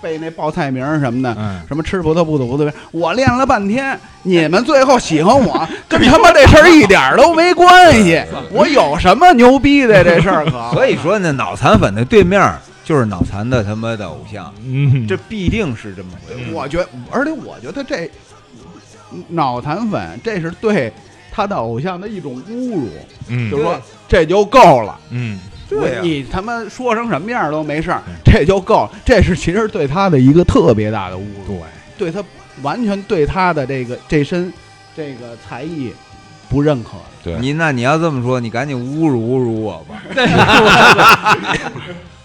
[SPEAKER 4] 背那报菜名什么的，
[SPEAKER 2] 嗯，
[SPEAKER 4] 什么吃葡萄不吐葡萄皮，我练了半天，你们最后喜欢我，跟他妈这事儿一点儿都没关系。我有什么牛逼的这事儿可？
[SPEAKER 1] 所以说呢，脑残粉的对面就是脑残的他妈的偶像，
[SPEAKER 2] 嗯，
[SPEAKER 1] 这必定是这么回事。
[SPEAKER 4] 我觉，而且我觉得这脑残粉，这是对他的偶像的一种侮辱，
[SPEAKER 2] 嗯
[SPEAKER 4] 就是说这就够了。
[SPEAKER 2] 嗯，
[SPEAKER 1] 对呀
[SPEAKER 4] 我你他妈说成什么样都没事儿，这就够了。这是其实对他的一个特别大的侮辱，
[SPEAKER 2] 对，
[SPEAKER 4] 对他完全对他的这个这身这个才艺不认可的。
[SPEAKER 1] 你那你要这么说，你赶紧侮辱侮辱我吧。
[SPEAKER 5] 啊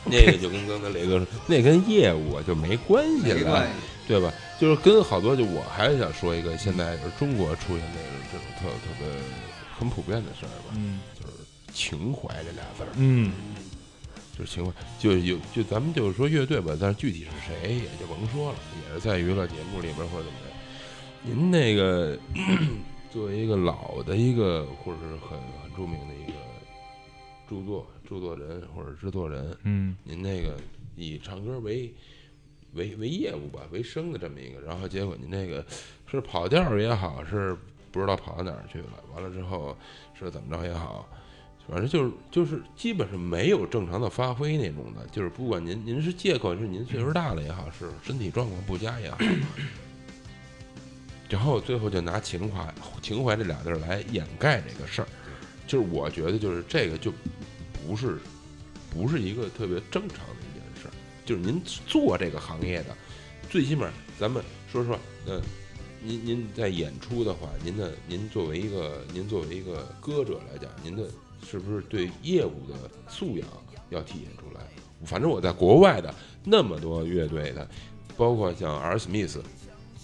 [SPEAKER 5] 那个就跟刚才雷哥说，那跟业务就没关系了。
[SPEAKER 1] 系，
[SPEAKER 5] 对吧？就是跟好多就我还想说一个，现在就是中国出现那种这种特特别很普遍的事儿吧，
[SPEAKER 2] 嗯
[SPEAKER 5] 就是情怀这俩字儿，
[SPEAKER 2] 嗯
[SPEAKER 5] 就是情怀，就是有就咱们就是说乐队吧，但是具体是谁也就甭说了，也是在娱乐节目里边或者怎么样。您那个 (clears throat) 作为一个老的一个或者是很很著名的一个著作著作人或者制作人，
[SPEAKER 2] 嗯
[SPEAKER 5] 您那个以唱歌为为为业务吧，为生的这么一个，然后结果您那个是跑调儿也好，是不知道跑到哪儿去了，完了之后是怎么着也好，反正就是就是基本上没有正常的发挥那种的，就是不管您您是借口是您岁数大了也好，是身体状况不佳也好，然后最后就拿情怀情怀这俩字儿来掩盖这个事儿，就是我觉得就是这个就不是不是一个特别正常的一件事儿，就是您做这个行业的，最起码咱们说实话，嗯、您您在演出的话，您的您作为一个您作为一个歌者来讲，您的是不是对业务的素养要体现出来？反正我在国外的那么多乐队的，包括像 R. Smith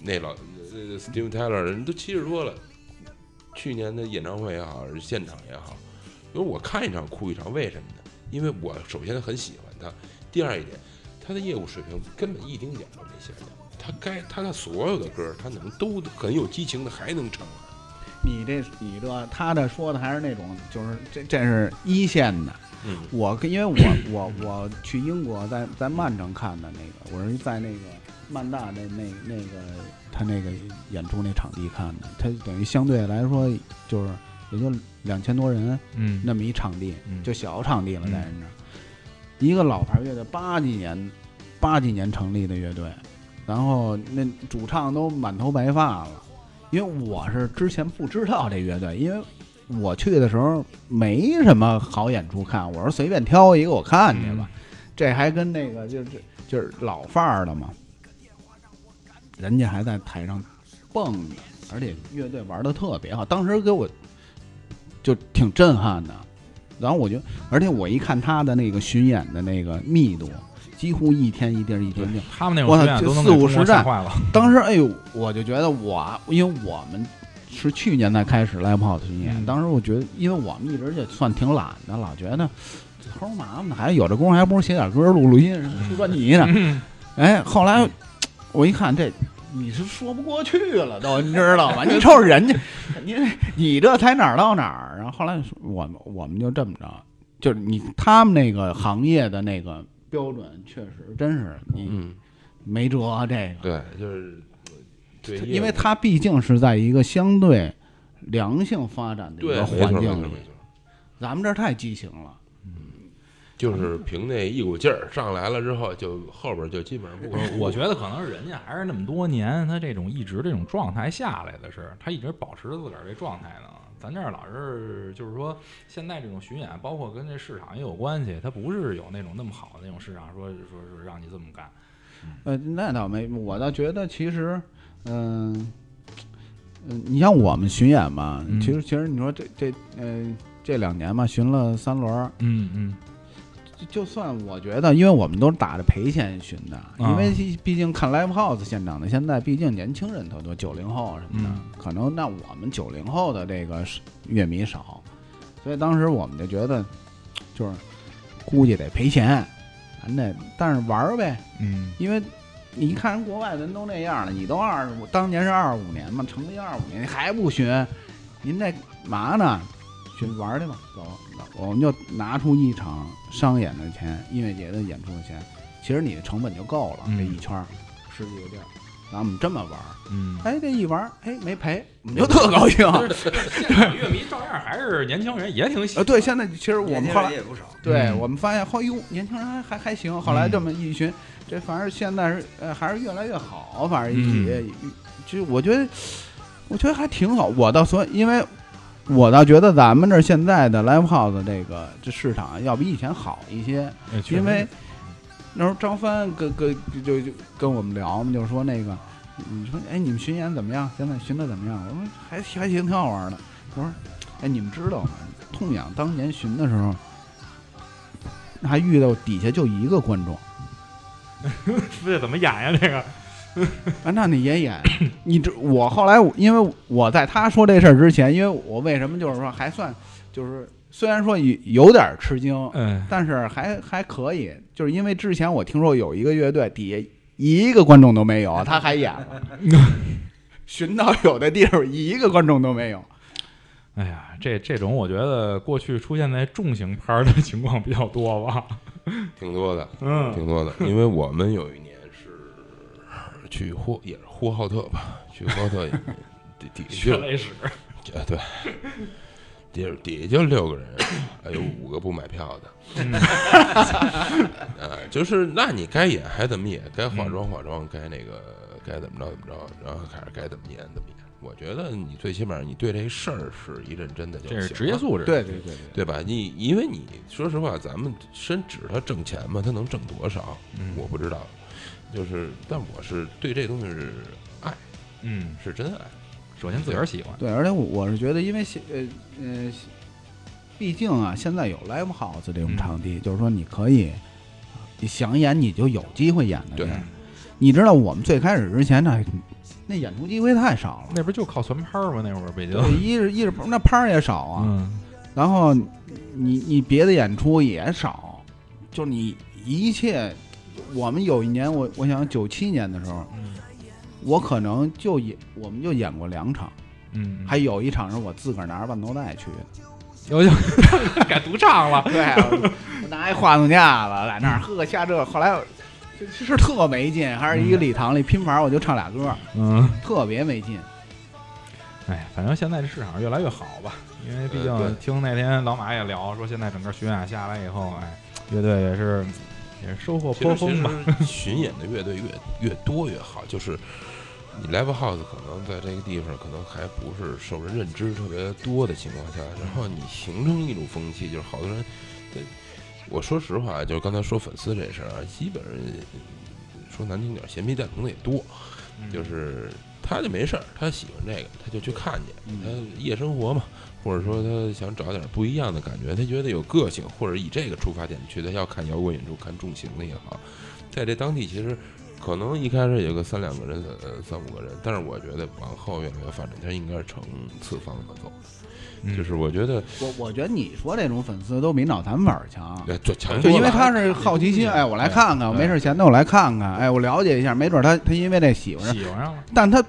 [SPEAKER 5] 那老呃 Steve Tyler 人都七十多了，去年的演唱会也好，现场也好，因为我看一场哭一场，为什么呢？因为我首先很喜欢他，第二一点，他的业务水平根本一丁点儿都没下降。他该他的所有的歌儿，他能都很有激情的，还能唱完。
[SPEAKER 4] 你这你这他这说的还是那种，就是这这是一线的。
[SPEAKER 5] 嗯
[SPEAKER 4] 我跟因为我 (coughs) 我我去英国在在曼城看的那个，我是在那个曼大那那那个他那个演出那场地看的，他等于相对来说就是也就两千多人
[SPEAKER 2] 嗯
[SPEAKER 4] 那么一场地，
[SPEAKER 2] 嗯
[SPEAKER 4] 就小场地了，
[SPEAKER 2] 嗯
[SPEAKER 4] 在人这儿，一个老牌乐队，八几年八几年成立的乐队，然后那主唱都满头白发了。因为我是之前不知道这乐队，因为我去的时候没什么好演出看，我是随便挑一个我看去吧。
[SPEAKER 2] 嗯
[SPEAKER 4] 这还跟那个就是就是老范儿的嘛，人家还在台上蹦呢，而且乐队玩的特别好，当时给我就挺震撼的。然后我就，而且我一看他的那个巡演的那个密度，几乎一天一地儿一天一地儿，
[SPEAKER 2] 他们那
[SPEAKER 4] 我
[SPEAKER 2] 种
[SPEAKER 4] 操
[SPEAKER 2] 巡演
[SPEAKER 4] 这
[SPEAKER 2] 都能
[SPEAKER 4] 四
[SPEAKER 2] 给
[SPEAKER 4] 五
[SPEAKER 2] 中
[SPEAKER 4] 十
[SPEAKER 2] 国吓
[SPEAKER 4] 站 (laughs)
[SPEAKER 2] 坏了。
[SPEAKER 4] 当时哎呦，我就觉得我，因为我们是去年才开始 live house 巡演，
[SPEAKER 2] 嗯
[SPEAKER 4] 当时我觉得，因为我们一直就算挺懒的，老觉得齁麻烦的，还有这功夫还不如写点歌录录音，出专辑呢。
[SPEAKER 2] 嗯
[SPEAKER 4] 哎，后来
[SPEAKER 5] 嗯
[SPEAKER 4] 我一看这。你是说不过去了
[SPEAKER 5] (laughs)
[SPEAKER 4] 都，你知道吗？你瞅人家，你你这才哪儿到哪儿？然后后来我们我们就这么着，就是你他们那个行业的那个标准，确实真是你
[SPEAKER 5] 嗯，
[SPEAKER 4] 没辙啊这个。
[SPEAKER 5] 对，就是嗯对，
[SPEAKER 4] 因为它毕竟是在一个相对良性发展的一
[SPEAKER 5] 对
[SPEAKER 4] 个
[SPEAKER 5] 没错
[SPEAKER 4] 环
[SPEAKER 5] 没错
[SPEAKER 4] 境
[SPEAKER 5] 没
[SPEAKER 4] 里
[SPEAKER 5] 错，，
[SPEAKER 4] 咱们这儿太畸形了。
[SPEAKER 5] 就是凭那一股劲儿上来了之后，就后边就基本上 (laughs) 不管
[SPEAKER 2] 我觉得可能是人家还是那么多年，他这种一直这种状态下来的是，他一直保持自个儿这状态呢。咱这儿老是就是说，现在这种巡演，包括跟这市场也有关系，它不是有那种那么好的那种市场，说说是让你这么干。
[SPEAKER 4] 呃，那倒没，我倒觉得其实，嗯、嗯、你像我们巡演嘛，
[SPEAKER 2] 嗯
[SPEAKER 4] 其实其实你说这这呃这两年嘛，巡了三轮儿，
[SPEAKER 2] 嗯嗯
[SPEAKER 4] 就就算我觉得，因为我们都是打着赔钱巡的，
[SPEAKER 2] 啊
[SPEAKER 4] 因为毕毕竟看 live house 现场的，现在毕竟年轻人特多，九零后什么的，
[SPEAKER 2] 嗯
[SPEAKER 4] 可能那我们九零后的这个是乐迷少，所以当时我们就觉得，就是估计得赔钱，咱得但是玩儿呗，
[SPEAKER 2] 嗯
[SPEAKER 4] 因为你一看人国外人都那样了，你都二十五，当年是二十五年嘛，成立二十五年，你还不学，您这嘛呢？去玩儿去吧，走，我们就拿出一场商演的钱，音乐节的演出的钱，其实你的成本就够了，
[SPEAKER 2] 嗯
[SPEAKER 4] 这一圈儿十几个地儿，然后我们这么玩儿，
[SPEAKER 2] 嗯，
[SPEAKER 4] 哎，这一玩儿，哎，没赔，我们就特高兴。
[SPEAKER 2] 现场乐迷照样还是年轻人，也挺喜
[SPEAKER 4] 呃，
[SPEAKER 2] 欢。
[SPEAKER 4] 对，现在其实我
[SPEAKER 1] 年
[SPEAKER 4] 们
[SPEAKER 1] 轻
[SPEAKER 4] 后
[SPEAKER 1] 人
[SPEAKER 4] 来
[SPEAKER 1] 也不少，
[SPEAKER 4] 对、
[SPEAKER 2] 嗯
[SPEAKER 4] 我们发现，后哟，年轻人还还还行。后来这么一群，这反正现在是呃还是越来越好，反正一起，就我觉得，我觉得还挺好。我倒所以，因为我倒觉得咱们这现在的 live house 这个这市场啊要比以前好一些，
[SPEAKER 2] 哎确实
[SPEAKER 4] 因为那时候张帆跟跟就就跟我们聊嘛，就说那个，你说哎，你们巡演怎么样？现在巡的怎么样？我说还还行，挺好玩的。我说，哎，你们知道吗？痛痒当年巡的时候，还遇到底下就一个观众，
[SPEAKER 2] 这怎么演呀？这个
[SPEAKER 4] 啊，那你也演，你这我后来我因为我在他说这事儿之前，因为我为什么就是说还算就是虽然说有有点吃惊，
[SPEAKER 2] 嗯，
[SPEAKER 4] 但是还还可以，就是因为之前我听说有一个乐队底下一个观众都没 (laughs) 有，他还演了，寻到有的地方一个观众都没有。
[SPEAKER 2] 哎呀，这这种我觉得过去出现在重型片儿的情况比较多吧。
[SPEAKER 5] 挺多的，
[SPEAKER 2] 嗯
[SPEAKER 5] 挺多的。因为我们有一年是去呼，也是呼和浩特吧，去呼和浩特也底底
[SPEAKER 2] 血
[SPEAKER 5] (laughs) 下
[SPEAKER 2] 泪史，
[SPEAKER 5] 就啊对，底下底下就六个人，还有五个不买票的。
[SPEAKER 2] 嗯
[SPEAKER 5] (laughs) 啊，就是那你该演还怎么演，该
[SPEAKER 2] 嗯
[SPEAKER 5] 化妆化妆，该那个该怎么着怎么着，然后还是该怎么演怎么演。我觉得你最起码你对这事儿是一认真的就行
[SPEAKER 2] 这
[SPEAKER 5] 了，
[SPEAKER 2] 是职业素质。
[SPEAKER 4] 对对对
[SPEAKER 5] 对吧？你因为你说实话，咱们伸指他挣钱嘛，他能挣多少？
[SPEAKER 2] 嗯
[SPEAKER 5] 我不知道，就是，但我是对这东西是爱，
[SPEAKER 2] 嗯，
[SPEAKER 5] 是真爱。
[SPEAKER 2] 首先自个儿喜欢，
[SPEAKER 4] 对，而且我我是觉得，因为现呃呃，毕竟啊，现在有 live house 这种
[SPEAKER 2] 嗯
[SPEAKER 4] 场地，就是说你可以你想演你就有机会演的。
[SPEAKER 5] 对，
[SPEAKER 2] 嗯
[SPEAKER 4] 你知道我们最开始之前那那演出机会太少了。
[SPEAKER 2] 那不就靠传拍儿吗？那会儿北京，
[SPEAKER 4] 对一是一是那拍儿也少啊，
[SPEAKER 2] 嗯，
[SPEAKER 4] 然后你你别的演出也少，就你一切，我们有一年我我想九七年的时候，
[SPEAKER 2] 嗯
[SPEAKER 4] 我可能就演我们就演过两场，
[SPEAKER 2] 嗯，
[SPEAKER 4] 还有一场是我自个儿拿着伴奏带去的。
[SPEAKER 2] 有有 (laughs) 改独唱了，
[SPEAKER 4] 对，我我拿一话筒架子在那儿呵下这，后来我就其实特没劲，还是一个礼堂里拼盘，我就唱俩歌，
[SPEAKER 2] 嗯，
[SPEAKER 4] 特别没劲。
[SPEAKER 2] 哎，反正现在这市场越来越好吧，因为毕
[SPEAKER 5] 呃对
[SPEAKER 2] 竟听那天老马也聊说，现在整个巡演下来以后，哎，乐队也是也是收获
[SPEAKER 5] 其
[SPEAKER 2] 颇
[SPEAKER 5] 实其
[SPEAKER 2] 丰吧。
[SPEAKER 5] (laughs) 实巡演的乐队越越多越好，就是你 live house 可能在这个地方可能还不是受人认知特别多的情况下，然后你形成一种风气，就是好多人，对，我说实话，就是刚才说粉丝这事儿啊，基本上说难听点儿，闲皮蛋疼的也多，
[SPEAKER 2] 嗯
[SPEAKER 5] 就是他就没事儿，他喜欢这个，他就去看去，他夜生活嘛，或者说他想找点不一样的感觉，他觉得有个性，或者以这个出发点去，他要看摇滚演出，看重型的也好，在这当地其实可能一开始有个三两个人，呃，三五个人，但是我觉得往后越来越发展，它应该是成次方的走，
[SPEAKER 2] 嗯
[SPEAKER 5] 就是我觉得
[SPEAKER 4] 我我觉得你说这种粉丝都比脑残粉儿强，
[SPEAKER 5] 呃，就强
[SPEAKER 4] 就
[SPEAKER 5] 多
[SPEAKER 4] 因为
[SPEAKER 5] 了
[SPEAKER 4] 他是好奇心，哎，我来看看，我没事闲的我来看看，哎，我了解一下，没准他他因为这喜欢上，
[SPEAKER 2] 喜欢上了，
[SPEAKER 4] 但他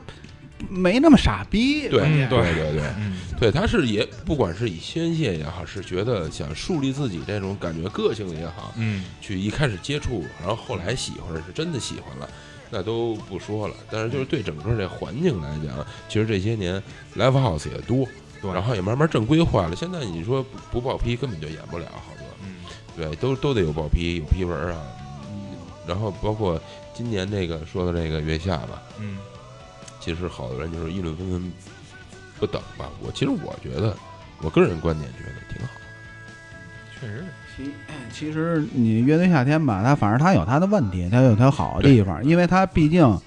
[SPEAKER 4] 没那么傻逼。
[SPEAKER 5] 对
[SPEAKER 2] 嗯
[SPEAKER 5] 对
[SPEAKER 2] 对
[SPEAKER 5] 对对。
[SPEAKER 2] 嗯，
[SPEAKER 5] 对，他是也不管是以宣泄也好，是觉得想树立自己这种感觉个性也好，
[SPEAKER 2] 嗯，
[SPEAKER 5] 去一开始接触，然后后来喜欢是真的喜欢了，那都不说了。但是就是对整个这环境来讲，其实这些年 live house 也多，
[SPEAKER 2] 对
[SPEAKER 5] 然后也慢慢正规化了。现在你说不不报批根本就演不了，好多
[SPEAKER 2] 嗯
[SPEAKER 5] 对，都都得有报批，有批文啊。然后包括今年这个说的这个月下吧，
[SPEAKER 2] 嗯
[SPEAKER 5] 其实好多人就是议论纷纷不等吧。我其实我觉得，我个人观点觉得挺好。
[SPEAKER 2] 确实是，
[SPEAKER 4] 其哎其实你乐队夏天吧，它反正它有它的问题，它有它好的地方，因为它毕竟，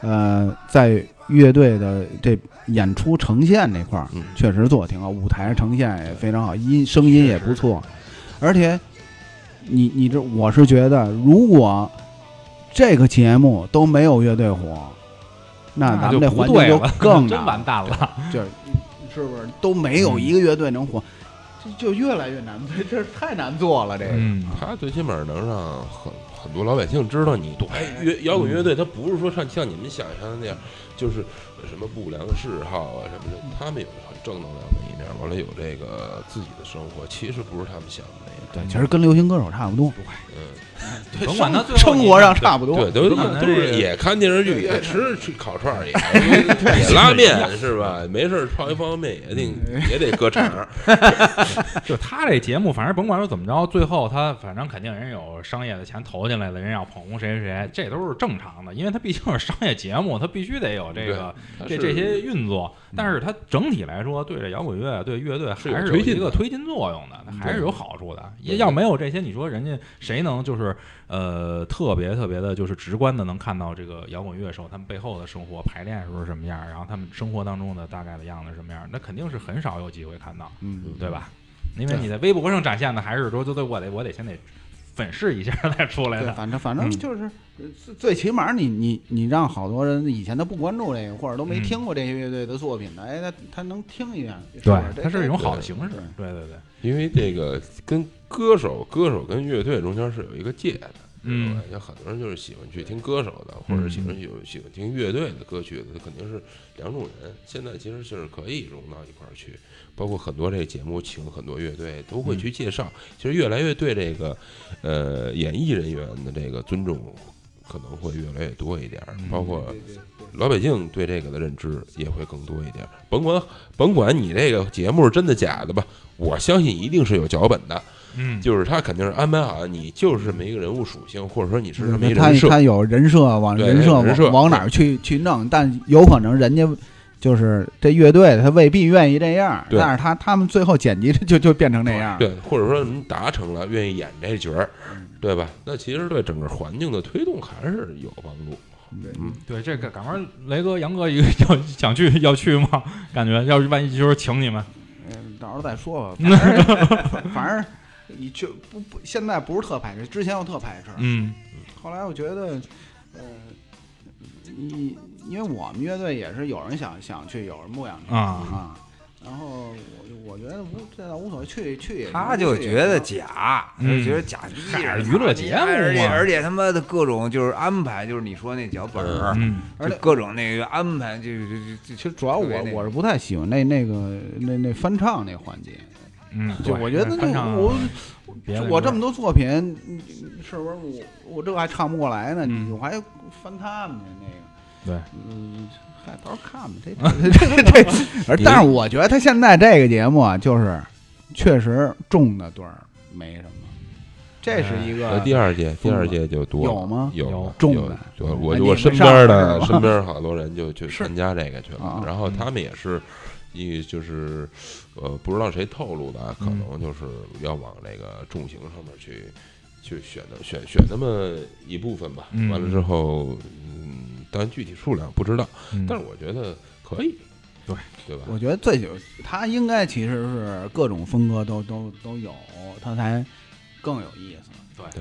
[SPEAKER 4] 呃，在乐队的这演出呈现这块儿，
[SPEAKER 5] 嗯
[SPEAKER 4] 确实做得挺好，舞台呈现也非常好，音声音也不错，而且你你这我是觉得，如果这个节目都没有乐队火，那咱
[SPEAKER 2] 就
[SPEAKER 4] 们这
[SPEAKER 2] 不
[SPEAKER 4] 环境
[SPEAKER 2] 对
[SPEAKER 4] 就
[SPEAKER 2] 了 (laughs)
[SPEAKER 4] 更
[SPEAKER 2] 真
[SPEAKER 4] 难
[SPEAKER 2] 完蛋了。
[SPEAKER 4] 就是是不是都没有一个乐队能火，就就越来越难，这这太难做了这个。
[SPEAKER 2] 嗯
[SPEAKER 5] 他最起码能让很很多老百姓知道你。哎嗯对，乐摇滚乐队，他不是说像像你们想象的那样，就是什么不良嗜好啊什么的，他们有很正能量的一面，完了有这个自己的生活，其实不是他们想的那样。
[SPEAKER 4] 对，其实跟流行歌手差不多，
[SPEAKER 5] 嗯，
[SPEAKER 2] 哎
[SPEAKER 5] (laughs)
[SPEAKER 2] 甭管他最后
[SPEAKER 4] (laughs) 生
[SPEAKER 2] 你
[SPEAKER 4] 活上差不多。
[SPEAKER 5] 对，都
[SPEAKER 2] 不管他
[SPEAKER 5] 都
[SPEAKER 2] 这
[SPEAKER 5] 是
[SPEAKER 2] 个
[SPEAKER 5] 也看电视剧，也吃吃烤
[SPEAKER 2] (laughs)
[SPEAKER 5] 串儿，也也拉面是吧？没事儿泡一方便面也
[SPEAKER 2] 嗯
[SPEAKER 5] 得也得割肠儿。
[SPEAKER 2] 就他这节目，反正甭管说怎么着，最后他反正肯定人有商业的钱投进来了，人要捧红谁谁谁，这都是正常的，因为他毕竟是商业节目，他必须得有 (laughs) 这个
[SPEAKER 5] 它
[SPEAKER 2] 这这
[SPEAKER 5] 是
[SPEAKER 2] 些运作。但是它整体来说，对这摇滚乐、对乐队
[SPEAKER 5] 是有
[SPEAKER 2] 还是有
[SPEAKER 5] 推进
[SPEAKER 2] 一个
[SPEAKER 5] 的
[SPEAKER 2] 推进作用的，它还是有好处的。
[SPEAKER 5] 对
[SPEAKER 2] 要没有这些，你说人家谁能就是呃特别特别的，就是直观的能看到这个摇滚乐手他们背后的生活排练时候是什么样，然后他们生活当中的大概的样子是什么样，那肯定是很少有机会看到。
[SPEAKER 4] 嗯，
[SPEAKER 2] 对吧？因为你在微博上展现的还是说，对对，我得我得先得粉饰一下再出来
[SPEAKER 8] 对，
[SPEAKER 2] 的。
[SPEAKER 8] 反正反正
[SPEAKER 2] 嗯
[SPEAKER 8] 就是呃最最起码你你你让好多人以前他不关注这个，或者都没
[SPEAKER 2] 嗯
[SPEAKER 8] 听过这些乐队的作品的，哎，他他能听一下，这
[SPEAKER 2] 它是一种好的
[SPEAKER 5] 对
[SPEAKER 2] 形式。对对对，
[SPEAKER 5] 因为这个跟歌手、歌手跟乐队中间是有一个界的，
[SPEAKER 2] 嗯
[SPEAKER 5] 知道吧，有很多人就是喜欢去听歌手的，或者喜欢有喜欢听乐队的歌曲的，肯定是两种人。现在其实就是可以融到一块儿去，包括很多这个节目请很多乐队都会去介绍，其实越来越对这个呃演艺人员的这个尊重。可能会越来越多一点儿，
[SPEAKER 4] 嗯
[SPEAKER 5] 包括老北京对这个的认知也会更多一点儿。甭管甭管你这个节目是真的假的吧，我相信一定是有脚本的，
[SPEAKER 2] 嗯，
[SPEAKER 5] 就是他肯定是安排好，你就是这么一个人物属性，或者说你是这么一
[SPEAKER 4] 嗯他
[SPEAKER 5] 人设。
[SPEAKER 4] 他有人设往
[SPEAKER 5] 对
[SPEAKER 4] 人设
[SPEAKER 5] 人设
[SPEAKER 4] 往往哪儿去去弄，但有可能人家就是这乐队他未必愿意这样，
[SPEAKER 5] 对
[SPEAKER 4] 但是他他们最后剪辑就就变成那样。
[SPEAKER 5] 对，或者说你达成了愿意演这角儿，
[SPEAKER 4] 嗯
[SPEAKER 5] 对吧？那其实对整个环境的推动还是有帮助。
[SPEAKER 4] 嗯
[SPEAKER 5] 嗯
[SPEAKER 2] 对，这个赶上雷哥、杨哥一个要 (laughs) 想去要去吗？感觉要是万一就是请你们，
[SPEAKER 8] 嗯，到时候再
[SPEAKER 4] (laughs)
[SPEAKER 8] 说吧。反正反正你就不不，现在不是特排斥，之前我特排斥，
[SPEAKER 2] 嗯
[SPEAKER 8] 后来我觉得，呃，你因为我们乐队也是有人想想去，有人不想去
[SPEAKER 2] 啊，
[SPEAKER 8] 啊。然后我就我觉得无这倒无所谓，去去也行。
[SPEAKER 1] 他就
[SPEAKER 8] 不去也
[SPEAKER 1] 觉得
[SPEAKER 8] 行
[SPEAKER 1] 假，他
[SPEAKER 2] 嗯
[SPEAKER 1] 就觉得假逼
[SPEAKER 2] 嗨
[SPEAKER 1] 着
[SPEAKER 2] 娱乐节目嘛
[SPEAKER 1] 而且而且他妈的各种就是安排，就是你说那脚本儿，
[SPEAKER 2] 嗯
[SPEAKER 1] 就各种那个安排，就就就就
[SPEAKER 8] 其实主要我我是不太喜欢那那个那那翻唱那环节，
[SPEAKER 2] 嗯，
[SPEAKER 8] 就
[SPEAKER 2] 对
[SPEAKER 8] 我觉得
[SPEAKER 2] 翻
[SPEAKER 8] 那
[SPEAKER 2] 唱
[SPEAKER 8] 我
[SPEAKER 2] 别
[SPEAKER 8] 我这么
[SPEAKER 2] 多，
[SPEAKER 8] 多作品，嗯是不是我我这还唱不过来呢？
[SPEAKER 2] 嗯
[SPEAKER 8] 你我还翻他们的那个，
[SPEAKER 2] 对，
[SPEAKER 8] 嗯，嗨，到时候看吧，这
[SPEAKER 2] (laughs)
[SPEAKER 8] 这这这这，而但是我觉得他现在这个节目啊，就是确实中的对儿没什么，这是
[SPEAKER 2] 哎
[SPEAKER 8] 一
[SPEAKER 5] 那
[SPEAKER 8] 个
[SPEAKER 5] 呃第二届，第
[SPEAKER 8] 呃疯了
[SPEAKER 5] 二届就多了
[SPEAKER 8] 有吗
[SPEAKER 5] 有
[SPEAKER 2] 有
[SPEAKER 5] 有
[SPEAKER 8] 重的
[SPEAKER 5] 有我
[SPEAKER 8] 哎你
[SPEAKER 5] 我
[SPEAKER 8] 们
[SPEAKER 5] 身
[SPEAKER 8] 上
[SPEAKER 5] 边
[SPEAKER 8] 是
[SPEAKER 5] 的
[SPEAKER 8] 吧
[SPEAKER 5] 身边好多人就去
[SPEAKER 8] 是
[SPEAKER 5] 参加这个去了
[SPEAKER 8] 啊，
[SPEAKER 5] 然后他们也是。一就是，呃，不知道谁透露的啊，可
[SPEAKER 2] 嗯
[SPEAKER 5] 能就是要往那个重型上面去，去选的选选那么一部分吧。
[SPEAKER 2] 嗯
[SPEAKER 5] 完了之后，嗯，但具体数量不知道，
[SPEAKER 2] 嗯
[SPEAKER 5] 但是我觉得可以，
[SPEAKER 2] 对
[SPEAKER 5] 对吧？
[SPEAKER 4] 我觉得最有他应该其实是各种风格都都都有，他才
[SPEAKER 8] 更有意思。嗯
[SPEAKER 5] 对，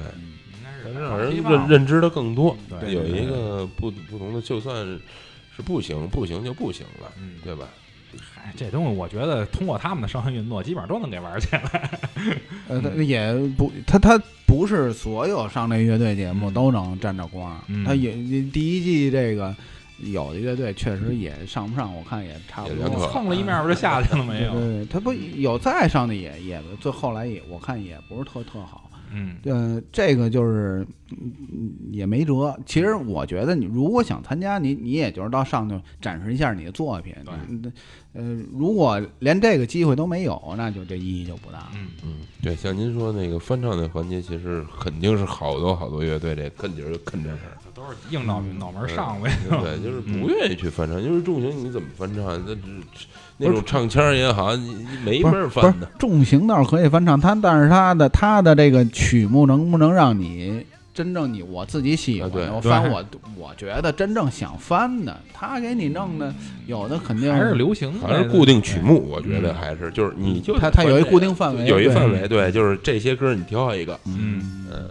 [SPEAKER 2] 应该是
[SPEAKER 5] 让人认认知的更多，
[SPEAKER 2] 对
[SPEAKER 5] 有一个不不同的，就算是不行，不行就不行了，
[SPEAKER 2] 嗯，
[SPEAKER 5] 对吧？
[SPEAKER 2] 嗨，这东西我觉得通过他们的商业运作，基本上都能给玩儿起来。
[SPEAKER 4] 呃
[SPEAKER 2] 嗯
[SPEAKER 4] 他
[SPEAKER 8] 也
[SPEAKER 4] 不他他不是所有上这乐队节目
[SPEAKER 2] 嗯
[SPEAKER 4] 都能沾着光，
[SPEAKER 2] 嗯
[SPEAKER 4] 他也第一季这个有的乐队确实也上不上，我看也差不
[SPEAKER 5] 也
[SPEAKER 4] 多
[SPEAKER 5] 两可
[SPEAKER 2] 蹭了一面不就下去了没
[SPEAKER 4] 对
[SPEAKER 2] 有？
[SPEAKER 4] 对，他不
[SPEAKER 2] 嗯
[SPEAKER 4] 有再上的也也最后来也我看也不是特特好，
[SPEAKER 2] 嗯
[SPEAKER 4] 呃，这个就是嗯也没辙。其实我觉得你如果想参加，你你也就是到上头展示一下你的作品。
[SPEAKER 2] 对
[SPEAKER 4] 嗯呃，如果连这个机会都没有，那就这意义就不大。
[SPEAKER 2] 嗯，
[SPEAKER 5] 嗯，对，像您说那个翻唱那环节，其实肯定是好多好多乐队这跟底儿就跟这事
[SPEAKER 4] (laughs)
[SPEAKER 5] 儿，
[SPEAKER 2] 都是硬脑脑门儿上呗。
[SPEAKER 5] 嗯对，就是
[SPEAKER 4] 嗯
[SPEAKER 5] 不愿意去翻唱，因为重型你怎么翻唱？那只那种唱腔儿也好，你你没法
[SPEAKER 4] 不是
[SPEAKER 5] 儿
[SPEAKER 4] 不是
[SPEAKER 5] 翻的。
[SPEAKER 4] 重型倒是可以翻唱，它但是它的它的这个曲目能不能让你真正你我自己喜欢
[SPEAKER 5] 啊对
[SPEAKER 4] 的，我翻
[SPEAKER 2] 对
[SPEAKER 4] 我我觉得真正想翻的，他给你弄的有的肯定
[SPEAKER 2] 还是流行，
[SPEAKER 5] 还是固定曲
[SPEAKER 2] 目。
[SPEAKER 5] 目，我觉得还是就是你就
[SPEAKER 4] 它嗯它有一固定范围，
[SPEAKER 5] 有一
[SPEAKER 4] 对
[SPEAKER 5] 范围，对，就是这些歌儿你挑一个，
[SPEAKER 2] 嗯
[SPEAKER 5] 嗯，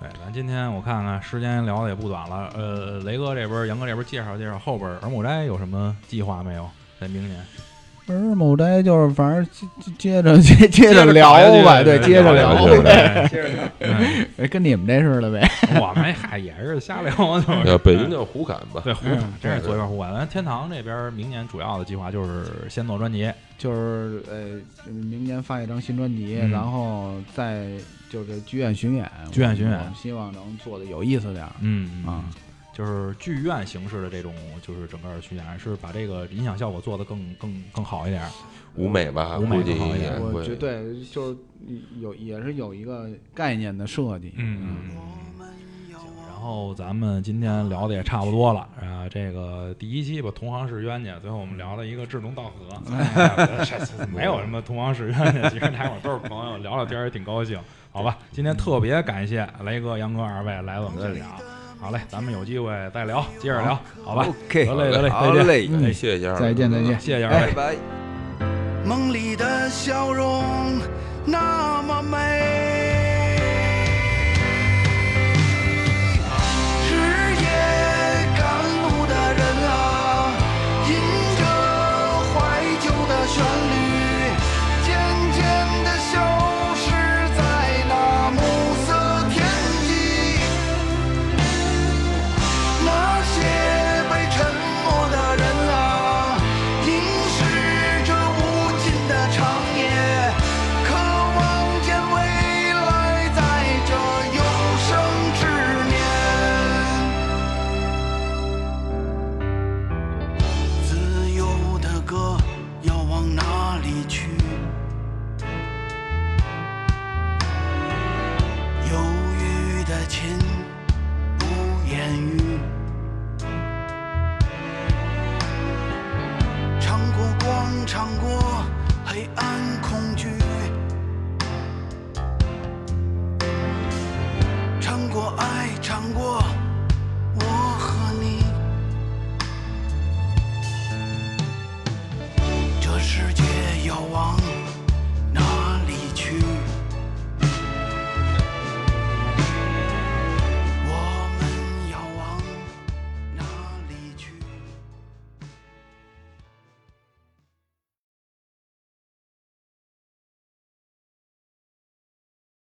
[SPEAKER 2] 对，咱今天我看看时间聊的也不短了，呃，雷哥这边儿、杨哥这边儿介绍介绍后边儿尔某斋有什么计划没有？在明年，
[SPEAKER 4] 不是某呆，就是反正接 (laughs) 接接着接接着聊吧，对，接着
[SPEAKER 5] 聊
[SPEAKER 4] 聊
[SPEAKER 5] 对
[SPEAKER 4] 呗， (laughs)
[SPEAKER 2] 呗。嗯
[SPEAKER 4] 哎跟你们这似的呗。
[SPEAKER 2] 我们嗨也是瞎聊，
[SPEAKER 4] 嗯
[SPEAKER 2] 就是
[SPEAKER 5] 呃，北京叫胡侃吧，
[SPEAKER 2] 哎对胡侃，真是左一块胡侃。咱天堂这边儿明年主要的计划就是先做专辑，
[SPEAKER 4] 就是呃，明年发一张新专辑，
[SPEAKER 2] 嗯
[SPEAKER 4] 然后再就是剧院巡演，
[SPEAKER 2] 剧院巡演
[SPEAKER 4] 我们希望能做的有意思点儿
[SPEAKER 2] 嗯
[SPEAKER 4] 啊。
[SPEAKER 2] 就是剧院形式的这种，就是整个巡演是把这个音响效果做得更更更好一点儿。
[SPEAKER 5] 舞美吧，
[SPEAKER 2] 舞美
[SPEAKER 5] 估计
[SPEAKER 2] 好一
[SPEAKER 5] 也
[SPEAKER 2] 点
[SPEAKER 4] 我
[SPEAKER 5] 啊会
[SPEAKER 4] 觉得对，就是有也是有一个概念的设计，
[SPEAKER 2] 嗯，行，然后咱们今天聊的也差不多了啊，这个第一期吧，同行是冤家，最后我们聊了一个志同道合，
[SPEAKER 1] 哎
[SPEAKER 2] 没有什么同行是冤家，其实大伙儿都是朋友，聊聊天儿也挺高兴，好吧？今天特别感谢雷哥、杨哥二位来我们现场，好嘞，咱们有机会再聊，接着聊，好吧？
[SPEAKER 1] OK，
[SPEAKER 2] 得嘞得嘞，
[SPEAKER 1] 好
[SPEAKER 2] 再见，
[SPEAKER 1] 嘞，
[SPEAKER 5] 哎谢谢二位，
[SPEAKER 4] 再见再见。
[SPEAKER 2] 谢谢二
[SPEAKER 1] 拜
[SPEAKER 2] 位。
[SPEAKER 1] 拜。
[SPEAKER 7] 梦里的笑容那么美。
[SPEAKER 9] 尝过黑暗恐惧。